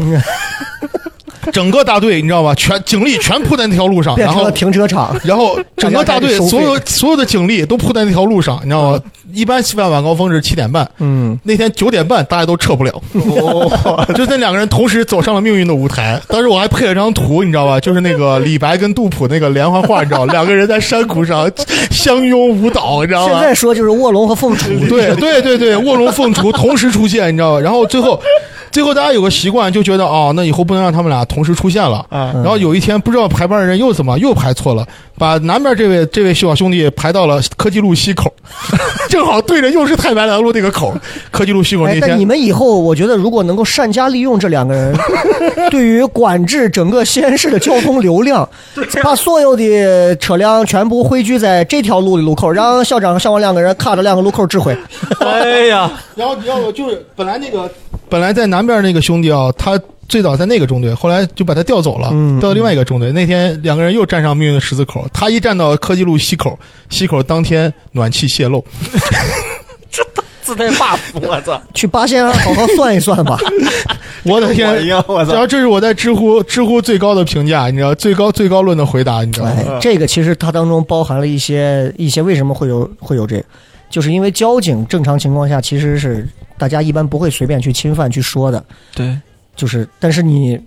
[SPEAKER 4] 整个大队你知道吧？全警力全扑在那条路 上，
[SPEAKER 2] 变
[SPEAKER 4] 然
[SPEAKER 2] 成
[SPEAKER 4] 后
[SPEAKER 2] 了停车场。
[SPEAKER 4] 然后整个大队
[SPEAKER 2] 大家开始收费
[SPEAKER 4] 所有所有的警力都扑在那条路上，你知道吗？一般吃饭晚高峰是七点半，
[SPEAKER 2] 嗯，
[SPEAKER 4] 那天九点半大家都撤不了，
[SPEAKER 2] 哦
[SPEAKER 4] 就那两个人同时走上了命运的舞台。当时我还配了张图，你知道吧？就是那个李白跟杜甫那个连环画，你知道，两个人在山谷上相拥舞蹈，你知道
[SPEAKER 2] 现
[SPEAKER 4] 吗？
[SPEAKER 2] 在说就是卧龙和凤雏。哎
[SPEAKER 4] 对对对对，卧龙凤雏同时出现，你知道吧？然后最后， 最后大家有个习惯，就觉得哦，那以后不能让他们俩同时出现了。
[SPEAKER 3] 啊，
[SPEAKER 4] 然后有一天，不知道排班的人又怎么又排错了，把南边这位这位小兄弟排到了科技路西口， 正好对着又是太白南路那个口，科技路西口
[SPEAKER 2] 哎
[SPEAKER 4] 那，
[SPEAKER 2] 但
[SPEAKER 4] 天
[SPEAKER 2] 你。们以后，我觉得如果能够善加利用这两个 人，对于管制整个西安市的交通流量，
[SPEAKER 4] 啊
[SPEAKER 2] 把所有的车辆全部汇聚在这条路的路口，让校长和校长两个人卡着两个路口指 挥。
[SPEAKER 5] 哎呀，
[SPEAKER 4] 然后你知道吗？就是本来那个本来在南边那个兄弟啊，他最早在那个中队，后来就把他调走了，
[SPEAKER 2] 嗯
[SPEAKER 4] 调到另外一个中队。那天两个人又站上命运的十字口，他一站到科技路西口，西口当天暖气泄漏，
[SPEAKER 3] 自带 buff，我操！
[SPEAKER 2] 去八仙庵好好算一算 吧。
[SPEAKER 4] 我的
[SPEAKER 3] 我
[SPEAKER 4] 天
[SPEAKER 3] 一！样，我
[SPEAKER 4] 然
[SPEAKER 3] 操！
[SPEAKER 4] 后这是我在知乎知乎最高的评价，你知道最高最高论的回答，你知道吗？
[SPEAKER 2] 哎，这个其实它当中包含了一些一些为什么会有会有这个，就是因为交警正常情况下其实是大家一般不会随便去侵犯去说的，
[SPEAKER 5] 对，
[SPEAKER 2] 就是但是你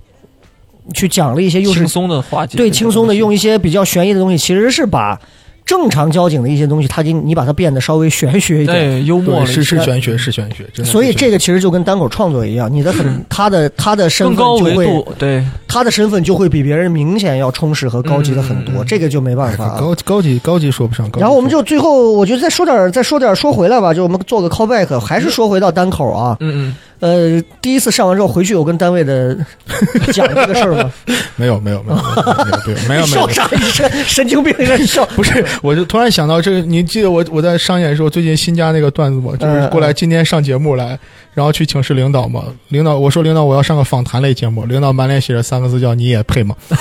[SPEAKER 2] 去讲了一些又是
[SPEAKER 5] 轻松的化解，
[SPEAKER 2] 对轻松的用一些比较悬疑的东西，其实是把正常交警的一些东西，它给你你把它变得稍微玄学一点。
[SPEAKER 5] 哎幽默
[SPEAKER 4] 对，
[SPEAKER 5] 了，
[SPEAKER 4] 是是玄学，是玄学，真的是玄学。
[SPEAKER 2] 所以这个其实就跟单口创作一样，你的 很他的他的身
[SPEAKER 5] 更
[SPEAKER 2] 份
[SPEAKER 5] 高
[SPEAKER 2] 就
[SPEAKER 5] 维
[SPEAKER 2] 会
[SPEAKER 5] 度，对，
[SPEAKER 2] 他的身份就会比别人明显要充实和高级的很
[SPEAKER 5] 嗯嗯
[SPEAKER 2] 多，
[SPEAKER 5] 嗯
[SPEAKER 2] 这个就没办
[SPEAKER 4] 哎
[SPEAKER 2] 法啊。
[SPEAKER 4] 高高级高级说不上，高级
[SPEAKER 2] 然后我们
[SPEAKER 4] 说
[SPEAKER 2] 就最后，我觉得再说点儿，再说点儿，说回来吧，就我们做个 callback，还是说回到单口啊。
[SPEAKER 5] 嗯嗯，
[SPEAKER 2] 呃，第一次上完之后回去，我跟单位的 讲这个事儿嘛，
[SPEAKER 4] 没有没有没有没有没有没有没有
[SPEAKER 2] 笑啥？你神神经病在笑。
[SPEAKER 4] 不是，我就突然想到这个，你记得我我在商演的时候最近新加那个段子吗？就是
[SPEAKER 2] 嗯
[SPEAKER 4] 过来今天上节目来，然后去请示领导嘛。领导我说领导我要上个访谈类节目，领导满脸写着三个字叫你也配吗？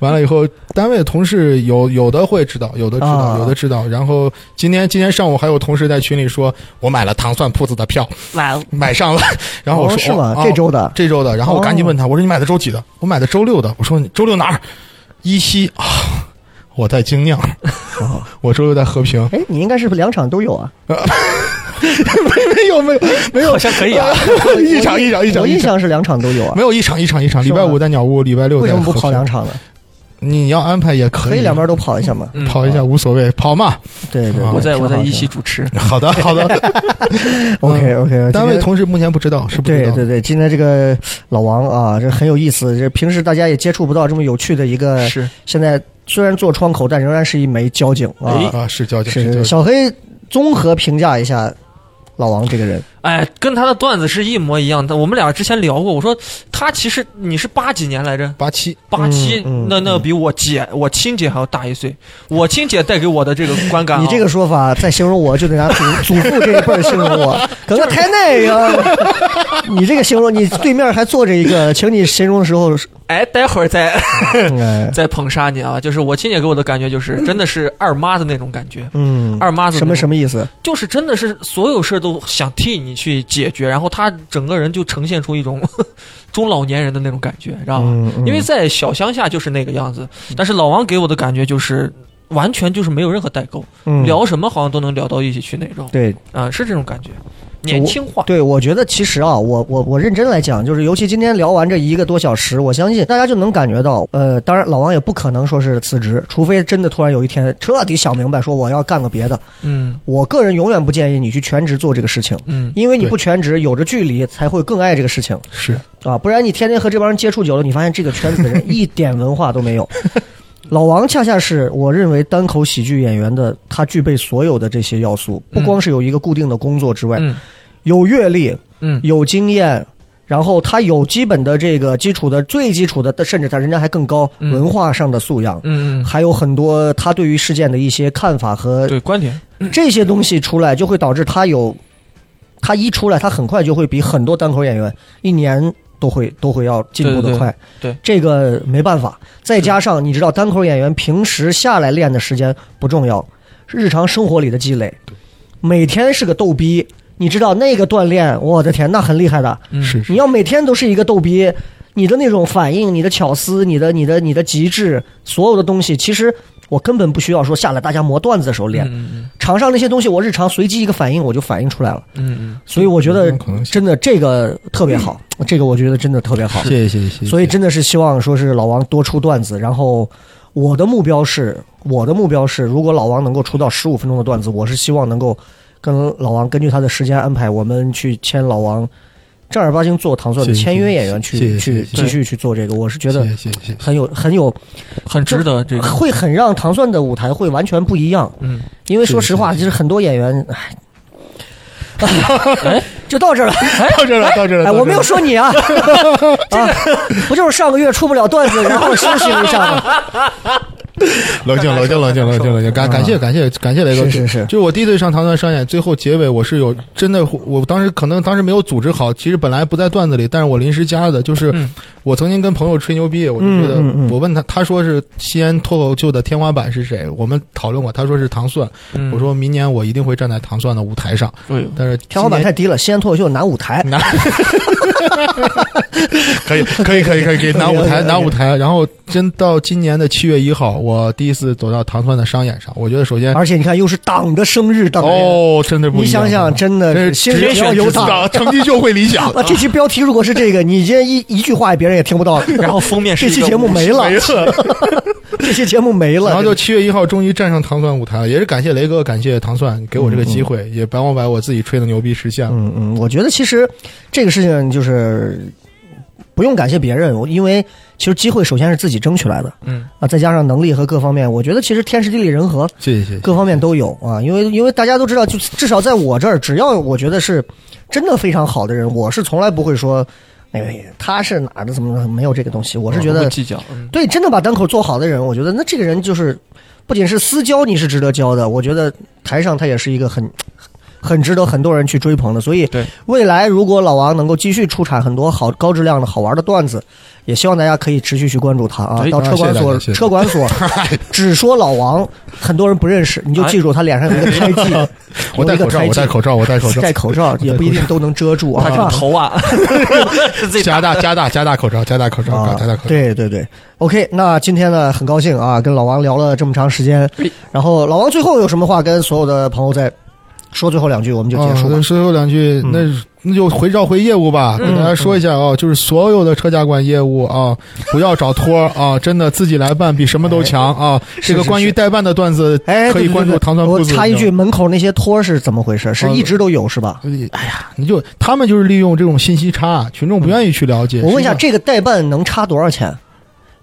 [SPEAKER 4] 完了以后，单位的同事有有的会知道，有的知道，
[SPEAKER 2] 啊
[SPEAKER 4] 有的知道。然后今天今天上午还有同事在群里说，我买了糖蒜铺子的票，
[SPEAKER 5] 哇哦，
[SPEAKER 4] 买上了。 然后我说、
[SPEAKER 2] 哦是吗
[SPEAKER 4] 哦
[SPEAKER 2] 这周的
[SPEAKER 4] 这周的。然后我
[SPEAKER 2] 哦
[SPEAKER 4] 赶紧问他，我说你买的周几的？我买的周六的。我说你周六哪儿？依稀啊，我在精酿，
[SPEAKER 2] 哦
[SPEAKER 4] 我周六在和平。
[SPEAKER 2] 哎，你应该是两场都有啊？
[SPEAKER 4] 没有没有
[SPEAKER 2] 哎
[SPEAKER 4] 没有，
[SPEAKER 5] 好像可以 啊。
[SPEAKER 4] 一场哎一场一
[SPEAKER 2] 我
[SPEAKER 4] 场一
[SPEAKER 2] 印
[SPEAKER 4] 场，
[SPEAKER 2] 象是两场都有啊
[SPEAKER 4] 没。有一场一场一场。
[SPEAKER 2] 是
[SPEAKER 4] 礼
[SPEAKER 2] 吧
[SPEAKER 4] 拜五在鸟屋，礼拜六
[SPEAKER 2] 为
[SPEAKER 4] 在
[SPEAKER 2] 什么不
[SPEAKER 4] 和
[SPEAKER 2] 跑
[SPEAKER 4] 平
[SPEAKER 2] 两？场呢？
[SPEAKER 4] 你要安排也可以，
[SPEAKER 2] 可以两边都跑一下嘛。
[SPEAKER 5] 嗯
[SPEAKER 4] 跑一下无所谓，跑嘛。
[SPEAKER 2] 对对，
[SPEAKER 4] 啊
[SPEAKER 5] 我在我在
[SPEAKER 2] 挺好
[SPEAKER 5] 一席。主持，
[SPEAKER 4] 好的 好的。嗯
[SPEAKER 2] OK OK，
[SPEAKER 4] 单位同事目前不知道，是不知
[SPEAKER 2] 对
[SPEAKER 4] 道。
[SPEAKER 2] 对对，今天这个老王啊，这很有意思，这平时大家也接触不到这么有趣的一个，
[SPEAKER 5] 是
[SPEAKER 2] 现在虽然做窗口，但仍然是一枚交警啊。
[SPEAKER 4] 啊，是交警，
[SPEAKER 2] 是
[SPEAKER 4] 是交
[SPEAKER 2] 是，
[SPEAKER 4] 警。
[SPEAKER 2] 小黑综合评价一下老王这个人，
[SPEAKER 5] 哎，跟他的段子是一模一样的。我们俩之前聊过，我说他其实你是八几年来着？
[SPEAKER 4] 八七，
[SPEAKER 5] 八七、
[SPEAKER 2] 嗯
[SPEAKER 5] 那那
[SPEAKER 2] 嗯
[SPEAKER 5] 比我姐，我亲姐还要大一岁。我亲姐带给我的这个观感、啊，
[SPEAKER 2] 你这个说法再形容我就得拿祖祖 父这一辈儿形容我，可能太那个。你这个形容，你对面还坐着一个，请你形容的时候，
[SPEAKER 5] 哎，待会儿再
[SPEAKER 2] 哎，
[SPEAKER 5] 再捧杀你啊！就是我亲姐给我的感觉，就是真的是二妈的那种感觉。
[SPEAKER 2] 嗯，
[SPEAKER 5] 二妈子
[SPEAKER 2] 什么什
[SPEAKER 5] 么，
[SPEAKER 2] 么意思？
[SPEAKER 5] 就是真的是所有事都想替你去解决，然后她整个人就呈现出一种 中老年人的那种感觉，知道吧？
[SPEAKER 2] 嗯，嗯
[SPEAKER 5] 啊因为在小乡下就是那个样子。但是老王给我的感觉就是，完全就是没有任何代沟，
[SPEAKER 2] 嗯
[SPEAKER 5] 聊什么好像都能聊到一起去那种。
[SPEAKER 2] 对
[SPEAKER 5] 啊、是这种感觉，年轻化。
[SPEAKER 2] 对，我觉得其实啊，我我我认真来讲，就是尤其今天聊完这一个多小时，我相信大家就能感觉到，呃，当然老王也不可能说是辞职，除非真的突然有一天彻底想明白说我要干个别的。
[SPEAKER 5] 嗯
[SPEAKER 2] 我个人永远不建议你去全职做这个事情。
[SPEAKER 5] 嗯，
[SPEAKER 2] 因为你
[SPEAKER 4] 对
[SPEAKER 2] 不全职，有着距离才会更爱这个事情
[SPEAKER 4] 是
[SPEAKER 2] 啊！不然你天天和这帮人接触久了，你发现这个圈子 的人一点文化都没有。老王恰恰是我认为单口喜剧演员的，他具备所有的这些要素，不光是有一个固定的工作之外，
[SPEAKER 5] 嗯
[SPEAKER 2] 有阅历，
[SPEAKER 5] 嗯
[SPEAKER 2] 有经验，然后他有基本的这个基础的最基础的，甚至他人家还更高
[SPEAKER 5] 嗯
[SPEAKER 2] 文化上的素养，
[SPEAKER 5] 嗯嗯，
[SPEAKER 2] 还有很多他对于事件的一些看法和
[SPEAKER 5] 对，观点。
[SPEAKER 2] 这些东西出来，就会导致他有，他一出来，他很快就会比很多单口演员一年都会都会要进步的快。
[SPEAKER 5] 对对对
[SPEAKER 2] 这个没办法。再加上你知道，单口演员平时下来练的时间不重要，是日常生活里的积累。每天是个逗逼，你知道那个锻炼，我的天，那很厉害的。
[SPEAKER 5] 嗯
[SPEAKER 4] 是
[SPEAKER 2] 你
[SPEAKER 4] 是，
[SPEAKER 2] 要每天都是一个逗逼，你的那种反应、你的巧思、你的、你的、你的极致，所有的东西，其实我根本不需要说下来大家磨段子的时候练。
[SPEAKER 5] 嗯
[SPEAKER 2] 场上那些东西，我日常随机一个反应我就反应出来了，
[SPEAKER 5] 嗯嗯
[SPEAKER 2] 所以我觉
[SPEAKER 4] 有这
[SPEAKER 2] 得
[SPEAKER 4] 种可能性嗯
[SPEAKER 2] 真的这个特别好，这个我觉得真的特别好。
[SPEAKER 4] 谢谢谢谢谢谢。
[SPEAKER 2] 所以真的是希望说是老王多出段子，然后我的目标是，我的目标是，如果老王能够出到十五分钟的段子，我是希望能够跟老王根据他的时间安排，我们去签老王正儿八经做糖蒜的
[SPEAKER 4] 谢谢
[SPEAKER 2] 签约演员去
[SPEAKER 4] 谢谢
[SPEAKER 2] 去
[SPEAKER 4] 谢谢
[SPEAKER 2] 继续去做这个，我是觉
[SPEAKER 4] 谢
[SPEAKER 2] 得
[SPEAKER 4] 谢谢谢谢谢。
[SPEAKER 2] 很有很有
[SPEAKER 5] 嗯，很值得这个。
[SPEAKER 2] 会很让糖蒜的舞台会完全不一样，
[SPEAKER 5] 嗯，
[SPEAKER 2] 因为说实话，
[SPEAKER 4] 是
[SPEAKER 2] 其
[SPEAKER 4] 是
[SPEAKER 2] 实很多演员， 哎， 就到这儿了。
[SPEAKER 4] 到这儿了，哎到这儿
[SPEAKER 2] 哎，
[SPEAKER 4] 了。到这儿了
[SPEAKER 2] 我没有说你 啊，啊，不就是上个月出不了段子，然后休息了一下 吗？
[SPEAKER 4] 冷静，冷静，冷静，冷静，冷静。感感谢，感谢，感谢雷哥。
[SPEAKER 2] 嗯是是是
[SPEAKER 4] 就我第一次上唐段商演，最后结尾我是有真的，我当时可能当时没有组织好，其实本来不在段子里，但是我临时加的。就是
[SPEAKER 5] 嗯
[SPEAKER 4] 我曾经跟朋友吹牛逼，我就觉得
[SPEAKER 2] 嗯嗯嗯
[SPEAKER 4] 我问他，他说是西安脱口秀的天花板是谁？我们讨论过，他说是糖蒜。
[SPEAKER 5] 嗯
[SPEAKER 4] 我，说明年我一定会站在糖蒜的舞台上，
[SPEAKER 5] 哎呦
[SPEAKER 4] 但是
[SPEAKER 2] 天花板
[SPEAKER 4] 今
[SPEAKER 2] 太低了，西安脱口秀拿舞台，
[SPEAKER 4] 年拿可以，可以，可以，可以， 可以拿舞台，拿舞台。然后真到今年的七月一号，我第一次走到糖蒜的商演上，我觉得首先
[SPEAKER 2] 而且你看又是党的生日，党的
[SPEAKER 4] 哦，真的
[SPEAKER 2] 你
[SPEAKER 4] 不一样。
[SPEAKER 2] 想想，真的是心里只要有党。
[SPEAKER 4] 党，成绩就会理 想。
[SPEAKER 2] 啊，这期标题如果是这个，你今天一一句话别人也听不 到，
[SPEAKER 5] 然后封面是
[SPEAKER 2] 这
[SPEAKER 5] 一个
[SPEAKER 2] 期节目没了，
[SPEAKER 4] 了，
[SPEAKER 2] 这期节目没了，
[SPEAKER 4] 然后就七月一号终于站上糖蒜舞台了，也是感谢雷哥，感谢糖蒜给我这个机会，也帮我把我自己吹的牛逼实现了。
[SPEAKER 2] 嗯嗯，我觉得其实这个事情就是不用感谢别人，我因为其实机会首先是自己争取来的
[SPEAKER 5] 嗯
[SPEAKER 2] 啊，再加上能力和各方面，我觉得其实天时地利人和
[SPEAKER 4] 谢谢谢谢，
[SPEAKER 2] 各方面都有啊。因为因为大家都知道，就至少在我这儿，只要我觉得是真的非常好的人，我是从来不会说，哎呀，他是哪儿的怎么怎么没有这个东西。我是觉
[SPEAKER 5] 不
[SPEAKER 2] 得
[SPEAKER 5] 计较，嗯，
[SPEAKER 2] 对，真的把单口做好的人，我觉得那这个人就是不仅是私交你是值得交的，我觉得台上他也是一个很很值得很多人去追捧的。所以
[SPEAKER 5] 对，
[SPEAKER 2] 未来如果老王能够继续出产很多好高质量的好玩的段子，也希望大家可以持续去关注他啊。
[SPEAKER 5] 哎
[SPEAKER 2] 到车管所，
[SPEAKER 4] 啊谢谢大家谢谢
[SPEAKER 2] 车管 所只说老王，很多人不认识，你就记住他脸上有一个胎记，
[SPEAKER 4] 我戴口罩，
[SPEAKER 2] 有一个
[SPEAKER 4] 我戴
[SPEAKER 2] 胎记
[SPEAKER 4] 口罩，我戴哎 口罩，
[SPEAKER 2] 戴口罩也不一定都能遮住啊。
[SPEAKER 5] 他这个头啊，是自己
[SPEAKER 4] 加大加大加大口罩，加大口罩，
[SPEAKER 2] 啊
[SPEAKER 4] 加大口罩。，
[SPEAKER 2] 对对对，OK，那今天呢，很高兴啊，跟老王聊了这么长时间
[SPEAKER 5] 哎，
[SPEAKER 2] 然后老王最后有什么话跟所有的朋友再说最后两句，我们就结束吧嗯
[SPEAKER 4] 那。啊最后两句，那那就回绕回业务吧，跟大家说一下啊，就是所有的车甲馆业务啊，不要找托儿啊，真的自己来办比什
[SPEAKER 2] 哎
[SPEAKER 4] 么都强啊。这个
[SPEAKER 2] 是
[SPEAKER 4] 关于代办的段子，
[SPEAKER 2] 哎，
[SPEAKER 4] 可
[SPEAKER 2] 对
[SPEAKER 4] 以
[SPEAKER 2] 对
[SPEAKER 4] 关注
[SPEAKER 2] 对
[SPEAKER 4] 糖蒜
[SPEAKER 2] 我
[SPEAKER 4] 铺子。啊
[SPEAKER 2] 插一句，门口那些托儿是怎么回事？是一直都有是吧？
[SPEAKER 4] 你知道吗，哎呀，你就他们就是利用这种信息差，啊群众不愿意去了解。
[SPEAKER 2] 嗯我问一下，
[SPEAKER 4] 实际
[SPEAKER 2] 这个代办能差多少钱？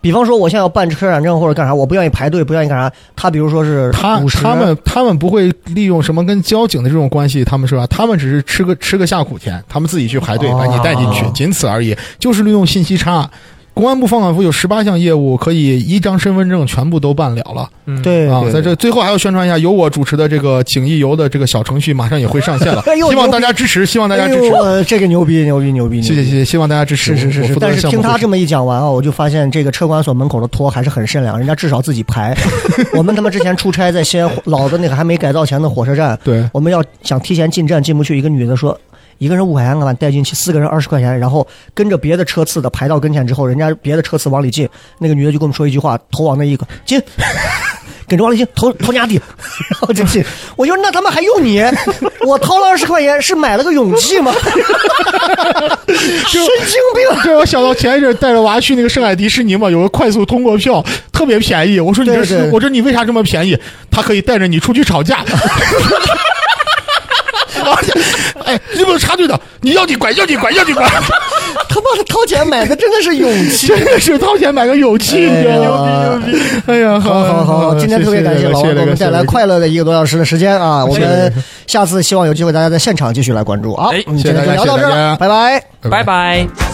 [SPEAKER 2] 比方说，我现在要办车展证或者干啥，我不愿意排队，不愿意干啥，他比如说是
[SPEAKER 4] 上
[SPEAKER 2] 五十，
[SPEAKER 4] 他他们他们不会利用什么跟交警的这种关系，他们是吧？他们只是吃个吃个下苦钱，他们自己去排队
[SPEAKER 2] 哦
[SPEAKER 4] 把你带进去，仅此而已，就是利用信息差。公安部房管部有十八项业务，可以一张身份证全部都办了了。
[SPEAKER 5] 嗯
[SPEAKER 2] 对
[SPEAKER 4] 啊，
[SPEAKER 2] 对
[SPEAKER 4] 在这最后还要宣传一下，由我主持的这个景一游的这个小程序马上也会上线了
[SPEAKER 2] 哎呦，
[SPEAKER 4] 希望大家支持，希望大家支
[SPEAKER 2] 哎
[SPEAKER 4] 持
[SPEAKER 2] 呦，呃这个牛逼牛逼牛逼！牛逼
[SPEAKER 4] 谢谢谢谢，希望大家支持。
[SPEAKER 2] 是是是
[SPEAKER 4] 我
[SPEAKER 2] 是，
[SPEAKER 4] 负责
[SPEAKER 2] 但
[SPEAKER 4] 的
[SPEAKER 2] 是
[SPEAKER 4] 项目
[SPEAKER 2] 听他
[SPEAKER 4] 会
[SPEAKER 2] 这么一讲完啊，我就发现这个车管所门口的托还是很善良，人家至少自己 排。我们他妈之前出差在西安老的那个还没改造前的火车站，
[SPEAKER 4] 对
[SPEAKER 2] 我们要想提前进站进不去，一个女的说。一个人五块钱，把带进去，四个人二十块钱，然后跟着别的车次的排到跟前之后，人家别的车次往里进，那个女的就跟我们说一句话：“头往那一个进，跟着往里进，头头压地， 然后就进。”我就说那他妈还用你？我掏了二十块钱是买了个勇气吗？ 神经病！啊
[SPEAKER 4] 这我想到前一阵带着娃去那个上海迪士尼嘛，有个快速通过票，特别便宜。我说你这是，
[SPEAKER 2] 对对
[SPEAKER 4] 我说你为啥这么便宜？他可以带着你出去吵架。 而且，哎，你不能插队的，你要你管，要你管，要 你管，
[SPEAKER 2] 他妈的掏钱买的真的是勇气。
[SPEAKER 4] 真的是掏钱买个勇气，你知道
[SPEAKER 2] 哎
[SPEAKER 4] 吗
[SPEAKER 2] 呀？
[SPEAKER 4] 牛逼牛逼！哎呀，
[SPEAKER 2] 好好好好，今天特别嗯感谢老王给我们带来快乐的一个多小时的时间啊！我们下次希望有机会大家在现场继续来关注啊！
[SPEAKER 5] 哎
[SPEAKER 2] 嗯
[SPEAKER 4] 谢谢
[SPEAKER 2] 今天就
[SPEAKER 4] 大家
[SPEAKER 2] 聊到这儿
[SPEAKER 4] 谢谢大
[SPEAKER 2] 了，
[SPEAKER 4] 家
[SPEAKER 2] 拜拜。
[SPEAKER 5] 拜。拜。